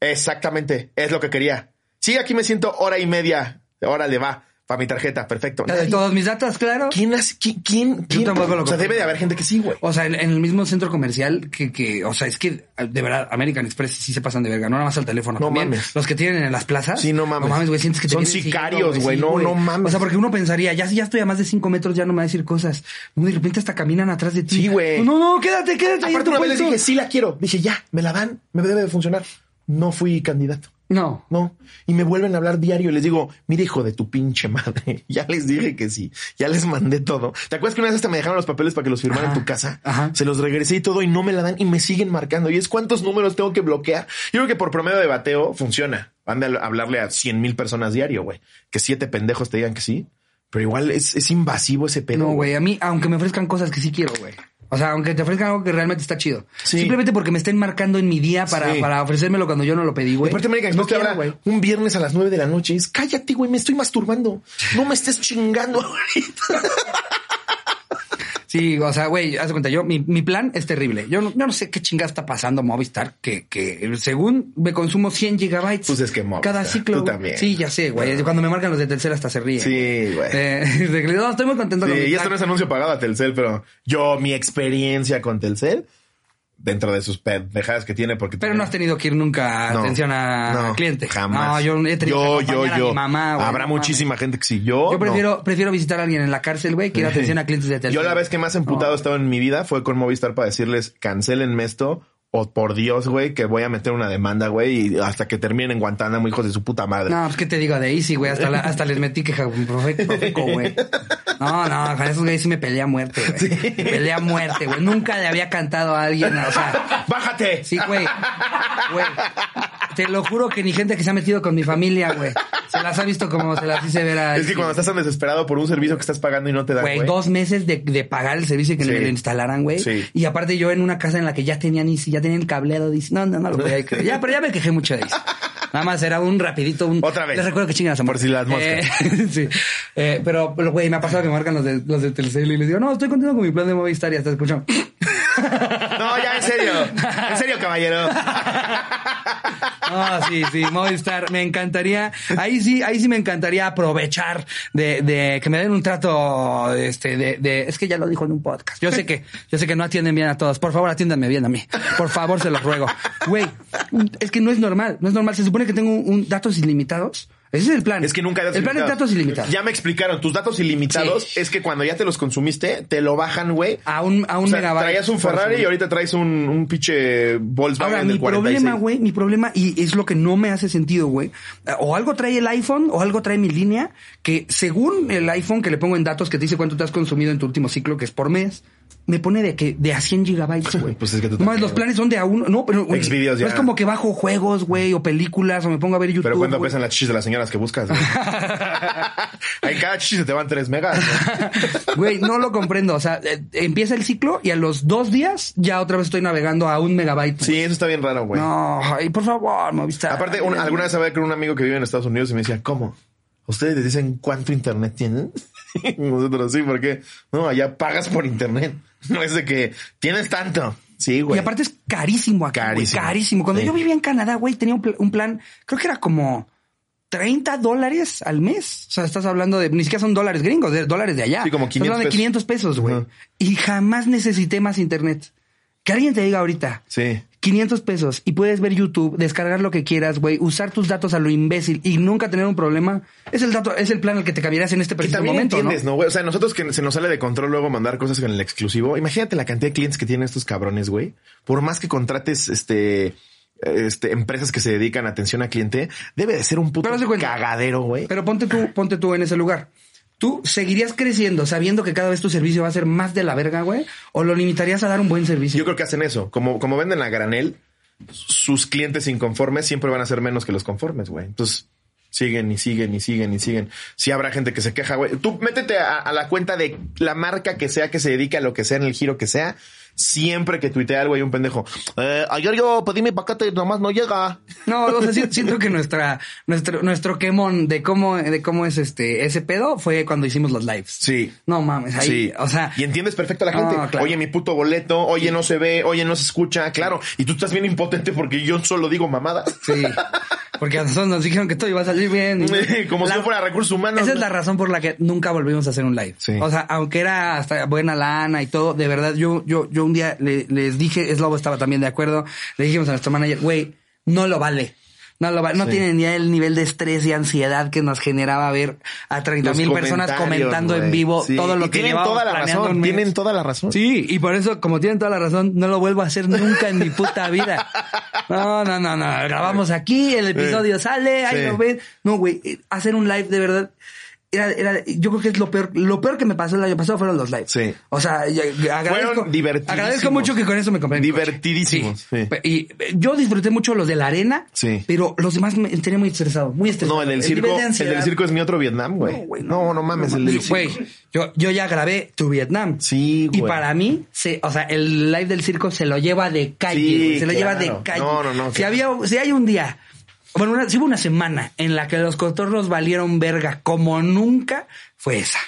[SPEAKER 2] Exactamente. Es lo que quería. Sí, aquí me siento hora y media. Órale, va. Para mi tarjeta. Perfecto.
[SPEAKER 1] La de todos mis datos, claro.
[SPEAKER 2] ¿Quién hace? ¿Quién? ¿Quién? quién-
[SPEAKER 1] tampoco lo
[SPEAKER 2] o sea,
[SPEAKER 1] compré.
[SPEAKER 2] debe de haber gente que sí, güey.
[SPEAKER 1] O sea, en, en el mismo centro comercial que, que, o sea, es que de verdad American Express sí se pasan de verga, no nada más al teléfono.
[SPEAKER 2] No
[SPEAKER 1] también.
[SPEAKER 2] mames.
[SPEAKER 1] Los que tienen en las plazas.
[SPEAKER 2] Sí, no mames.
[SPEAKER 1] No mames, güey, sientes que te
[SPEAKER 2] Son
[SPEAKER 1] vienen siguiendo,
[SPEAKER 2] sicarios, güey, no, no mames.
[SPEAKER 1] O sea, porque uno pensaría, ya, ya estoy a más de cinco metros, ya no me va a decir cosas. De repente hasta caminan atrás de ti.
[SPEAKER 2] Sí, güey.
[SPEAKER 1] No, no, quédate, quédate. ahí en
[SPEAKER 2] Aparte
[SPEAKER 1] tu
[SPEAKER 2] una vez les
[SPEAKER 1] puesto.
[SPEAKER 2] dije, sí la quiero. Dije, ya, me la dan, me debe de funcionar. No fui candidato.
[SPEAKER 1] No.
[SPEAKER 2] No. Y me vuelven a hablar diario y les digo, mire, hijo de tu pinche madre. Ya les dije que sí. Ya les mandé todo. ¿Te acuerdas que una vez hasta me dejaron los papeles para que los firmara
[SPEAKER 1] Ajá,
[SPEAKER 2] en tu casa?
[SPEAKER 1] ajá.
[SPEAKER 2] Se los regresé y todo y no me la dan y me siguen marcando. Y es cuántos números tengo que bloquear. Yo creo que por promedio de bateo funciona. Van a hablarle a 100 mil personas diario, güey. Que siete pendejos te digan que sí. Pero igual es, es invasivo ese pedo.
[SPEAKER 1] No, güey, a mí, aunque me ofrezcan cosas que sí quiero, güey. O sea, aunque te ofrezcan algo que realmente está chido.
[SPEAKER 2] Sí.
[SPEAKER 1] Simplemente porque me estén marcando en mi día para,
[SPEAKER 2] Sí.
[SPEAKER 1] para ofrecérmelo cuando yo no lo pedí,
[SPEAKER 2] Y
[SPEAKER 1] güey.
[SPEAKER 2] Aparte, América Express te
[SPEAKER 1] quiero,
[SPEAKER 2] habla un viernes a las 9 de la noche. y Es cállate, güey, me estoy masturbando. No me estés chingando ahorita.
[SPEAKER 1] Sí, o sea, güey, haz de cuenta, yo, mi, mi plan es terrible. Yo no, yo no sé qué chingada está pasando Movistar, que, que según me consumo 100 gigabytes.
[SPEAKER 2] Pues es que Movistar,
[SPEAKER 1] Cada ciclo.
[SPEAKER 2] tú
[SPEAKER 1] güey.
[SPEAKER 2] también.
[SPEAKER 1] Sí, ya sé, güey. Cuando me marcan los de tercera hasta se ríen.
[SPEAKER 2] Sí, güey.
[SPEAKER 1] Eh, de que, no, estoy muy contento con mi
[SPEAKER 2] y
[SPEAKER 1] plan.
[SPEAKER 2] esto no es anuncio pagado a Telcel, pero yo, mi experiencia con Telcel, dentro de sus pendejadas que tiene, porque.
[SPEAKER 1] Pero no has
[SPEAKER 2] tiene-
[SPEAKER 1] tenido que ir nunca a
[SPEAKER 2] No,
[SPEAKER 1] atención a
[SPEAKER 2] no,
[SPEAKER 1] cliente.
[SPEAKER 2] Jamás.
[SPEAKER 1] No, yo he tenido que
[SPEAKER 2] yo, yo,
[SPEAKER 1] acompañar
[SPEAKER 2] yo.
[SPEAKER 1] a mi mamá, güey.
[SPEAKER 2] Habrá
[SPEAKER 1] No mames.
[SPEAKER 2] muchísima gente que sí. Yo.
[SPEAKER 1] Yo
[SPEAKER 2] no.
[SPEAKER 1] prefiero, prefiero visitar a alguien en la cárcel, güey, que ir a atención a clientes de Telcel.
[SPEAKER 2] Yo la vez que más emputado he estado en mi vida fue con Movistar para decirles, cancelenme esto. O por Dios, güey, que voy a meter una demanda, güey, y hasta que terminen en Guantánamo, hijos de su puta madre.
[SPEAKER 1] No, pues que te digo de Easy, güey. Hasta, la- hasta les metí queja con profe- Profeco, güey. No, no, con esos güeyes sí me peleé a muerte, güey. Me peleé a muerte, güey. Nunca le había cantado a alguien, o sea.
[SPEAKER 2] ¡Bájate!
[SPEAKER 1] Sí, güey. Güey. Te lo juro que ni gente que se ha metido con mi familia, güey. Se las ha visto como se las hice ver a.
[SPEAKER 2] Es que
[SPEAKER 1] Easy,
[SPEAKER 2] cuando estás tan desesperado por un servicio que estás pagando y no te dan,
[SPEAKER 1] Güey,
[SPEAKER 2] güey.
[SPEAKER 1] dos meses de, de pagar el servicio y que
[SPEAKER 2] Sí.
[SPEAKER 1] me lo instalaran, güey.
[SPEAKER 2] Sí.
[SPEAKER 1] Y aparte yo en una casa en la que ya tenían Easy, ya tenían cableado, dice, no, no, no lo voy a creer. Ya, pero ya me quejé mucho de Easy. Nada más era un rapidito, un...
[SPEAKER 2] Otra vez.
[SPEAKER 1] Les recuerdo que chingan a su
[SPEAKER 2] Por
[SPEAKER 1] madre.
[SPEAKER 2] si las moscas.
[SPEAKER 1] Eh, sí. Eh, pero, pero, güey, me ha pasado que me marcan los de, los de Telcel y les digo, no, estoy contento con mi plan de Movistar y hasta escuchan.
[SPEAKER 2] No, ya, en serio. En serio, caballero.
[SPEAKER 1] No, sí, sí, Movistar. Me encantaría, ahí sí, ahí sí me encantaría aprovechar de, de que me den un trato, este, de, de, es que ya lo dijo en un podcast. Yo sé que, yo sé que no atienden bien a todos. Por favor, atiéndanme bien a mí. Por favor, se los ruego. Güey, es que no es normal, no es normal. Se supone que tengo un datos ilimitados. Ese es el plan.
[SPEAKER 2] Es que nunca hay datos
[SPEAKER 1] El plan es
[SPEAKER 2] ilimitados.
[SPEAKER 1] datos ilimitados.
[SPEAKER 2] Ya me explicaron, tus datos ilimitados
[SPEAKER 1] Sí.
[SPEAKER 2] es que cuando ya te los consumiste, te lo bajan, güey.
[SPEAKER 1] A un, a un
[SPEAKER 2] O sea,
[SPEAKER 1] megabyte
[SPEAKER 2] traías un
[SPEAKER 1] por
[SPEAKER 2] Ferrari
[SPEAKER 1] segundo.
[SPEAKER 2] y ahorita traes un, un pinche Volkswagen
[SPEAKER 1] Ahora,
[SPEAKER 2] del
[SPEAKER 1] mi
[SPEAKER 2] 46.
[SPEAKER 1] problema, güey, mi problema, y es lo que no me hace sentido, güey. eh, O algo trae el iPhone, o algo trae mi línea, que según el iPhone que le pongo en datos que te dice cuánto te has consumido en tu último ciclo, que es por mes, me pone de que de a 100 gigabytes, güey.
[SPEAKER 2] Pues es que tú
[SPEAKER 1] Más
[SPEAKER 2] también,
[SPEAKER 1] los
[SPEAKER 2] güey.
[SPEAKER 1] planes son de a uno. No, pero güey,
[SPEAKER 2] Xvideos
[SPEAKER 1] no
[SPEAKER 2] ya.
[SPEAKER 1] es como que bajo juegos, güey, o películas, o me pongo a ver YouTube.
[SPEAKER 2] Pero cuando
[SPEAKER 1] güey.
[SPEAKER 2] pesan las chichis de las señoras que buscas, güey. Ahí cada chichis se te van 3 megas. güey.
[SPEAKER 1] Güey, no lo comprendo. O sea, eh, empieza el ciclo y a los dos días ya otra vez estoy navegando a un megabyte.
[SPEAKER 2] Sí, eso está bien raro, güey.
[SPEAKER 1] No, ay, por favor, Movistar.
[SPEAKER 2] Aparte, un- alguna vez hablé con un amigo que vive en Estados Unidos y me decía, ¿cómo? ¿Ustedes les dicen cuánto internet tienen? Y Nosotros sí, porque no, allá pagas por internet. No es de que tienes tanto. Sí, güey.
[SPEAKER 1] Y aparte es carísimo acá. güey,
[SPEAKER 2] Carísimo.
[SPEAKER 1] Carísimo. Cuando
[SPEAKER 2] Sí.
[SPEAKER 1] yo vivía en Canadá, güey, tenía un, pl- un plan, creo que era como 30 dólares al mes. O sea, estás hablando de, ni siquiera son dólares gringos, de dólares de allá.
[SPEAKER 2] Sí, como
[SPEAKER 1] Estás hablando
[SPEAKER 2] 500
[SPEAKER 1] de 500 pesos, güey.
[SPEAKER 2] Ajá.
[SPEAKER 1] Y jamás necesité más internet. Que alguien te diga ahorita,
[SPEAKER 2] Sí.
[SPEAKER 1] 500 pesos y puedes ver YouTube, descargar lo que quieras, güey, usar tus datos a lo imbécil y nunca tener un problema. Es el dato, es el plan al que te cambiarás en este
[SPEAKER 2] Que
[SPEAKER 1] preciso
[SPEAKER 2] también
[SPEAKER 1] momento,
[SPEAKER 2] entiendes,
[SPEAKER 1] ¿no?
[SPEAKER 2] ¿no, güey? O sea, nosotros que se nos sale de control luego mandar cosas con el exclusivo. Imagínate la cantidad de clientes que tienen estos cabrones, güey. Por más que contrates, este, este, empresas que se dedican a atención al cliente, debe de ser un puto
[SPEAKER 1] Pero haz de cuenta.
[SPEAKER 2] cagadero, güey.
[SPEAKER 1] Pero ponte tú, ponte tú en ese lugar. ¿Tú seguirías creciendo sabiendo que cada vez tu servicio va a ser más de la verga, güey? ¿O lo limitarías a dar un buen servicio?
[SPEAKER 2] Yo creo que hacen eso. Como, como venden a granel, sus clientes inconformes siempre van a ser menos que los conformes, güey. Entonces siguen y siguen y siguen y siguen. Si habrá gente que se queja, güey. Tú métete a, a la cuenta de la marca que sea, que se dedica a lo que sea, en el giro que sea. Siempre que tuitea algo hay un pendejo.
[SPEAKER 3] Eh, ayer yo pedí mi paquete y nomás no llega.
[SPEAKER 1] No, o sea, si- siento que nuestra, nuestro, nuestro quemón de cómo, de cómo es este, ese pedo fue cuando hicimos los lives.
[SPEAKER 2] Sí.
[SPEAKER 1] No mames, ahí,
[SPEAKER 2] sí.
[SPEAKER 1] o sea,
[SPEAKER 2] y entiendes perfecto a la gente.
[SPEAKER 1] Ah, claro.
[SPEAKER 2] Oye, mi puto boleto. Oye, no se ve. Oye, no se escucha. Claro. Y tú estás bien impotente porque yo solo digo mamada.
[SPEAKER 1] sí. Porque a nosotros nos dijeron que todo iba a salir bien. y-
[SPEAKER 2] Como si
[SPEAKER 1] La-
[SPEAKER 2] yo fuera recursos humanos.
[SPEAKER 1] Esa es la razón por la que nunca volvimos a hacer un live.
[SPEAKER 2] Sí.
[SPEAKER 1] O sea, aunque era hasta buena lana y todo, de verdad, yo, yo, yo un día le- les dije, Slobo estaba también de acuerdo, le dijimos a nuestro manager, güey, no lo vale. No lo vale. No tienen ya el nivel de estrés y ansiedad que nos generaba ver a 30
[SPEAKER 2] Los
[SPEAKER 1] mil personas
[SPEAKER 2] comentarios,
[SPEAKER 1] comentando en
[SPEAKER 2] güey.
[SPEAKER 1] vivo
[SPEAKER 2] Sí.
[SPEAKER 1] todo lo
[SPEAKER 2] Y
[SPEAKER 1] que
[SPEAKER 2] tienen
[SPEAKER 1] llevábamos
[SPEAKER 2] toda la
[SPEAKER 1] planeando
[SPEAKER 2] razón.
[SPEAKER 1] un mes.
[SPEAKER 2] Tienen toda la razón.
[SPEAKER 1] Sí, y por eso, como tienen toda la razón, no lo vuelvo a hacer nunca en mi puta vida. No, no, no, no. Grabamos aquí, el episodio sale, ahí
[SPEAKER 2] Sí.
[SPEAKER 1] lo ven. No, güey, eh, hacer un live de verdad. Era, era, yo creo que es lo peor, lo peor que me pasó el año pasado fueron los lives.
[SPEAKER 2] Sí.
[SPEAKER 1] O sea, y- y agradezco,
[SPEAKER 2] Fueron divertidísimos.
[SPEAKER 1] agradezco mucho que con eso me compré. mi coche.
[SPEAKER 2] Divertidísimos, sí.
[SPEAKER 1] Pe- Y eh, yo disfruté mucho los de la arena,
[SPEAKER 2] Sí.
[SPEAKER 1] pero los demás me tenía muy estresado, muy estresado.
[SPEAKER 2] No, el del
[SPEAKER 1] nivel
[SPEAKER 2] circo.
[SPEAKER 1] de
[SPEAKER 2] El del
[SPEAKER 1] ansiedad-
[SPEAKER 2] circo es mi otro Vietnam, güey. No, no, mames, el del
[SPEAKER 1] Sí,
[SPEAKER 2] circo.
[SPEAKER 1] Güey, yo, yo ya grabé tu Vietnam.
[SPEAKER 2] Sí,
[SPEAKER 1] Y
[SPEAKER 2] güey.
[SPEAKER 1] para mí, se, o sea, el live del circo se lo lleva de calle.
[SPEAKER 2] Sí,
[SPEAKER 1] güey, se lo lleva
[SPEAKER 2] claro.
[SPEAKER 1] de calle.
[SPEAKER 2] No, no, no,
[SPEAKER 1] Si,
[SPEAKER 2] claro.
[SPEAKER 1] había, si hay un día, bueno, una, si hubo una semana en la que los cotorros valieron verga como nunca, fue esa.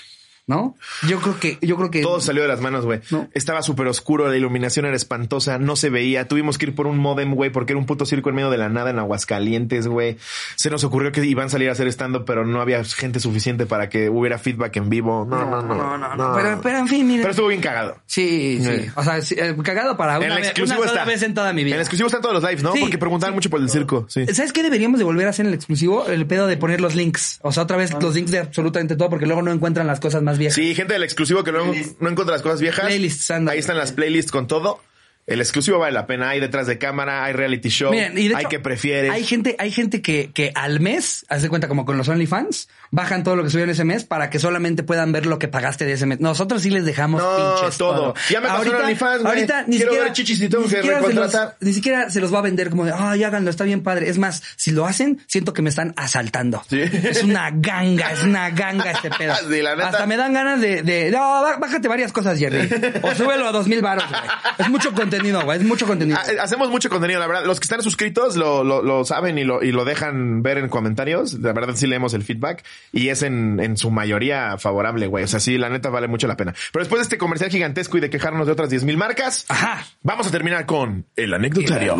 [SPEAKER 1] ¿No? Yo creo que, yo creo que.
[SPEAKER 2] Todo salió de las manos, güey.
[SPEAKER 1] No.
[SPEAKER 2] Estaba súper oscuro, la iluminación era espantosa, no se veía. Tuvimos que ir por un modem, güey, porque era un puto circo en medio de la nada en Aguascalientes, güey. Se nos ocurrió que iban a salir a hacer stand-up, pero no había gente suficiente para que hubiera feedback en vivo. No, no, no.
[SPEAKER 1] no, no, no, Pero, pero en fin, miren.
[SPEAKER 2] Pero estuvo bien cagado.
[SPEAKER 1] sí, sí,
[SPEAKER 2] Sí.
[SPEAKER 1] O sea, sí, eh, cagado para
[SPEAKER 2] En
[SPEAKER 1] una,
[SPEAKER 2] el
[SPEAKER 1] vez,
[SPEAKER 2] exclusivo
[SPEAKER 1] una sola
[SPEAKER 2] está.
[SPEAKER 1] vez en toda mi vida.
[SPEAKER 2] En el exclusivo están todos los lives, ¿no?
[SPEAKER 1] Sí,
[SPEAKER 2] porque preguntaban mucho por el del circo. Sí.
[SPEAKER 1] ¿Sabes qué deberíamos de volver a hacer en el exclusivo? El pedo de poner los links. O sea, otra vez los links de absolutamente todo, porque luego no encuentran las cosas más viejas.
[SPEAKER 2] Ah. Sí, gente del exclusivo que no, no encuentra las cosas viejas.
[SPEAKER 1] Playlists, ándale.
[SPEAKER 2] Ahí están las playlists con todo. El exclusivo vale la pena. Hay detrás de cámara, hay reality show,
[SPEAKER 1] Miren, y de
[SPEAKER 2] hay
[SPEAKER 1] hecho,
[SPEAKER 2] que prefieres.
[SPEAKER 1] Hay gente, hay gente que, que al mes, hace cuenta como con los OnlyFans, bajan todo lo que subieron ese mes para que solamente puedan ver lo que pagaste de ese mes. Nosotros sí les dejamos
[SPEAKER 2] No,
[SPEAKER 1] pinches
[SPEAKER 2] todo.
[SPEAKER 1] todo.
[SPEAKER 2] Ya me pasó el OnlyFans, güey.
[SPEAKER 1] Ahorita ni
[SPEAKER 2] Quiero
[SPEAKER 1] siquiera,
[SPEAKER 2] ver chichis y tengo
[SPEAKER 1] ni
[SPEAKER 2] que
[SPEAKER 1] siquiera se los-
[SPEAKER 2] recontratar.
[SPEAKER 1] ni siquiera se los va a vender como de, ay, háganlo, está bien padre. Es más, si lo hacen, siento que me están asaltando.
[SPEAKER 2] Sí.
[SPEAKER 1] Es una ganga, es una ganga este pedo.
[SPEAKER 2] Sí, la neta.
[SPEAKER 1] Hasta me dan ganas de, de, no, bá- bájate varias cosas, Jerry. O súbelo a dos mil baros, güey. Es mucho contenido, güey. Es mucho contenido.
[SPEAKER 2] Ah, eh, Hacemos mucho contenido, la verdad. Los que están suscritos lo, lo, lo saben y lo, y lo dejan ver en comentarios. La verdad sí leemos el feedback y es en, en su mayoría favorable, güey. O sea, sí, la neta vale mucho la pena. Pero después de este comercial gigantesco y de quejarnos de otras 10.000 marcas,
[SPEAKER 1] Ajá.
[SPEAKER 2] vamos a terminar con el anecdotario.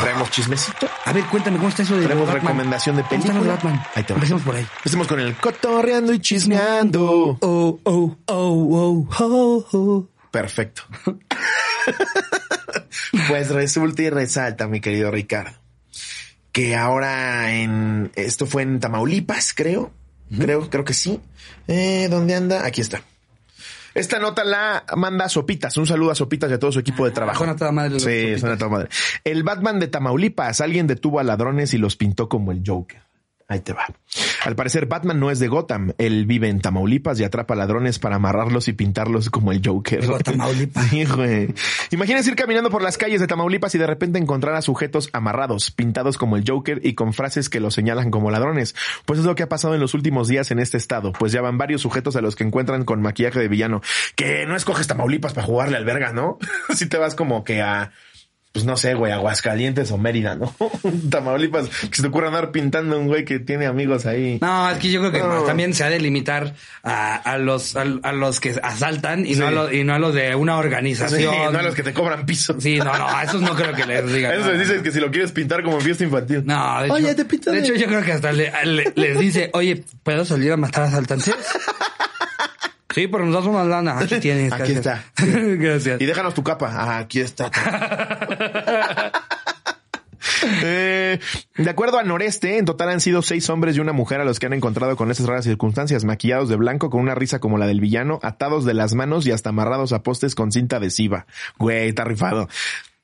[SPEAKER 2] Traemos chismecito.
[SPEAKER 1] A ver, cuéntame cómo está eso de
[SPEAKER 2] Tenemos
[SPEAKER 1] Batman?
[SPEAKER 2] recomendación de
[SPEAKER 1] ¿Cómo está lo de
[SPEAKER 2] película.
[SPEAKER 1] Batman?
[SPEAKER 2] Ahí te va.
[SPEAKER 1] Empecemos por ahí.
[SPEAKER 2] Empecemos con el cotorreando y
[SPEAKER 1] Oh,
[SPEAKER 2] chismeando.
[SPEAKER 1] oh, oh, oh, oh, oh.
[SPEAKER 2] Perfecto. pues resulta y resalta, mi querido Ricardo, que ahora en esto fue en Tamaulipas, creo. Creo, creo que sí. Eh, ¿Dónde anda? Aquí está. Esta nota la manda Sopitas. Un saludo a Sopitas y a todo su equipo de trabajo.
[SPEAKER 1] son a Ah, toda madre los
[SPEAKER 2] Sí,
[SPEAKER 1] Sopitas.
[SPEAKER 2] son a toda madre. El Batman de Tamaulipas. Alguien detuvo a ladrones y los pintó como el Joker. Ahí te va. Al parecer, Batman no es de Gotham. Él vive en Tamaulipas y atrapa ladrones para amarrarlos y pintarlos como el Joker.
[SPEAKER 1] Digo, Tamaulipas.
[SPEAKER 2] Sí, güey. Imagínense ir caminando por las calles de Tamaulipas y de repente encontrar a sujetos amarrados, pintados como el Joker y con frases que los señalan como ladrones. Pues es lo que ha pasado en los últimos días en este estado, pues ya van varios sujetos a los que encuentran con maquillaje de villano. Que no escoges Tamaulipas para jugarle al verga, ¿no? si te vas como que a... Pues no sé, güey, Aguascalientes o Mérida, ¿no? Tamaulipas, que se te ocurra andar pintando a un güey que tiene amigos ahí.
[SPEAKER 1] No, es que yo creo que
[SPEAKER 2] No.
[SPEAKER 1] también se ha de limitar a, a los, a, a los que asaltan y, no a
[SPEAKER 2] Sí.
[SPEAKER 1] los, y no a los de una
[SPEAKER 2] Sí,
[SPEAKER 1] organización.
[SPEAKER 2] no a los que te cobran pisos.
[SPEAKER 1] Sí, no, no, a esos no creo que les digan.
[SPEAKER 2] Eso
[SPEAKER 1] no,
[SPEAKER 2] les
[SPEAKER 1] no.
[SPEAKER 2] dices que si lo quieres pintar como fiesta infantil.
[SPEAKER 1] No, de
[SPEAKER 2] Oye,
[SPEAKER 1] hecho,
[SPEAKER 2] te pinto
[SPEAKER 1] de
[SPEAKER 2] de-
[SPEAKER 1] hecho yo creo que hasta le- le- les dice, oye, ¿puedo salir a matar asaltantes? Sí, pero nos das una lana. Aquí tienes.
[SPEAKER 2] Aquí
[SPEAKER 1] gracias.
[SPEAKER 2] está.
[SPEAKER 1] gracias.
[SPEAKER 2] Y déjanos tu capa. Ah, aquí está. Eh, de acuerdo a Noreste, en total han sido seis hombres y una mujer a los que han encontrado con esas raras circunstancias, maquillados de blanco con una risa como la del villano, atados de las manos y hasta amarrados a postes con cinta adhesiva. Güey, está rifado.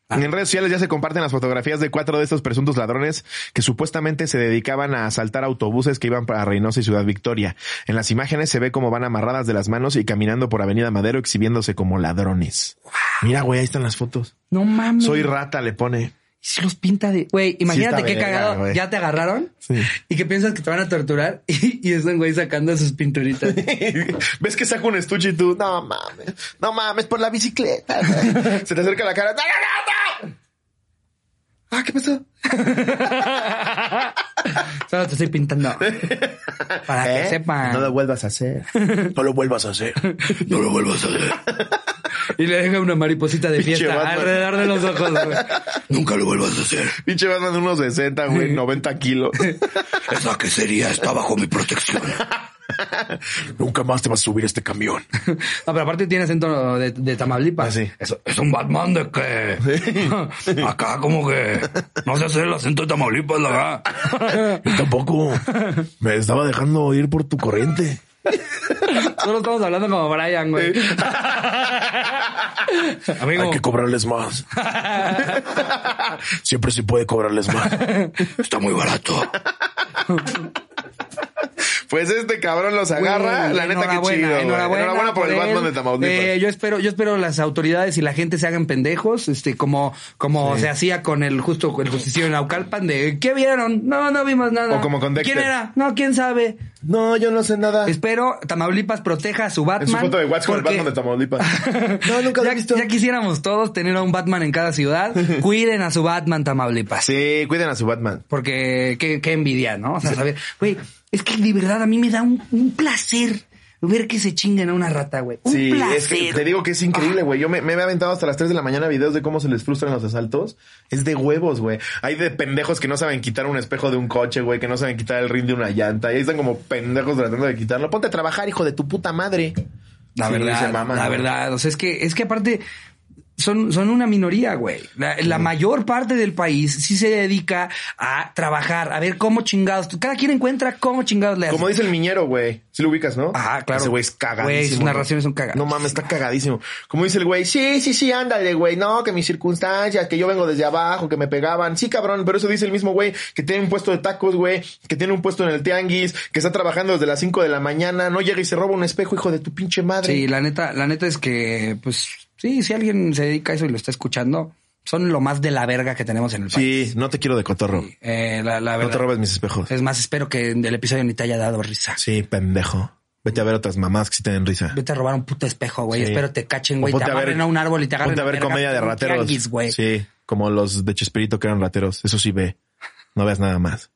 [SPEAKER 2] En redes sociales ya se comparten las fotografías de cuatro de estos presuntos ladrones que supuestamente se dedicaban a asaltar autobuses que iban para Reynosa y Ciudad Victoria. En las imágenes se ve cómo van amarradas de las manos y caminando por Avenida Madero exhibiéndose como ladrones. Mira, güey, ahí están las fotos.
[SPEAKER 1] No mames.
[SPEAKER 2] Soy rata, le pone.
[SPEAKER 1] Y si los pinta de. Güey, imagínate
[SPEAKER 2] está
[SPEAKER 1] qué
[SPEAKER 2] verga,
[SPEAKER 1] cagado.
[SPEAKER 2] güey.
[SPEAKER 1] Ya te agarraron
[SPEAKER 2] Sí.
[SPEAKER 1] y que piensas que te van a torturar y, y están, güey, sacando sus pinturitas.
[SPEAKER 2] ¿Ves que saca un estuche y tú? No mames, no mames, por la bicicleta. güey. Se te acerca la cara. ¡No, no, no, no! Ah, ¿qué pasó?
[SPEAKER 1] Solo te estoy pintando. Para
[SPEAKER 2] ¿Eh?
[SPEAKER 1] que sepan.
[SPEAKER 2] No lo vuelvas a hacer. No lo vuelvas a hacer. No lo vuelvas a hacer.
[SPEAKER 1] Y le deja una mariposita de
[SPEAKER 2] Pinche
[SPEAKER 1] fiesta
[SPEAKER 2] Batman.
[SPEAKER 1] alrededor de los ojos, güey.
[SPEAKER 4] Nunca lo vuelvas a hacer.
[SPEAKER 2] Pinche Batman de unos 60, güey, 90 kilos.
[SPEAKER 4] Esa quesería está bajo mi protección. Nunca más te vas a subir a este camión.
[SPEAKER 1] No, pero aparte tiene acento de, de Tamaulipas.
[SPEAKER 2] Ah, sí.
[SPEAKER 1] Eso.
[SPEAKER 4] Es un Batman de que acá como que no sé hacer el acento de Tamaulipas, la verdad. Yo tampoco. Me estaba dejando ir por tu corriente.
[SPEAKER 1] Solo estamos hablando como Brian, güey. Amigo.
[SPEAKER 4] Hay que cobrarles más. Siempre se puede cobrarles más. Está muy barato.
[SPEAKER 2] Pues este cabrón los agarra.
[SPEAKER 1] Güey,
[SPEAKER 2] la neta, que
[SPEAKER 1] enhorabuena,
[SPEAKER 2] chido. güey.
[SPEAKER 1] Enhorabuena,
[SPEAKER 2] por, el
[SPEAKER 1] él.
[SPEAKER 2] Batman de Tamaulipas.
[SPEAKER 1] Eh, yo espero, yo espero las autoridades y la gente se hagan pendejos, este, como, como se hacía con el justo, el justiciero en Aucalpan de ¿qué vieron? No, no vimos nada.
[SPEAKER 2] O como con Dexter.
[SPEAKER 1] ¿Quién era? No, quién sabe.
[SPEAKER 2] no, yo no sé nada.
[SPEAKER 1] Espero Tamaulipas proteja a su Batman.
[SPEAKER 2] en su foto de WhatsApp con el
[SPEAKER 1] porque-
[SPEAKER 2] Batman de Tamaulipas. No, nunca lo
[SPEAKER 1] ya,
[SPEAKER 2] he visto.
[SPEAKER 1] ya quisiéramos todos tener a un Batman en cada ciudad. Cuiden a su Batman Tamaulipas.
[SPEAKER 2] Sí, cuiden a su Batman.
[SPEAKER 1] Porque qué, qué envidia, ¿no? O sea, saber, güey, es que de verdad a mí me da un, un placer ver que se chingan a una rata, güey. Un
[SPEAKER 2] Sí,
[SPEAKER 1] placer. Ah.
[SPEAKER 2] es que te digo que es increíble, güey. Yo me, me he aventado hasta las 3 de la mañana videos de cómo se les frustran los asaltos. Es de huevos, güey. Hay de pendejos que no saben quitar un espejo de un coche, güey, que no saben quitar el rin de una llanta. Y ahí están como pendejos tratando de quitarlo. Ponte a trabajar, hijo de tu puta madre.
[SPEAKER 1] La
[SPEAKER 2] Sí,
[SPEAKER 1] verdad,
[SPEAKER 2] se maman,
[SPEAKER 1] la
[SPEAKER 2] güey.
[SPEAKER 1] verdad. O sea, es que, es que aparte son, son una minoría, güey. La, la mayor parte del país sí se dedica a trabajar, a ver cómo chingados. Cada quien encuentra cómo chingados le hace.
[SPEAKER 2] Como dice el miñero, güey. Si lo ubicas, ¿no?
[SPEAKER 1] Ajá, claro.
[SPEAKER 2] Ese güey es cagadísimo.
[SPEAKER 1] Güey, sus narraciones son
[SPEAKER 2] cagadas.
[SPEAKER 1] cagadísimas.
[SPEAKER 2] No mames, está cagadísimo. Como dice el güey, sí, sí, sí, ándale, güey. No, que mis circunstancias, que yo vengo desde abajo, que me pegaban. Sí, cabrón, pero eso dice el mismo güey que tiene un puesto de tacos, güey, que tiene un puesto en el tianguis, que está trabajando desde las 5 de la mañana, no llega y se roba un espejo, hijo de tu pinche madre.
[SPEAKER 1] Sí, la neta, la neta es que, pues, sí, si alguien se dedica a eso y lo está escuchando, son lo más de la verga que tenemos en el país.
[SPEAKER 2] Sí, no te quiero de cotorro.
[SPEAKER 1] Eh, la, la
[SPEAKER 2] No
[SPEAKER 1] verdad.
[SPEAKER 2] te robes mis espejos.
[SPEAKER 1] Es más, espero que el episodio ni te haya dado risa.
[SPEAKER 2] Sí, pendejo. Vete a ver otras mamás que sí te den risa.
[SPEAKER 1] Vete a robar un puto espejo, güey.
[SPEAKER 2] Sí.
[SPEAKER 1] Espero te cachen,
[SPEAKER 2] O
[SPEAKER 1] güey. Te
[SPEAKER 2] ponte a ver-
[SPEAKER 1] agarren a un árbol y te agarren
[SPEAKER 2] ponte a ver
[SPEAKER 1] vergas
[SPEAKER 2] comedia de
[SPEAKER 1] en un
[SPEAKER 2] rateros.
[SPEAKER 1] tianguis, güey.
[SPEAKER 2] Sí, como los de Chespirito que eran rateros. Eso sí ve. No veas nada más.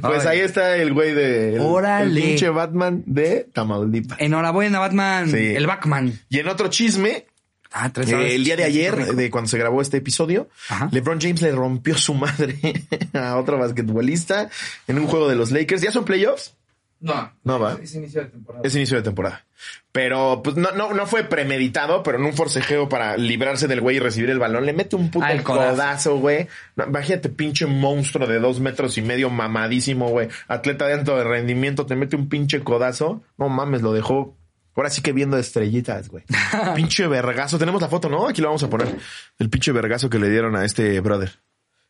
[SPEAKER 2] pues
[SPEAKER 1] Ay.
[SPEAKER 2] ahí está el güey de el- el,
[SPEAKER 1] Órale.
[SPEAKER 2] pinche Batman de Tamaulipas.
[SPEAKER 1] Enhorabuena, Batman.
[SPEAKER 2] Sí.
[SPEAKER 1] El Batman.
[SPEAKER 2] Y en otro chisme,
[SPEAKER 1] Ah, tres
[SPEAKER 2] eh,
[SPEAKER 1] horas.
[SPEAKER 2] el día de ayer, de cuando se grabó este episodio,
[SPEAKER 1] Ajá.
[SPEAKER 2] LeBron James le rompió su madre a otro basquetbolista en un juego de los Lakers. ¿Ya son playoffs?
[SPEAKER 1] No.
[SPEAKER 2] No va.
[SPEAKER 1] Es inicio de temporada.
[SPEAKER 2] Es inicio de temporada. Pero pues no, no, no fue premeditado, pero en un forcejeo para librarse del güey y recibir el balón, le mete un puto
[SPEAKER 1] Ah, el codazo.
[SPEAKER 2] codazo, güey. No, imagínate, pinche monstruo de dos metros y medio, mamadísimo, güey. Atleta de alto de rendimiento, te mete un pinche codazo. No mames, lo dejó. Ahora sí que viendo estrellitas, güey. pinche vergazo. Tenemos la foto, ¿no? Aquí lo vamos a poner. El pinche vergazo que le dieron a este brother.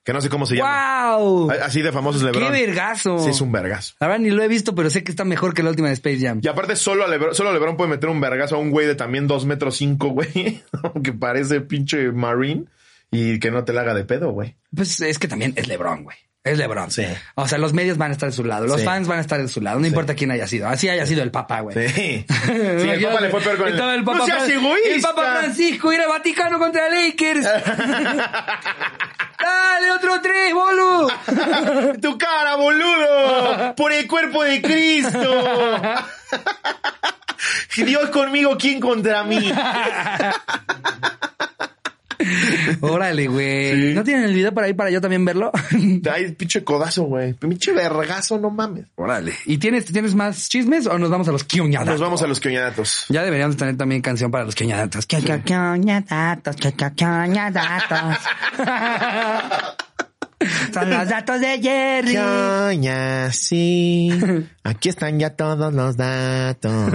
[SPEAKER 2] Que no sé cómo se llama.
[SPEAKER 1] ¡Wow!
[SPEAKER 2] A- Así de famoso es LeBron.
[SPEAKER 1] ¡Qué vergazo!
[SPEAKER 2] Sí, es un vergazo.
[SPEAKER 1] La verdad ni lo he visto, pero sé que está mejor que la última de Space Jam.
[SPEAKER 2] Y aparte, solo, a Lebron, solo Lebron puede meter un vergazo a un güey de también dos metros cinco, güey. que parece pinche Marine. Y que no te la haga de pedo, güey.
[SPEAKER 1] Pues es que también es LeBron, güey. Es LeBron.
[SPEAKER 2] Sí.
[SPEAKER 1] O sea, los medios van a estar de su lado, los
[SPEAKER 2] Sí.
[SPEAKER 1] fans van a estar de su lado, no importa quién haya sido. Así haya sido el papá, güey.
[SPEAKER 2] Sí. sí el papá le fue peor con el...
[SPEAKER 1] Estaba el Papa
[SPEAKER 2] ¡No seas
[SPEAKER 1] Fran-
[SPEAKER 2] egoísta!
[SPEAKER 1] El Papa Francisco era Vaticano contra Lakers. Dale, otro tres, bolu.
[SPEAKER 2] ¡Tu cara, boludo! ¡Por el cuerpo de Cristo! Dios conmigo, ¿quién contra mí?
[SPEAKER 1] Órale, güey.
[SPEAKER 2] Sí.
[SPEAKER 1] ¿No tienen el video para ahí para yo también verlo?
[SPEAKER 2] Ay, pinche codazo, güey. Pinche vergazo, no mames.
[SPEAKER 1] Órale. ¿Y tienes, tienes más chismes o nos vamos a los quioñadas?
[SPEAKER 2] Nos vamos a los queñadatos.
[SPEAKER 1] Ya deberíamos tener también canción para los quioñadatos.
[SPEAKER 5] Quioñadatos, quioñadatos. Son los datos de Jerry.
[SPEAKER 2] Ñoña, sí. Aquí están ya todos los datos.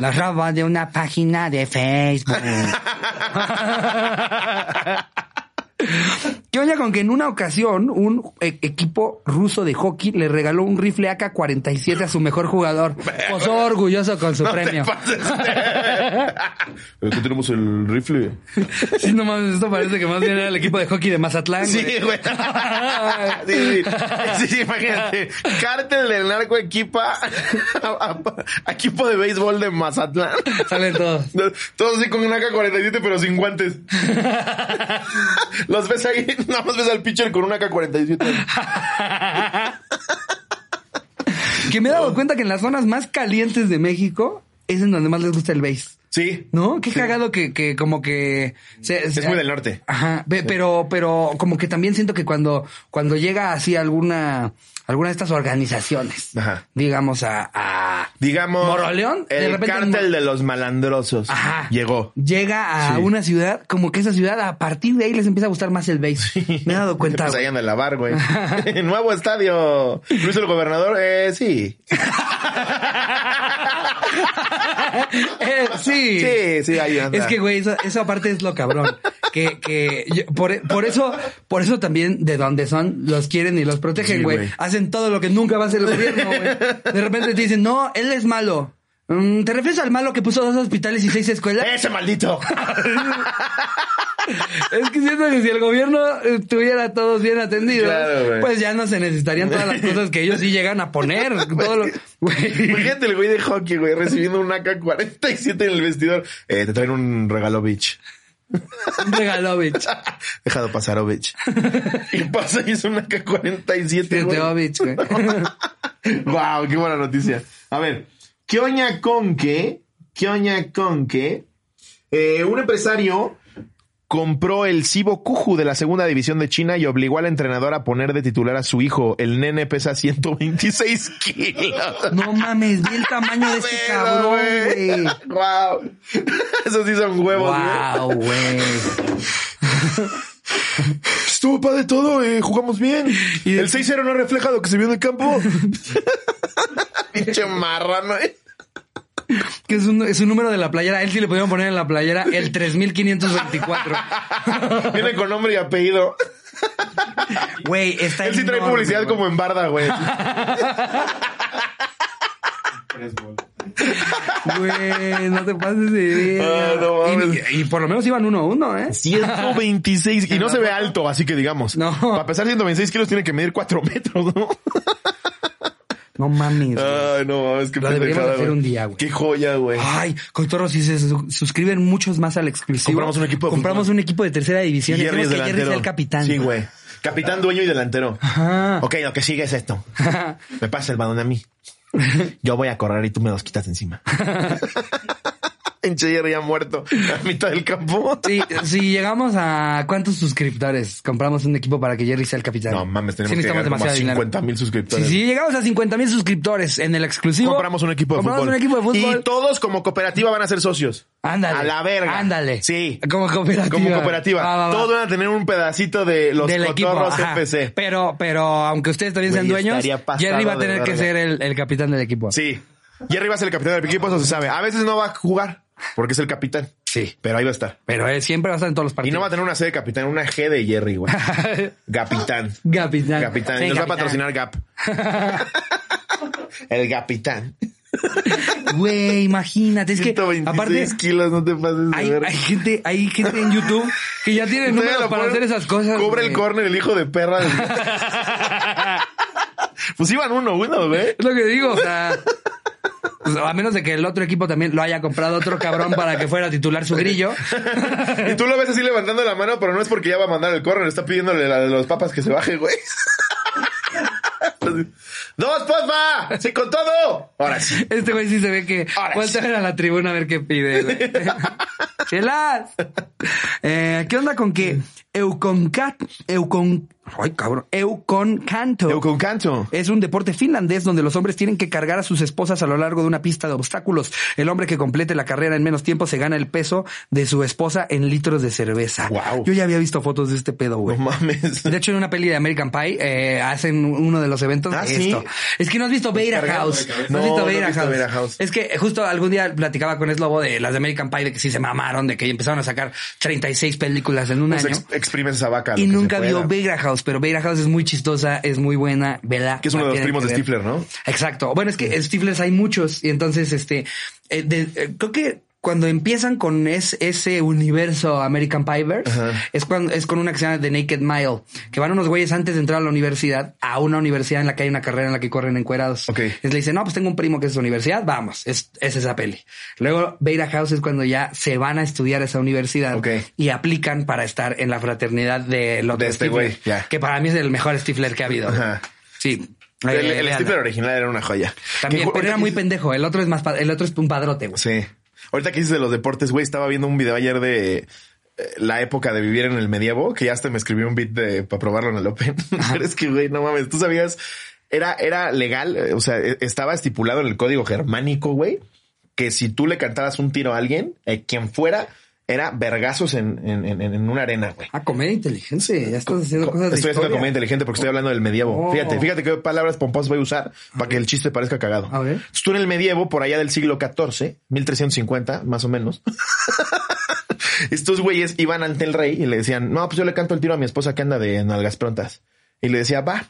[SPEAKER 5] Los robo de una página de Facebook.
[SPEAKER 1] ¿Qué onda con que en una ocasión un e- equipo ruso de hockey le regaló un rifle AK-47 a su mejor jugador? Posó orgulloso con su premio.
[SPEAKER 2] Aquí tenemos el rifle.
[SPEAKER 1] Sí, no mames, esto parece que más bien era el equipo de hockey de Mazatlán.
[SPEAKER 2] Sí,
[SPEAKER 1] güey.
[SPEAKER 2] güey. Sí, sí. Sí, sí, imagínate. Cártel del narco equipa a- a- equipo de béisbol de Mazatlán.
[SPEAKER 1] Salen todos.
[SPEAKER 2] Todos así con un AK-47, pero sin guantes. Los ves ahí, nada más ves al pitcher con un AK-47.
[SPEAKER 1] Que me he dado cuenta que en las zonas más calientes de México es en donde más les gusta el base.
[SPEAKER 2] Sí.
[SPEAKER 1] ¿No? Qué cagado que, que como que... se- se-
[SPEAKER 2] muy del norte.
[SPEAKER 1] Ajá, pe- pero, pero como que también siento que cuando, cuando llega así alguna, alguna de estas organizaciones,
[SPEAKER 2] Ajá.
[SPEAKER 1] digamos a, a-
[SPEAKER 2] Digamos.
[SPEAKER 1] Moroleón, de
[SPEAKER 2] El
[SPEAKER 1] repente-
[SPEAKER 2] cártel de los malandrosos.
[SPEAKER 1] Ajá.
[SPEAKER 2] Llegó.
[SPEAKER 1] Llega a
[SPEAKER 2] Sí.
[SPEAKER 1] una ciudad, como que esa ciudad a partir de ahí les empieza a gustar más el base. Me he dado cuenta.
[SPEAKER 2] Pues ahí
[SPEAKER 1] güey.
[SPEAKER 2] anda la bar, güey. Nuevo estadio. Luis el gobernador, eh, sí.
[SPEAKER 1] Eh, sí.
[SPEAKER 2] Sí, sí, ahí anda.
[SPEAKER 1] Es que, güey, eso, eso aparte es lo cabrón. Que, que yo- por, por eso, por eso también de donde son, los quieren y los protegen,
[SPEAKER 2] Sí,
[SPEAKER 1] güey.
[SPEAKER 2] güey.
[SPEAKER 1] Hacen todo lo que nunca va a hacer el gobierno, güey. De repente te dicen, no, él es malo. Mm, ¿Te refieres al malo que puso dos hospitales y seis escuelas?
[SPEAKER 2] Ese maldito.
[SPEAKER 1] Es que siento que si el gobierno eh, tuviera a todos bien atendidos,
[SPEAKER 2] Claro, güey.
[SPEAKER 1] pues ya no se necesitarían todas las cosas que ellos sí llegan a poner. Todo lo, güey.
[SPEAKER 2] Imagínate Pues el güey de hockey, güey, recibiendo un AK-47 en el vestidor. Eh, te traen un regalo, bitch.
[SPEAKER 1] Un Regalovich.
[SPEAKER 2] Dejado pasar, oh, bitch. Y pasa y es un AK-47,
[SPEAKER 1] Siete
[SPEAKER 2] güey.
[SPEAKER 1] Ovich, güey.
[SPEAKER 2] wow, qué buena noticia. A ver, ¿qué oña con que? ¿Qué oña con que? eh, un empresario compró el Cibo Cuju de la segunda división de China y obligó al entrenador a poner de titular a su hijo. El nene pesa 126 kilos.
[SPEAKER 1] No mames, vi el tamaño de este cabrón, güey.
[SPEAKER 2] Wow. Esos sí son huevos, güey.
[SPEAKER 1] Wow, güey.
[SPEAKER 2] Estuvo padre todo, eh, jugamos bien.
[SPEAKER 1] Y-
[SPEAKER 2] el 6-0 no refleja lo que se vio en el campo. Pinche marrano, eh.
[SPEAKER 1] Que es un, es un número de la playera. A él sí le pudieron poner en la playera el 3524.
[SPEAKER 2] Viene con nombre y apellido.
[SPEAKER 1] Güey, está
[SPEAKER 2] Él sí trae
[SPEAKER 1] enorme,
[SPEAKER 2] publicidad
[SPEAKER 1] güey.
[SPEAKER 2] como en barda, güey.
[SPEAKER 1] Güey, no te pases de verga.
[SPEAKER 2] Ah, no mames.
[SPEAKER 1] y, y por lo menos iban uno a uno, ¿eh?
[SPEAKER 2] 126. Y no se ve alto, así que digamos.
[SPEAKER 1] No.
[SPEAKER 2] Para pesar 126 kilos tiene que medir 4 metros, ¿no?
[SPEAKER 1] No mames. güey.
[SPEAKER 2] Ay, no, es que
[SPEAKER 1] Lo deberíamos hacer un día, güey.
[SPEAKER 2] Qué joya, güey.
[SPEAKER 1] Ay, Cotorro, si se su- suscriben muchos más al exclusivo.
[SPEAKER 2] Compramos un equipo de
[SPEAKER 1] Compramos
[SPEAKER 2] fútbol.
[SPEAKER 1] un equipo de tercera división.
[SPEAKER 2] Jerry
[SPEAKER 1] Hacemos
[SPEAKER 2] es
[SPEAKER 1] que Jerry
[SPEAKER 2] delantero.
[SPEAKER 1] sea el capitán.
[SPEAKER 2] Sí, güey. Capitán, dueño y delantero.
[SPEAKER 1] Ajá.
[SPEAKER 2] Ok, lo que sigue es esto. Me pasa el balón a mí. Yo voy a correr y tú me los quitas encima. Pinche Jerry ya muerto a mitad del campo.
[SPEAKER 1] Sí, si llegamos a cuántos suscriptores, compramos un equipo para que Jerry sea el capitán.
[SPEAKER 2] No mames, tenemos
[SPEAKER 1] Sí,
[SPEAKER 2] que
[SPEAKER 1] necesitamos
[SPEAKER 2] llegar como a
[SPEAKER 1] demasiado dinero.
[SPEAKER 2] 50,000 suscriptores.
[SPEAKER 1] Sí, sí, llegamos a 50 mil suscriptores en el exclusivo.
[SPEAKER 2] Compramos un equipo de
[SPEAKER 1] Compramos
[SPEAKER 2] fútbol.
[SPEAKER 1] un equipo de fútbol.
[SPEAKER 2] Y todos como cooperativa van a ser socios.
[SPEAKER 1] Ándale.
[SPEAKER 2] A la verga.
[SPEAKER 1] Ándale.
[SPEAKER 2] Sí.
[SPEAKER 1] Como cooperativa.
[SPEAKER 2] Como cooperativa.
[SPEAKER 1] Va, va, va.
[SPEAKER 2] Todos van a tener un pedacito de los
[SPEAKER 1] Del equipo,
[SPEAKER 2] cotorros
[SPEAKER 1] ajá.
[SPEAKER 2] FC.
[SPEAKER 1] Pero, pero aunque ustedes también sean
[SPEAKER 2] Güey,
[SPEAKER 1] dueños,
[SPEAKER 2] estaría pasado
[SPEAKER 1] Jerry va a
[SPEAKER 2] de
[SPEAKER 1] tener que
[SPEAKER 2] verga.
[SPEAKER 1] ser el, el capitán del equipo.
[SPEAKER 2] Sí. Jerry va a ser el capitán del equipo, eso se sabe. A veces no va a jugar porque es el capitán,
[SPEAKER 1] Sí.
[SPEAKER 2] pero ahí va a estar.
[SPEAKER 1] Pero él siempre va a estar en todos los
[SPEAKER 2] Y
[SPEAKER 1] partidos.
[SPEAKER 2] no va a tener una C de capitán, una G de Jerry, güey. Capitán.
[SPEAKER 1] Capitán.
[SPEAKER 2] Capitán.
[SPEAKER 1] Sí,
[SPEAKER 2] Y nos va a
[SPEAKER 1] capitán.
[SPEAKER 2] patrocinar Gap. el capitán.
[SPEAKER 1] Güey, imagínate. Es que
[SPEAKER 2] 126
[SPEAKER 1] aparte
[SPEAKER 2] kilos, no te pases de
[SPEAKER 1] hay,
[SPEAKER 2] verga.
[SPEAKER 1] hay gente, hay gente en YouTube que ya tiene
[SPEAKER 2] Todavía
[SPEAKER 1] números
[SPEAKER 2] lo
[SPEAKER 1] para
[SPEAKER 2] ponen,
[SPEAKER 1] hacer esas cosas.
[SPEAKER 2] Cubre el
[SPEAKER 1] güey.
[SPEAKER 2] córner el hijo de perra. pues iban uno, uno, güey.
[SPEAKER 1] Es lo que digo, o sea. pues, a menos de que el otro equipo también lo haya comprado otro cabrón para que fuera a titular su grillo.
[SPEAKER 2] Y tú lo ves así levantando la mano, pero no es porque ya va a mandar el córner. Está pidiéndole a los papas que se baje, güey. ¡Dos, papá! ¡Sí, con todo! Ahora sí.
[SPEAKER 1] Este güey sí se ve que
[SPEAKER 2] Ahora
[SPEAKER 1] vuelta a ver a la tribuna a ver qué pide. güey. Chelas. Eh, ¿Qué onda con que Euconcat, Eucon, ay cabrón, Euconcanto.
[SPEAKER 2] Euconcanto.
[SPEAKER 1] Es un deporte finlandés donde los hombres tienen que cargar a sus esposas a lo largo de una pista de obstáculos. El hombre que complete la carrera en menos tiempo se gana el peso de su esposa en litros de cerveza.
[SPEAKER 2] Guau.
[SPEAKER 1] Yo ya había visto fotos de este pedo,
[SPEAKER 2] No
[SPEAKER 1] güey.
[SPEAKER 2] mames.
[SPEAKER 1] De hecho, en una peli de American Pie eh, hacen uno de los eventos
[SPEAKER 2] Ah,
[SPEAKER 1] de
[SPEAKER 2] ¿sí? Pues
[SPEAKER 1] esto. Es que no has visto Beira
[SPEAKER 2] Cargado de
[SPEAKER 1] House.
[SPEAKER 2] cabeza.
[SPEAKER 1] No, has
[SPEAKER 2] No,
[SPEAKER 1] visto
[SPEAKER 2] no he
[SPEAKER 1] Beira
[SPEAKER 2] visto
[SPEAKER 1] House.
[SPEAKER 2] Beira House.
[SPEAKER 1] Es que justo algún día platicaba con Eslobo de las de American Pie de que sí se mamaron, de que empezaron a sacar 36 películas en un
[SPEAKER 2] Pues
[SPEAKER 1] año.
[SPEAKER 2] ex- exprimes esa vaca. lo
[SPEAKER 1] Y
[SPEAKER 2] que se
[SPEAKER 1] nunca
[SPEAKER 2] pueda.
[SPEAKER 1] vio Beira House, pero Beira House es muy chistosa, es muy buena, vela.
[SPEAKER 2] Que es uno
[SPEAKER 1] la
[SPEAKER 2] de los
[SPEAKER 1] tienen
[SPEAKER 2] primos
[SPEAKER 1] Ah, que
[SPEAKER 2] de
[SPEAKER 1] ver.
[SPEAKER 2] Stifler, ¿no?
[SPEAKER 1] Exacto. Bueno, es que en Stiflers hay muchos y entonces, este, eh, de- eh, creo que cuando empiezan con es- ese universo American Pivers, es cuando es con una que se llama The Naked Mile, que van unos güeyes antes de entrar a la universidad, a una universidad en la que hay una carrera en la que corren encuerados.
[SPEAKER 2] Ok.
[SPEAKER 1] Les le dicen, no, pues tengo un primo que es de su universidad, vamos, es, es esa peli. Luego Beira House es cuando ya se van a estudiar a esa universidad
[SPEAKER 2] Ok.
[SPEAKER 1] y aplican para estar en la fraternidad de los
[SPEAKER 2] De este güey, ya.
[SPEAKER 1] que para mí es el mejor Stifler que ha habido.
[SPEAKER 2] Ajá.
[SPEAKER 1] Sí.
[SPEAKER 2] El,
[SPEAKER 1] Eh,
[SPEAKER 2] el
[SPEAKER 1] véanla.
[SPEAKER 2] Stifler original era una joya.
[SPEAKER 1] También,
[SPEAKER 2] Que-
[SPEAKER 1] pero era muy pendejo. El otro es más, pa- el otro es un padrote, güey.
[SPEAKER 2] Sí. Ahorita que dices de los deportes, güey, estaba viendo un video ayer de eh, la época de vivir en el medievo, que ya hasta me escribió un beat de para probarlo en el Open. Pero es que, güey, no mames, tú sabías, era, era legal, eh, o sea, eh, estaba estipulado en el código germánico, güey, que si tú le cantabas un tiro a alguien, eh, quien fuera, era vergazos en, en, en- en una arena, güey.
[SPEAKER 1] Ah, comedia inteligente. Ya estás haciendo cosas de
[SPEAKER 2] Estoy haciendo
[SPEAKER 1] historia.
[SPEAKER 2] comedia inteligente porque estoy hablando del medievo.
[SPEAKER 1] Oh.
[SPEAKER 2] Fíjate, fíjate qué palabras pomposas voy a usar para que el chiste parezca cagado.
[SPEAKER 1] A ver.
[SPEAKER 2] Entonces, tú en el medievo, por allá del siglo XIV, 1350, más o menos. Estos güeyes iban ante el rey y le decían, no, pues yo le canto el tiro a mi esposa que anda de nalgas prontas. Y le decía, va.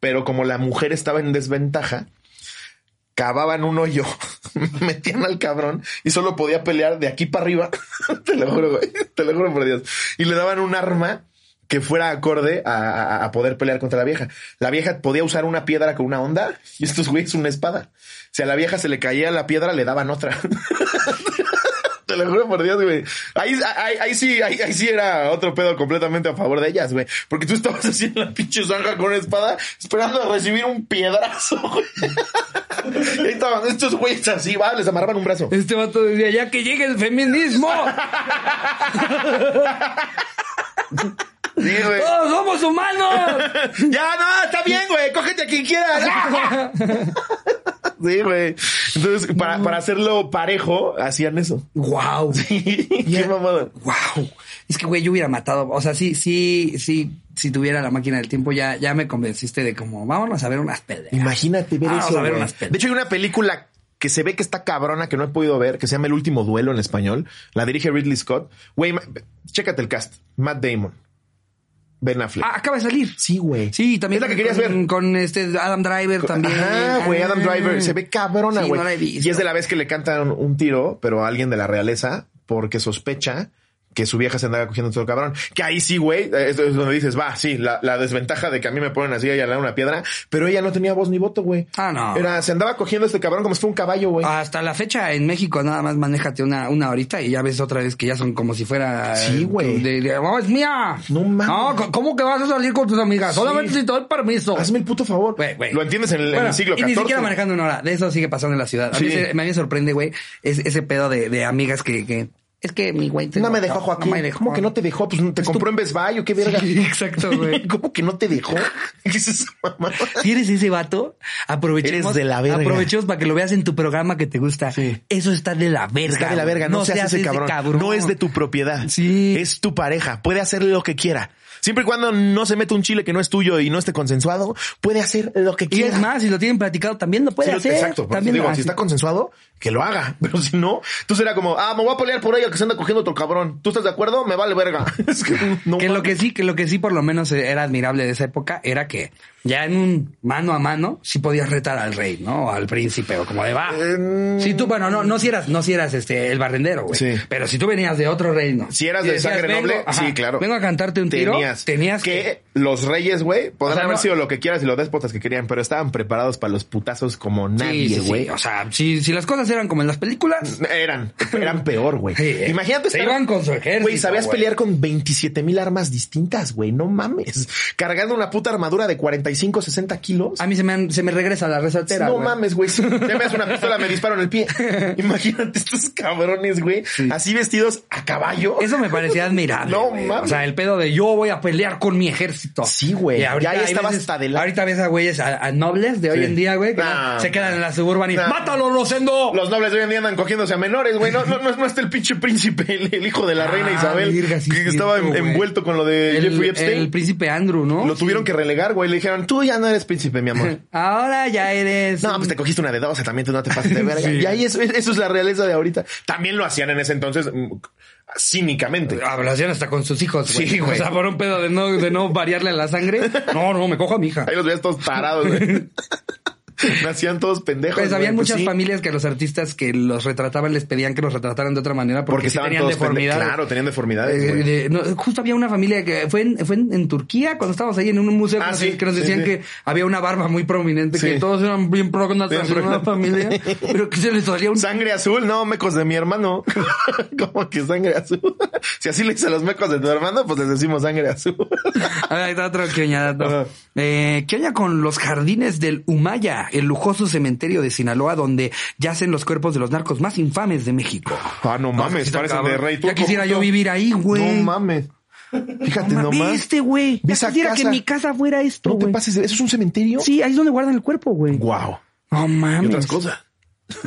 [SPEAKER 2] Pero como la mujer estaba en desventaja, cavaban un hoyo, metían al cabrón y solo podía pelear de aquí para arriba. te lo juro, güey. Te lo juro por Dios. Y le daban un arma que fuera acorde a, a- a poder pelear contra la vieja. La vieja podía usar una piedra con una onda y estos güeyes una espada. Si a la vieja se le caía la piedra, le daban otra. Te lo juro por Dios, güey. Ahí, ahí, ahí sí, ahí, ahí sí era otro pedo completamente a favor de ellas, güey. Porque tú estabas así en la pinche zanja con una espada, esperando a recibir un piedrazo, güey. Y ahí estaban estos güeyes así, va, les amarraban un brazo.
[SPEAKER 1] Este vato decía, ya que llegue el feminismo,
[SPEAKER 2] Ah, Sí, güey.
[SPEAKER 1] todos "Oh, somos humanos.
[SPEAKER 2] Ya, no, está bien, güey. Cógete a quien quiera. Sí, güey. Entonces, para, para hacerlo parejo, hacían eso.
[SPEAKER 1] wow.
[SPEAKER 2] Qué mamada.
[SPEAKER 1] Wow. Es que, güey, yo hubiera matado. O sea, sí, sí, sí, si tuviera la máquina del tiempo, ya, ya me convenciste de como, vámonos a ver unas peleas.
[SPEAKER 2] Imagínate ver
[SPEAKER 1] Ah, Vamos
[SPEAKER 2] eso.
[SPEAKER 1] a ver
[SPEAKER 2] güey.
[SPEAKER 1] unas pelis.
[SPEAKER 2] de hecho, hay una película que se ve que está cabrona, que no he podido ver, que se llama El último duelo en español. La dirige Ridley Scott. Güey, ma- chécate el cast. Matt Damon. Ben Affleck.
[SPEAKER 1] Ah, acaba de salir.
[SPEAKER 2] sí, güey.
[SPEAKER 1] Sí, también.
[SPEAKER 2] Es la que querías ver.
[SPEAKER 1] con, Con este Adam Driver también. Mm.
[SPEAKER 2] Ajá, güey, Adam Driver se ve cabrona,
[SPEAKER 1] Sí,
[SPEAKER 2] güey.
[SPEAKER 1] no la he visto.
[SPEAKER 2] y es de la vez que le cantan un tiro, pero a alguien de la realeza, porque sospecha que su vieja se andaba cogiendo todo cabrón. Que ahí sí, güey, eh, es, es donde dices, va, sí, la, la desventaja de que a mí me ponen así y le dan una piedra, pero ella no tenía voz ni voto, güey.
[SPEAKER 1] Ah, no. Ah,
[SPEAKER 2] Era, se andaba cogiendo este cabrón como si fuera un caballo, güey.
[SPEAKER 1] Hasta la fecha en México nada más manéjate una, una horita y ya ves otra vez que ya son como si fuera...
[SPEAKER 2] Sí,
[SPEAKER 1] eh,
[SPEAKER 2] güey.
[SPEAKER 1] de- de, "Oh, es mía!
[SPEAKER 2] No mames.
[SPEAKER 1] No, co- ¿cómo que vas a salir con tus amigas? Solamente si te doy permiso.
[SPEAKER 2] Hazme el puto favor.
[SPEAKER 1] Güey, güey.
[SPEAKER 2] Lo entiendes en el, en el
[SPEAKER 1] Bueno,
[SPEAKER 2] siglo
[SPEAKER 1] Y
[SPEAKER 2] XIV.
[SPEAKER 1] ni siquiera manejando una hora. De eso sigue pasando en la ciudad. A, mí,
[SPEAKER 2] Sí.
[SPEAKER 1] se- a mí me sorprende, güey, es- ese pedo de, de amigas que, que- Es que mi güey... te-
[SPEAKER 2] No me dejó, Joaquín.
[SPEAKER 1] No me dejó.
[SPEAKER 2] ¿Cómo que no te dejó? Pues te compró en Best Buy o qué verga.
[SPEAKER 1] Sí, exacto, güey.
[SPEAKER 2] ¿Cómo que no te dejó? ¿Qué es esa mamada?
[SPEAKER 1] Si eres ese vato, aprovechemos.
[SPEAKER 2] Eres de la verga.
[SPEAKER 1] Aprovechemos para que lo veas en tu programa que te gusta.
[SPEAKER 2] Sí.
[SPEAKER 1] Eso está de la verga.
[SPEAKER 2] Está de la verga, no, seas, ese cabrón. No es de tu propiedad.
[SPEAKER 1] Sí.
[SPEAKER 2] Es tu pareja. Puede hacer lo que quiera. Siempre y cuando no se meta un chile que no es tuyo y no esté consensuado, puede hacer lo que
[SPEAKER 1] Y
[SPEAKER 2] quiera.
[SPEAKER 1] es más, si lo tienen platicado también lo puede
[SPEAKER 2] Sí, lo-
[SPEAKER 1] hacer.
[SPEAKER 2] Exacto. por eso
[SPEAKER 1] también
[SPEAKER 2] digo,
[SPEAKER 1] lo
[SPEAKER 2] si
[SPEAKER 1] hace.
[SPEAKER 2] está consensuado, que lo haga. Pero si no, tú será como, ah, me voy a pelear por ella que se anda cogiendo otro cabrón. ¿Tú estás de acuerdo? Me vale verga. Es que no
[SPEAKER 1] que lo
[SPEAKER 2] mames.
[SPEAKER 1] que sí, que lo que sí por lo menos era admirable de esa época era que ya en un mano a mano sí podías retar al rey, ¿no? O al príncipe o como de va. Si tú, bueno, no, no si eras, no si eras este el barrendero, güey.
[SPEAKER 2] Em, Sí.
[SPEAKER 1] Pero si tú venías de otro reino.
[SPEAKER 2] Si eras
[SPEAKER 1] y
[SPEAKER 2] de
[SPEAKER 1] decías,
[SPEAKER 2] sangre
[SPEAKER 1] "Vengo-
[SPEAKER 2] noble,
[SPEAKER 1] ajá,
[SPEAKER 2] sí, claro.
[SPEAKER 1] Vengo a cantarte un tiro. Tenías, que,
[SPEAKER 2] los reyes, güey, podrán
[SPEAKER 1] sea,
[SPEAKER 2] haber
[SPEAKER 1] no-
[SPEAKER 2] sido lo que quieras y los déspotas que querían, pero estaban preparados para los putazos como
[SPEAKER 1] Sí,
[SPEAKER 2] nadie,
[SPEAKER 1] sí, sí.
[SPEAKER 2] güey.
[SPEAKER 1] O sea, si, si las cosas eran como en las películas,
[SPEAKER 2] Eran, eran peor, güey.
[SPEAKER 1] Sí, eh.
[SPEAKER 2] Imagínate
[SPEAKER 1] Se iban con su ejército,
[SPEAKER 2] Güey, sabías
[SPEAKER 1] güey.
[SPEAKER 2] pelear con 27 mil armas distintas, güey. No mames. Cargando una puta armadura de 45 55, 60 kilos.
[SPEAKER 1] A mí se me, han- se me regresa la rezatera.
[SPEAKER 2] no
[SPEAKER 1] Ah, güey.
[SPEAKER 2] mames, güey. Si me das una pistola, me disparo en el pie. Imagínate estos cabrones, güey. Así vestidos a caballo.
[SPEAKER 1] Eso me parecía admirable.
[SPEAKER 2] No
[SPEAKER 1] güey.
[SPEAKER 2] mames.
[SPEAKER 1] O sea, el pedo de yo voy a pelear con mi ejército.
[SPEAKER 2] Sí, güey.
[SPEAKER 1] Y ahorita
[SPEAKER 2] Ya ahí
[SPEAKER 1] hay
[SPEAKER 2] estaba
[SPEAKER 1] veces-
[SPEAKER 2] hasta de la-
[SPEAKER 1] Ahorita ves a güeyes, a, a nobles de hoy
[SPEAKER 2] Sí.
[SPEAKER 1] en día, güey, que
[SPEAKER 2] Nah,
[SPEAKER 1] ya se quedan en la suburban y
[SPEAKER 2] Nah.
[SPEAKER 1] ¡Mátalo, Rosendo!
[SPEAKER 2] Los nobles de hoy en día andan cogiéndose a menores, güey. No, no, no, no está el pinche príncipe, el, el hijo de la
[SPEAKER 1] Ah,
[SPEAKER 2] reina Isabel,
[SPEAKER 1] virga, sí
[SPEAKER 2] que
[SPEAKER 1] es
[SPEAKER 2] estaba
[SPEAKER 1] cierto,
[SPEAKER 2] en-
[SPEAKER 1] güey.
[SPEAKER 2] envuelto con lo de Jeffrey
[SPEAKER 1] el,
[SPEAKER 2] Epstein.
[SPEAKER 1] el príncipe Andrew, ¿no?
[SPEAKER 2] Lo tuvieron que relegar, güey. Le dijeron, tú ya no eres príncipe, mi amor.
[SPEAKER 1] Ahora ya eres.
[SPEAKER 2] No,
[SPEAKER 1] un-
[SPEAKER 2] pues te cogiste una de 12, también tú no te pases de verga.
[SPEAKER 1] Sí.
[SPEAKER 2] Y ahí eso, eso es la realeza de ahorita. También lo hacían en ese entonces mm, cínicamente.
[SPEAKER 1] Ah, lo hacían hasta con sus hijos, güey.
[SPEAKER 2] Sí, güey.
[SPEAKER 1] O sea, por un pedo de no, de no variarle la sangre. No, no, me cojo a mi hija.
[SPEAKER 2] Ahí los veías todos tarados, güey. Nacían todos pendejos.
[SPEAKER 1] Pues
[SPEAKER 2] güey.
[SPEAKER 1] habían
[SPEAKER 2] Pues
[SPEAKER 1] muchas
[SPEAKER 2] sí,
[SPEAKER 1] familias que los artistas que los retrataban les pedían que los retrataran de otra manera porque, sí
[SPEAKER 2] Porque estaban
[SPEAKER 1] tenían
[SPEAKER 2] todos
[SPEAKER 1] deformidades.
[SPEAKER 2] pende- Claro, tenían deformidades.
[SPEAKER 1] Eh,
[SPEAKER 2] güey.
[SPEAKER 1] de- no, justo había una familia que fue en, fue en, en Turquía cuando estábamos ahí en un museo
[SPEAKER 2] Ah,
[SPEAKER 1] que, nos-
[SPEAKER 2] sí,
[SPEAKER 1] que nos
[SPEAKER 2] sí,
[SPEAKER 1] decían
[SPEAKER 2] sí.
[SPEAKER 1] que había una barba muy prominente,
[SPEAKER 2] Sí.
[SPEAKER 1] que todos eran bien prógnatas
[SPEAKER 2] Bien
[SPEAKER 1] en una
[SPEAKER 2] prógnatas.
[SPEAKER 1] familia, pero que se les salía un
[SPEAKER 2] Sangre azul, no, mecos de mi hermano. ¿Cómo que sangre azul? Si así le dicen los mecos de tu hermano, pues les decimos sangre azul.
[SPEAKER 1] A ver, ahí está otro que
[SPEAKER 2] Ajá.
[SPEAKER 1] Eh, ¿Qué oña con los jardines del Humaya, el lujoso cementerio de Sinaloa, donde yacen los cuerpos de los narcos más infames de México?
[SPEAKER 2] Ah, no
[SPEAKER 1] sí
[SPEAKER 2] mames,
[SPEAKER 1] está
[SPEAKER 2] parecen
[SPEAKER 1] cabrón.
[SPEAKER 2] de rey
[SPEAKER 1] Ya
[SPEAKER 2] turco,
[SPEAKER 1] quisiera
[SPEAKER 2] justo.
[SPEAKER 1] yo vivir ahí, güey.
[SPEAKER 2] No mames. Fíjate
[SPEAKER 1] No mames,
[SPEAKER 2] nomás.
[SPEAKER 1] ¿Viste, güey?
[SPEAKER 2] Ve
[SPEAKER 1] Ya
[SPEAKER 2] esa
[SPEAKER 1] quisiera que
[SPEAKER 2] casa.
[SPEAKER 1] mi casa fuera esto,
[SPEAKER 2] No te
[SPEAKER 1] güey.
[SPEAKER 2] pases, de- ¿eso es un cementerio?
[SPEAKER 1] Sí, ahí es donde guardan el cuerpo, güey.
[SPEAKER 2] Wow.
[SPEAKER 1] No mames.
[SPEAKER 2] Y otras cosas.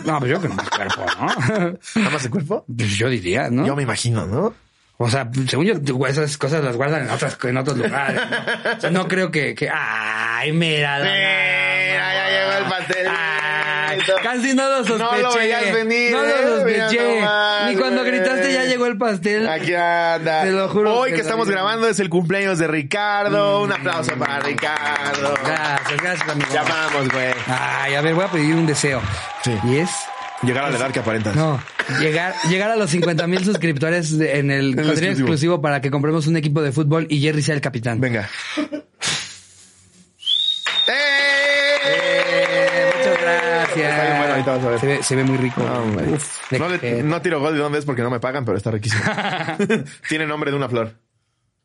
[SPEAKER 1] No, pero yo creo que no es cuerpo, ¿no?
[SPEAKER 2] ¿Nada más el cuerpo?
[SPEAKER 1] Pues yo diría, ¿no?
[SPEAKER 2] Yo me imagino, ¿no?
[SPEAKER 1] O sea, según yo, esas cosas las guardan en, otras, en otros lugares. ¿no? O sea, no creo que, que- ¡Ay, mira! don
[SPEAKER 2] Mira, ya llegó el pastel.
[SPEAKER 1] Ay, Casi no lo sospeché.
[SPEAKER 2] No lo veías venir,
[SPEAKER 1] No
[SPEAKER 2] ¿eh?
[SPEAKER 1] lo sospeché.
[SPEAKER 2] Mira nomás,
[SPEAKER 1] Ni cuando
[SPEAKER 2] güey.
[SPEAKER 1] gritaste ya llegó el pastel.
[SPEAKER 2] Aquí anda.
[SPEAKER 1] Te lo juro
[SPEAKER 2] Hoy
[SPEAKER 1] que
[SPEAKER 2] que Mm. estamos
[SPEAKER 1] sabía.
[SPEAKER 2] grabando es el cumpleaños de Ricardo. Un aplauso para Ricardo.
[SPEAKER 1] Gracias, gracias, amigo.
[SPEAKER 2] Ya vamos, güey.
[SPEAKER 1] Ay, a ver, voy a pedir un deseo.
[SPEAKER 2] Sí.
[SPEAKER 1] Y es...
[SPEAKER 2] Llegar a la edad que aparentas.
[SPEAKER 1] No, llegar, llegar a los 50 mil suscriptores de- en el contenido
[SPEAKER 2] exclusivo.
[SPEAKER 1] exclusivo para que compremos un equipo de fútbol y Jerry sea el capitán.
[SPEAKER 2] Venga. Eh,
[SPEAKER 1] Muchas
[SPEAKER 2] Está bien bueno, ahorita vas a
[SPEAKER 1] gracias.
[SPEAKER 2] ver.
[SPEAKER 1] Se ve, se ve muy rico.
[SPEAKER 2] Hombre.
[SPEAKER 1] Uf, de
[SPEAKER 2] no, le-
[SPEAKER 1] que-
[SPEAKER 2] no tiro gol de dónde es porque no me pagan, pero está riquísimo. Tiene nombre de una flor.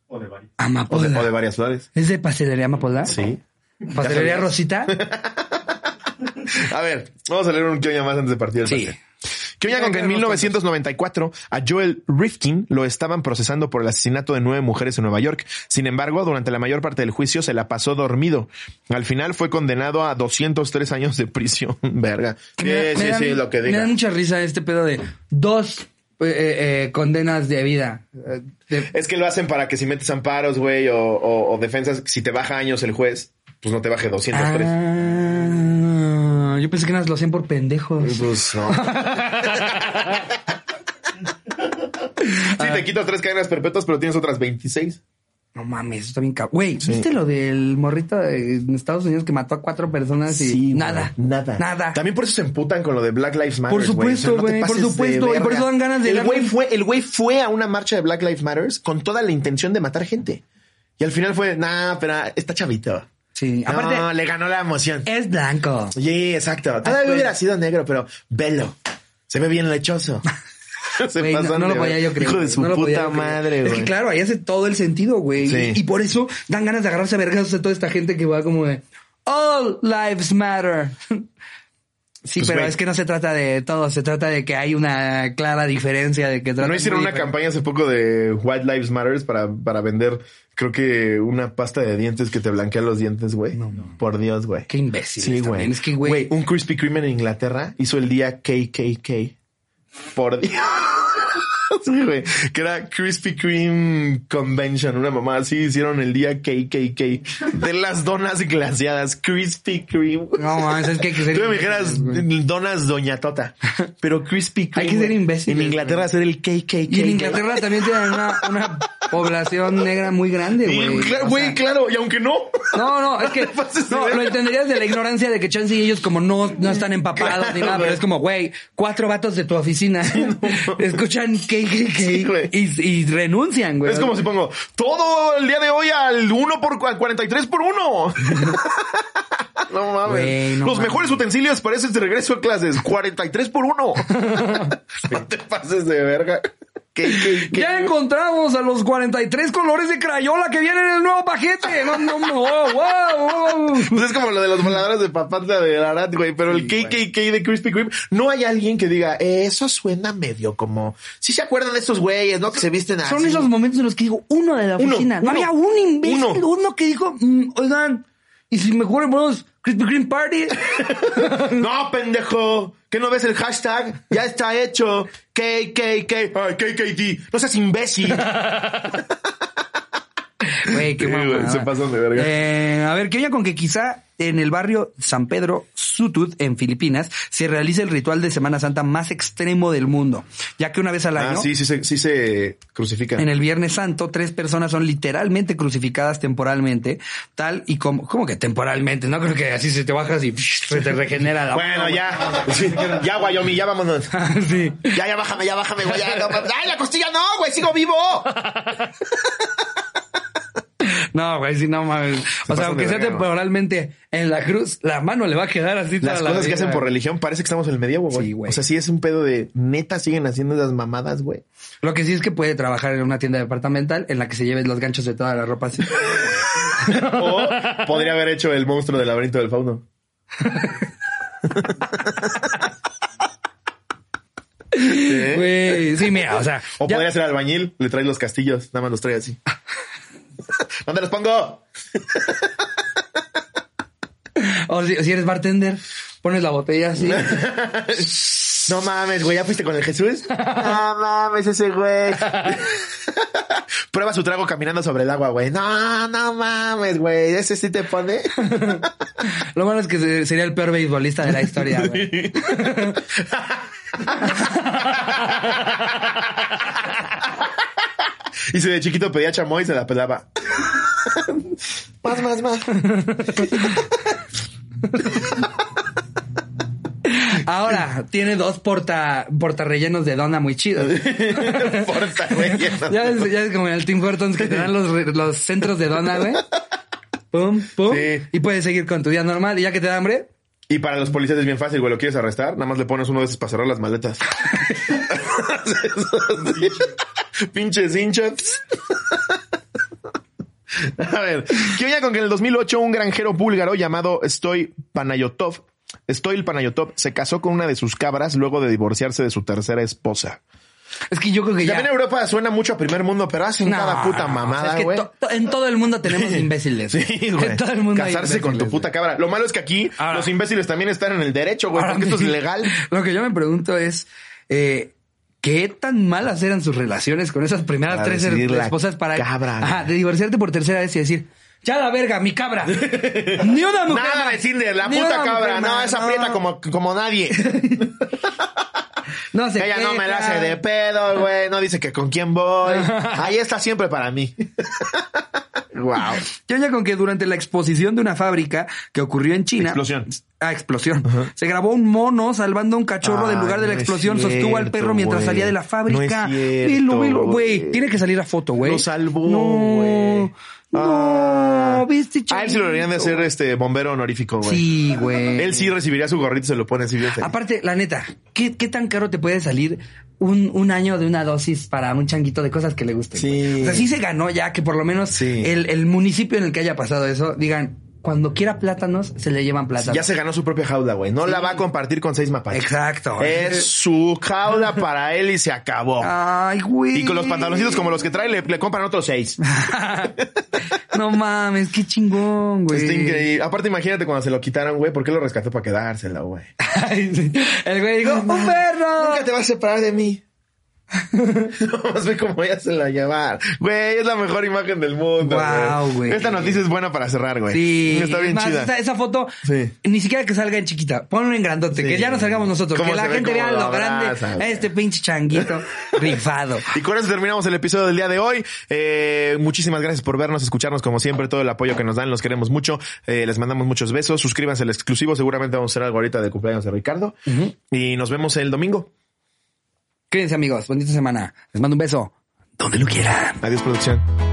[SPEAKER 2] O de,
[SPEAKER 1] Amapola.
[SPEAKER 2] o de varias flores.
[SPEAKER 1] ¿Es de pastelería Amapola?
[SPEAKER 2] Sí.
[SPEAKER 1] ¿Pastelería
[SPEAKER 2] sabías?
[SPEAKER 1] Rosita?
[SPEAKER 2] A ver, vamos a leer un quioña más antes de partir. el
[SPEAKER 1] Sí.
[SPEAKER 2] pastel. Quioña con que en 1994 a Joel Rifkin lo estaban procesando por el asesinato de nueve mujeres en Nueva York. Sin embargo, durante la mayor parte del juicio se la pasó dormido. Al final fue condenado a 203 años de prisión. Verga. Sí,
[SPEAKER 1] Me- me
[SPEAKER 2] sí,
[SPEAKER 1] da-
[SPEAKER 2] sí, lo que
[SPEAKER 1] Me da
[SPEAKER 2] diga.
[SPEAKER 1] mucha risa este pedo de dos eh, eh, eh, condenas de vida. Eh, de-
[SPEAKER 2] Es que lo hacen para que si metes amparos, güey, o, o- o defensas, si te baja años el juez, pues no te baje 203.
[SPEAKER 1] Ah, yo pensé que nos lo hacían por pendejos.
[SPEAKER 2] Pues no. sí, te quitas tres cadenas perpetuas, pero tienes otras 26.
[SPEAKER 1] No mames, eso está bien cabrón. Güey, ¿viste lo del morrito de- en Estados Unidos que mató a cuatro personas y
[SPEAKER 2] güey.
[SPEAKER 1] nada?
[SPEAKER 2] Nada.
[SPEAKER 1] Nada.
[SPEAKER 2] También por eso se emputan con lo de Black Lives Matter.
[SPEAKER 1] supuesto,
[SPEAKER 2] te
[SPEAKER 1] güey, por
[SPEAKER 2] pases de
[SPEAKER 1] supuesto, y por
[SPEAKER 2] verga.
[SPEAKER 1] eso dan ganas de
[SPEAKER 2] El
[SPEAKER 1] darle-
[SPEAKER 2] güey fue, el güey fue a una marcha de Black Lives Matter con toda la intención de matar gente. Y al final fue, nah, pero está chavito.
[SPEAKER 1] Sí,
[SPEAKER 2] No,
[SPEAKER 1] aparte- Eh,
[SPEAKER 2] le ganó la emoción.
[SPEAKER 1] Es blanco.
[SPEAKER 2] Sí, exacto. Todavía
[SPEAKER 1] güey.
[SPEAKER 2] hubiera sido negro, pero velo. Se ve bien lechoso. Se
[SPEAKER 1] Güey, no,
[SPEAKER 2] pasan
[SPEAKER 1] no
[SPEAKER 2] de
[SPEAKER 1] lo podía
[SPEAKER 2] ver-
[SPEAKER 1] yo creer.
[SPEAKER 2] Hijo de
[SPEAKER 1] güey.
[SPEAKER 2] su
[SPEAKER 1] No lo podía
[SPEAKER 2] puta
[SPEAKER 1] yo creer.
[SPEAKER 2] madre,
[SPEAKER 1] Es
[SPEAKER 2] güey.
[SPEAKER 1] que claro, ahí hace todo el sentido, güey.
[SPEAKER 2] Sí.
[SPEAKER 1] Y, y por eso dan ganas de agarrarse a vergas a toda esta gente que va como de All lives matter. Sí,
[SPEAKER 2] Pues,
[SPEAKER 1] pero
[SPEAKER 2] güey.
[SPEAKER 1] es que no se trata de todo, se trata de que hay una clara diferencia de que trata
[SPEAKER 2] ¿No hicieron una campaña hace poco de White Lives Matters para, para vender, creo que una pasta de dientes que te blanquea los dientes, güey? Por Dios, güey.
[SPEAKER 1] Qué imbécil.
[SPEAKER 2] Sí, güey.
[SPEAKER 1] Es que, güey.
[SPEAKER 2] Un Krispy Kreme en Inglaterra hizo el día KKK. Por Dios. Sí, güey. Que era Krispy Kreme Convention, una mamá así hicieron el día KKK de las donas glaciadas Krispy Kreme.
[SPEAKER 1] No, mames, es que hay que ser
[SPEAKER 2] Tú me
[SPEAKER 1] imbéciles,
[SPEAKER 2] dijeras
[SPEAKER 1] Pues güey.
[SPEAKER 2] donas Doña Tota, pero Krispy Kreme.
[SPEAKER 1] Hay que ser
[SPEAKER 2] güey,
[SPEAKER 1] imbéciles,
[SPEAKER 2] En Inglaterra hacer el KKK.
[SPEAKER 1] Y en Inglaterra también tienen una, una población negra muy grande,
[SPEAKER 2] Y,
[SPEAKER 1] güey.
[SPEAKER 2] claro,
[SPEAKER 1] O
[SPEAKER 2] güey,
[SPEAKER 1] sea,
[SPEAKER 2] claro, y aunque no.
[SPEAKER 1] No, no, es que
[SPEAKER 2] te pases de
[SPEAKER 1] no, lo
[SPEAKER 2] verga.
[SPEAKER 1] entenderías de la ignorancia de que Chance y ellos como no, no están empapados ni
[SPEAKER 2] Claro,
[SPEAKER 1] nada, pero
[SPEAKER 2] güey.
[SPEAKER 1] es como, güey, cuatro vatos de tu oficina escuchan que, que, que
[SPEAKER 2] Sí, güey.
[SPEAKER 1] y, y renuncian, güey.
[SPEAKER 2] Es como si pongo todo el día de hoy al 1 por cua- 43 por 1. no mames.
[SPEAKER 1] Güey, no
[SPEAKER 2] Los
[SPEAKER 1] mames.
[SPEAKER 2] mejores utensilios para ese regreso a clases, 43 por 1. no te pases de verga.
[SPEAKER 3] ¿Qué, qué, qué?
[SPEAKER 1] Ya encontramos a los 43 colores de Crayola que vienen en el nuevo paquete. No, no, no, wow, wow.
[SPEAKER 3] Pues es como lo de
[SPEAKER 5] Mm.
[SPEAKER 3] los voladores de papata de Ararat, güey, pero el KKK de Krispy Kreme. No hay alguien que diga, eh, eso suena medio como, si se acuerdan de estos güeyes, ¿no? Que se visten así.
[SPEAKER 5] Son esos momentos en los que digo, uno de la
[SPEAKER 3] Uno,
[SPEAKER 5] oficina.
[SPEAKER 3] uno,
[SPEAKER 5] no había un imbécil,
[SPEAKER 3] uno.
[SPEAKER 5] uno, que dijo, mm, oigan, y si me juegan unos Krispy Kreme Party.
[SPEAKER 3] No, pendejo. ¿Qué no ves el hashtag? Ya está hecho. KKK. Ay, KKT. No seas imbécil.
[SPEAKER 5] Ah,
[SPEAKER 1] Güey, qué
[SPEAKER 2] Sí, güey,
[SPEAKER 1] mamada.
[SPEAKER 2] se pasan de verga.
[SPEAKER 1] Eh, a ver, que oiga con que quizá en el barrio San Pedro Sutut, en Filipinas, se realiza el ritual de Semana Santa más extremo del mundo, ya que una vez al
[SPEAKER 2] Ah,
[SPEAKER 1] año,
[SPEAKER 2] sí, sí, se- sí se crucifican.
[SPEAKER 1] en el Viernes Santo, tres personas son literalmente crucificadas temporalmente, tal y como, ¿cómo que temporalmente? No creo que así se te bajas y se te regenera la...
[SPEAKER 5] Ah,
[SPEAKER 2] Bueno, ya. Sí.
[SPEAKER 3] ya, Wyoming, ya vámonos.
[SPEAKER 1] Sí.
[SPEAKER 3] Ya, ya, bájame, ya, bájame, güey. Ya, no, ay, la costilla no, güey, sigo vivo.
[SPEAKER 1] No, güey, sí, no mames. o sea,
[SPEAKER 2] pasan
[SPEAKER 1] aunque
[SPEAKER 2] de
[SPEAKER 1] sea
[SPEAKER 2] verga, ¿no?
[SPEAKER 1] temporalmente en la cruz, la mano le va a quedar así toda
[SPEAKER 2] Las
[SPEAKER 1] la
[SPEAKER 2] cosas que
[SPEAKER 1] vida,
[SPEAKER 2] hacen por
[SPEAKER 1] güey.
[SPEAKER 2] religión parece que estamos en el medievo, güey.
[SPEAKER 1] Sí, güey.
[SPEAKER 2] o sea, sí es un pedo de
[SPEAKER 3] Neta, siguen haciendo esas mamadas, güey.
[SPEAKER 1] Lo que sí es que puede trabajar en una tienda departamental en la que se lleven los ganchos de toda la ropa así.
[SPEAKER 2] O podría haber hecho el monstruo del laberinto del fauno. Sí.
[SPEAKER 1] Güey, sí, mira, o sea,
[SPEAKER 2] ¿Eh? O
[SPEAKER 1] ya-
[SPEAKER 2] podría ser albañil, le traes los castillos, nada más los trae así. ¿Dónde los pongo?
[SPEAKER 1] o si, si eres bartender, pones la botella así.
[SPEAKER 3] No mames, güey, ¿ya fuiste con el Jesús? No mames, ese güey.
[SPEAKER 2] Prueba su trago caminando sobre el agua, güey.
[SPEAKER 3] No, no mames, güey. Ese sí te pone.
[SPEAKER 1] Lo malo es que se- sería el peor beisbolista de la historia. güey.
[SPEAKER 2] Y si de chiquito pedía chamoy, se la pelaba.
[SPEAKER 3] Más, más, más.
[SPEAKER 1] Ahora tiene dos porta, porta rellenos de dona muy chidos.
[SPEAKER 2] Porta, güey.
[SPEAKER 1] Ya es, ya es como en el Tim Hortons que te dan los, re- los centros de dona, güey. Pum, pum.
[SPEAKER 2] Sí.
[SPEAKER 1] Y puedes seguir con tu día normal. Y ya que te da hambre,
[SPEAKER 2] Y para los policías es bien fácil, güey. Lo quieres arrestar, nada más le pones uno de esos para cerrar las maletas. Pinches hinchas. A ver, ¿qué oía con que en el 2008 un granjero búlgaro llamado Stoy Panayotov, Stoy Panayotov, se casó con una de sus cabras luego de divorciarse de su tercera esposa?
[SPEAKER 1] es que yo creo que ya.
[SPEAKER 2] También en Europa suena mucho a primer mundo, pero hacen
[SPEAKER 1] No,
[SPEAKER 2] cada puta
[SPEAKER 1] o sea,
[SPEAKER 2] mamada,
[SPEAKER 1] es que
[SPEAKER 2] güey.
[SPEAKER 1] to- to- en todo el mundo tenemos imbéciles.
[SPEAKER 2] Sí,
[SPEAKER 1] En
[SPEAKER 2] güey.
[SPEAKER 1] todo el mundo hay
[SPEAKER 2] Casarse con tu
[SPEAKER 1] imbéciles,
[SPEAKER 2] puta cabra. Lo malo es que aquí
[SPEAKER 1] Ahora-
[SPEAKER 2] los imbéciles también están en el derecho, güey,
[SPEAKER 1] Ahora
[SPEAKER 2] porque esto es
[SPEAKER 1] sí.
[SPEAKER 2] legal.
[SPEAKER 1] Lo que yo me pregunto es, eh, ¿qué tan malas eran sus relaciones con esas primeras
[SPEAKER 3] Para
[SPEAKER 1] tres
[SPEAKER 3] decidir la
[SPEAKER 1] esposas para
[SPEAKER 3] cabra,
[SPEAKER 1] Ajá,
[SPEAKER 3] güey.
[SPEAKER 1] de divorciarte por tercera vez y decir, ya la verga, mi cabra. Ni una mujer.
[SPEAKER 2] Nada
[SPEAKER 1] más.
[SPEAKER 2] de Cinder, la
[SPEAKER 1] Ni
[SPEAKER 2] puta
[SPEAKER 1] una
[SPEAKER 2] cabra.
[SPEAKER 1] mujer
[SPEAKER 2] No,
[SPEAKER 1] más,
[SPEAKER 2] esa aprieta como, como nadie.
[SPEAKER 1] No se
[SPEAKER 2] Ella no me la
[SPEAKER 1] queja.
[SPEAKER 2] hace de pedo, güey. No dice que con quién voy. Ahí está siempre para mí. wow.
[SPEAKER 1] Yo ya con que durante la exposición de una fábrica que ocurrió en China.
[SPEAKER 2] Explosión.
[SPEAKER 1] Ah, explosión. Se grabó un mono salvando a un cachorro del
[SPEAKER 2] Ay,
[SPEAKER 1] lugar de la
[SPEAKER 2] no es
[SPEAKER 1] explosión. Sostuvo al
[SPEAKER 2] cierto,
[SPEAKER 1] perro mientras
[SPEAKER 2] güey.
[SPEAKER 1] salía de la
[SPEAKER 2] No es
[SPEAKER 1] fábrica.
[SPEAKER 2] cierto,
[SPEAKER 1] Velo, velo.
[SPEAKER 2] güey.
[SPEAKER 1] Güey, tiene que salir a foto, güey.
[SPEAKER 2] Lo salvó, güey.
[SPEAKER 1] No,
[SPEAKER 2] Ah.
[SPEAKER 1] no, viste,
[SPEAKER 2] A él se lo deberían de
[SPEAKER 1] chavito?
[SPEAKER 2] hacer este bombero honorífico, güey.
[SPEAKER 1] Sí, güey.
[SPEAKER 2] Él sí recibiría su gorrito y se lo pone así bien feliz.
[SPEAKER 1] Aparte, la neta, ¿qué, qué tan caro te puede salir un, un año de una dosis para un changuito de cosas que le gusten?
[SPEAKER 2] Sí.
[SPEAKER 1] güey? O sea, sí se ganó ya que por lo menos
[SPEAKER 2] Sí.
[SPEAKER 1] el, el municipio en el que haya pasado eso, digan, cuando quiera plátanos, se le llevan plátanos.
[SPEAKER 2] Ya se ganó su propia jaula, güey. No la va a compartir con seis mapaches.
[SPEAKER 1] Exacto.
[SPEAKER 2] Es su jaula para él y se acabó.
[SPEAKER 1] Ay, güey.
[SPEAKER 2] Y con los pantaloncitos como los que trae, le, le compran otros seis.
[SPEAKER 1] no mames, qué chingón, güey.
[SPEAKER 2] Está increíble. Aparte, imagínate cuando se lo quitaron, güey. ¿Por qué lo rescató para quedárselo, güey?
[SPEAKER 1] Ay, sí. el güey dijo, ¡un perro!
[SPEAKER 2] Nunca te vas a separar de mí. Nomás ve cómo ella se la llevar. Güey, es la mejor imagen del mundo.
[SPEAKER 1] Guau, güey.
[SPEAKER 2] Esta noticia es buena para cerrar, güey.
[SPEAKER 1] Sí,
[SPEAKER 2] Está bien
[SPEAKER 1] es más,
[SPEAKER 2] chida.
[SPEAKER 1] Esa, esa foto,
[SPEAKER 2] Sí.
[SPEAKER 1] ni siquiera que salga en chiquita, ponlo en grandote,
[SPEAKER 2] Sí.
[SPEAKER 1] que ya no salgamos nosotros,
[SPEAKER 2] Cómo
[SPEAKER 1] que la
[SPEAKER 2] se ve,
[SPEAKER 1] gente
[SPEAKER 2] cómo
[SPEAKER 1] vea
[SPEAKER 2] lo
[SPEAKER 1] lo grande,
[SPEAKER 2] abraza,
[SPEAKER 1] a
[SPEAKER 2] güey.
[SPEAKER 1] este pinche changuito rifado.
[SPEAKER 2] Y con eso terminamos el episodio del día de hoy. Eh, muchísimas gracias por vernos, escucharnos, como siempre, todo el apoyo que nos dan. Los queremos mucho. Eh, les mandamos muchos besos. Suscríbanse al exclusivo. Seguramente vamos a hacer algo ahorita de cumpleaños de Ricardo. Y nos vemos el domingo.
[SPEAKER 1] Cuídense amigos, bonita semana. Les mando un beso, donde lo quieran.
[SPEAKER 2] Adiós, producción.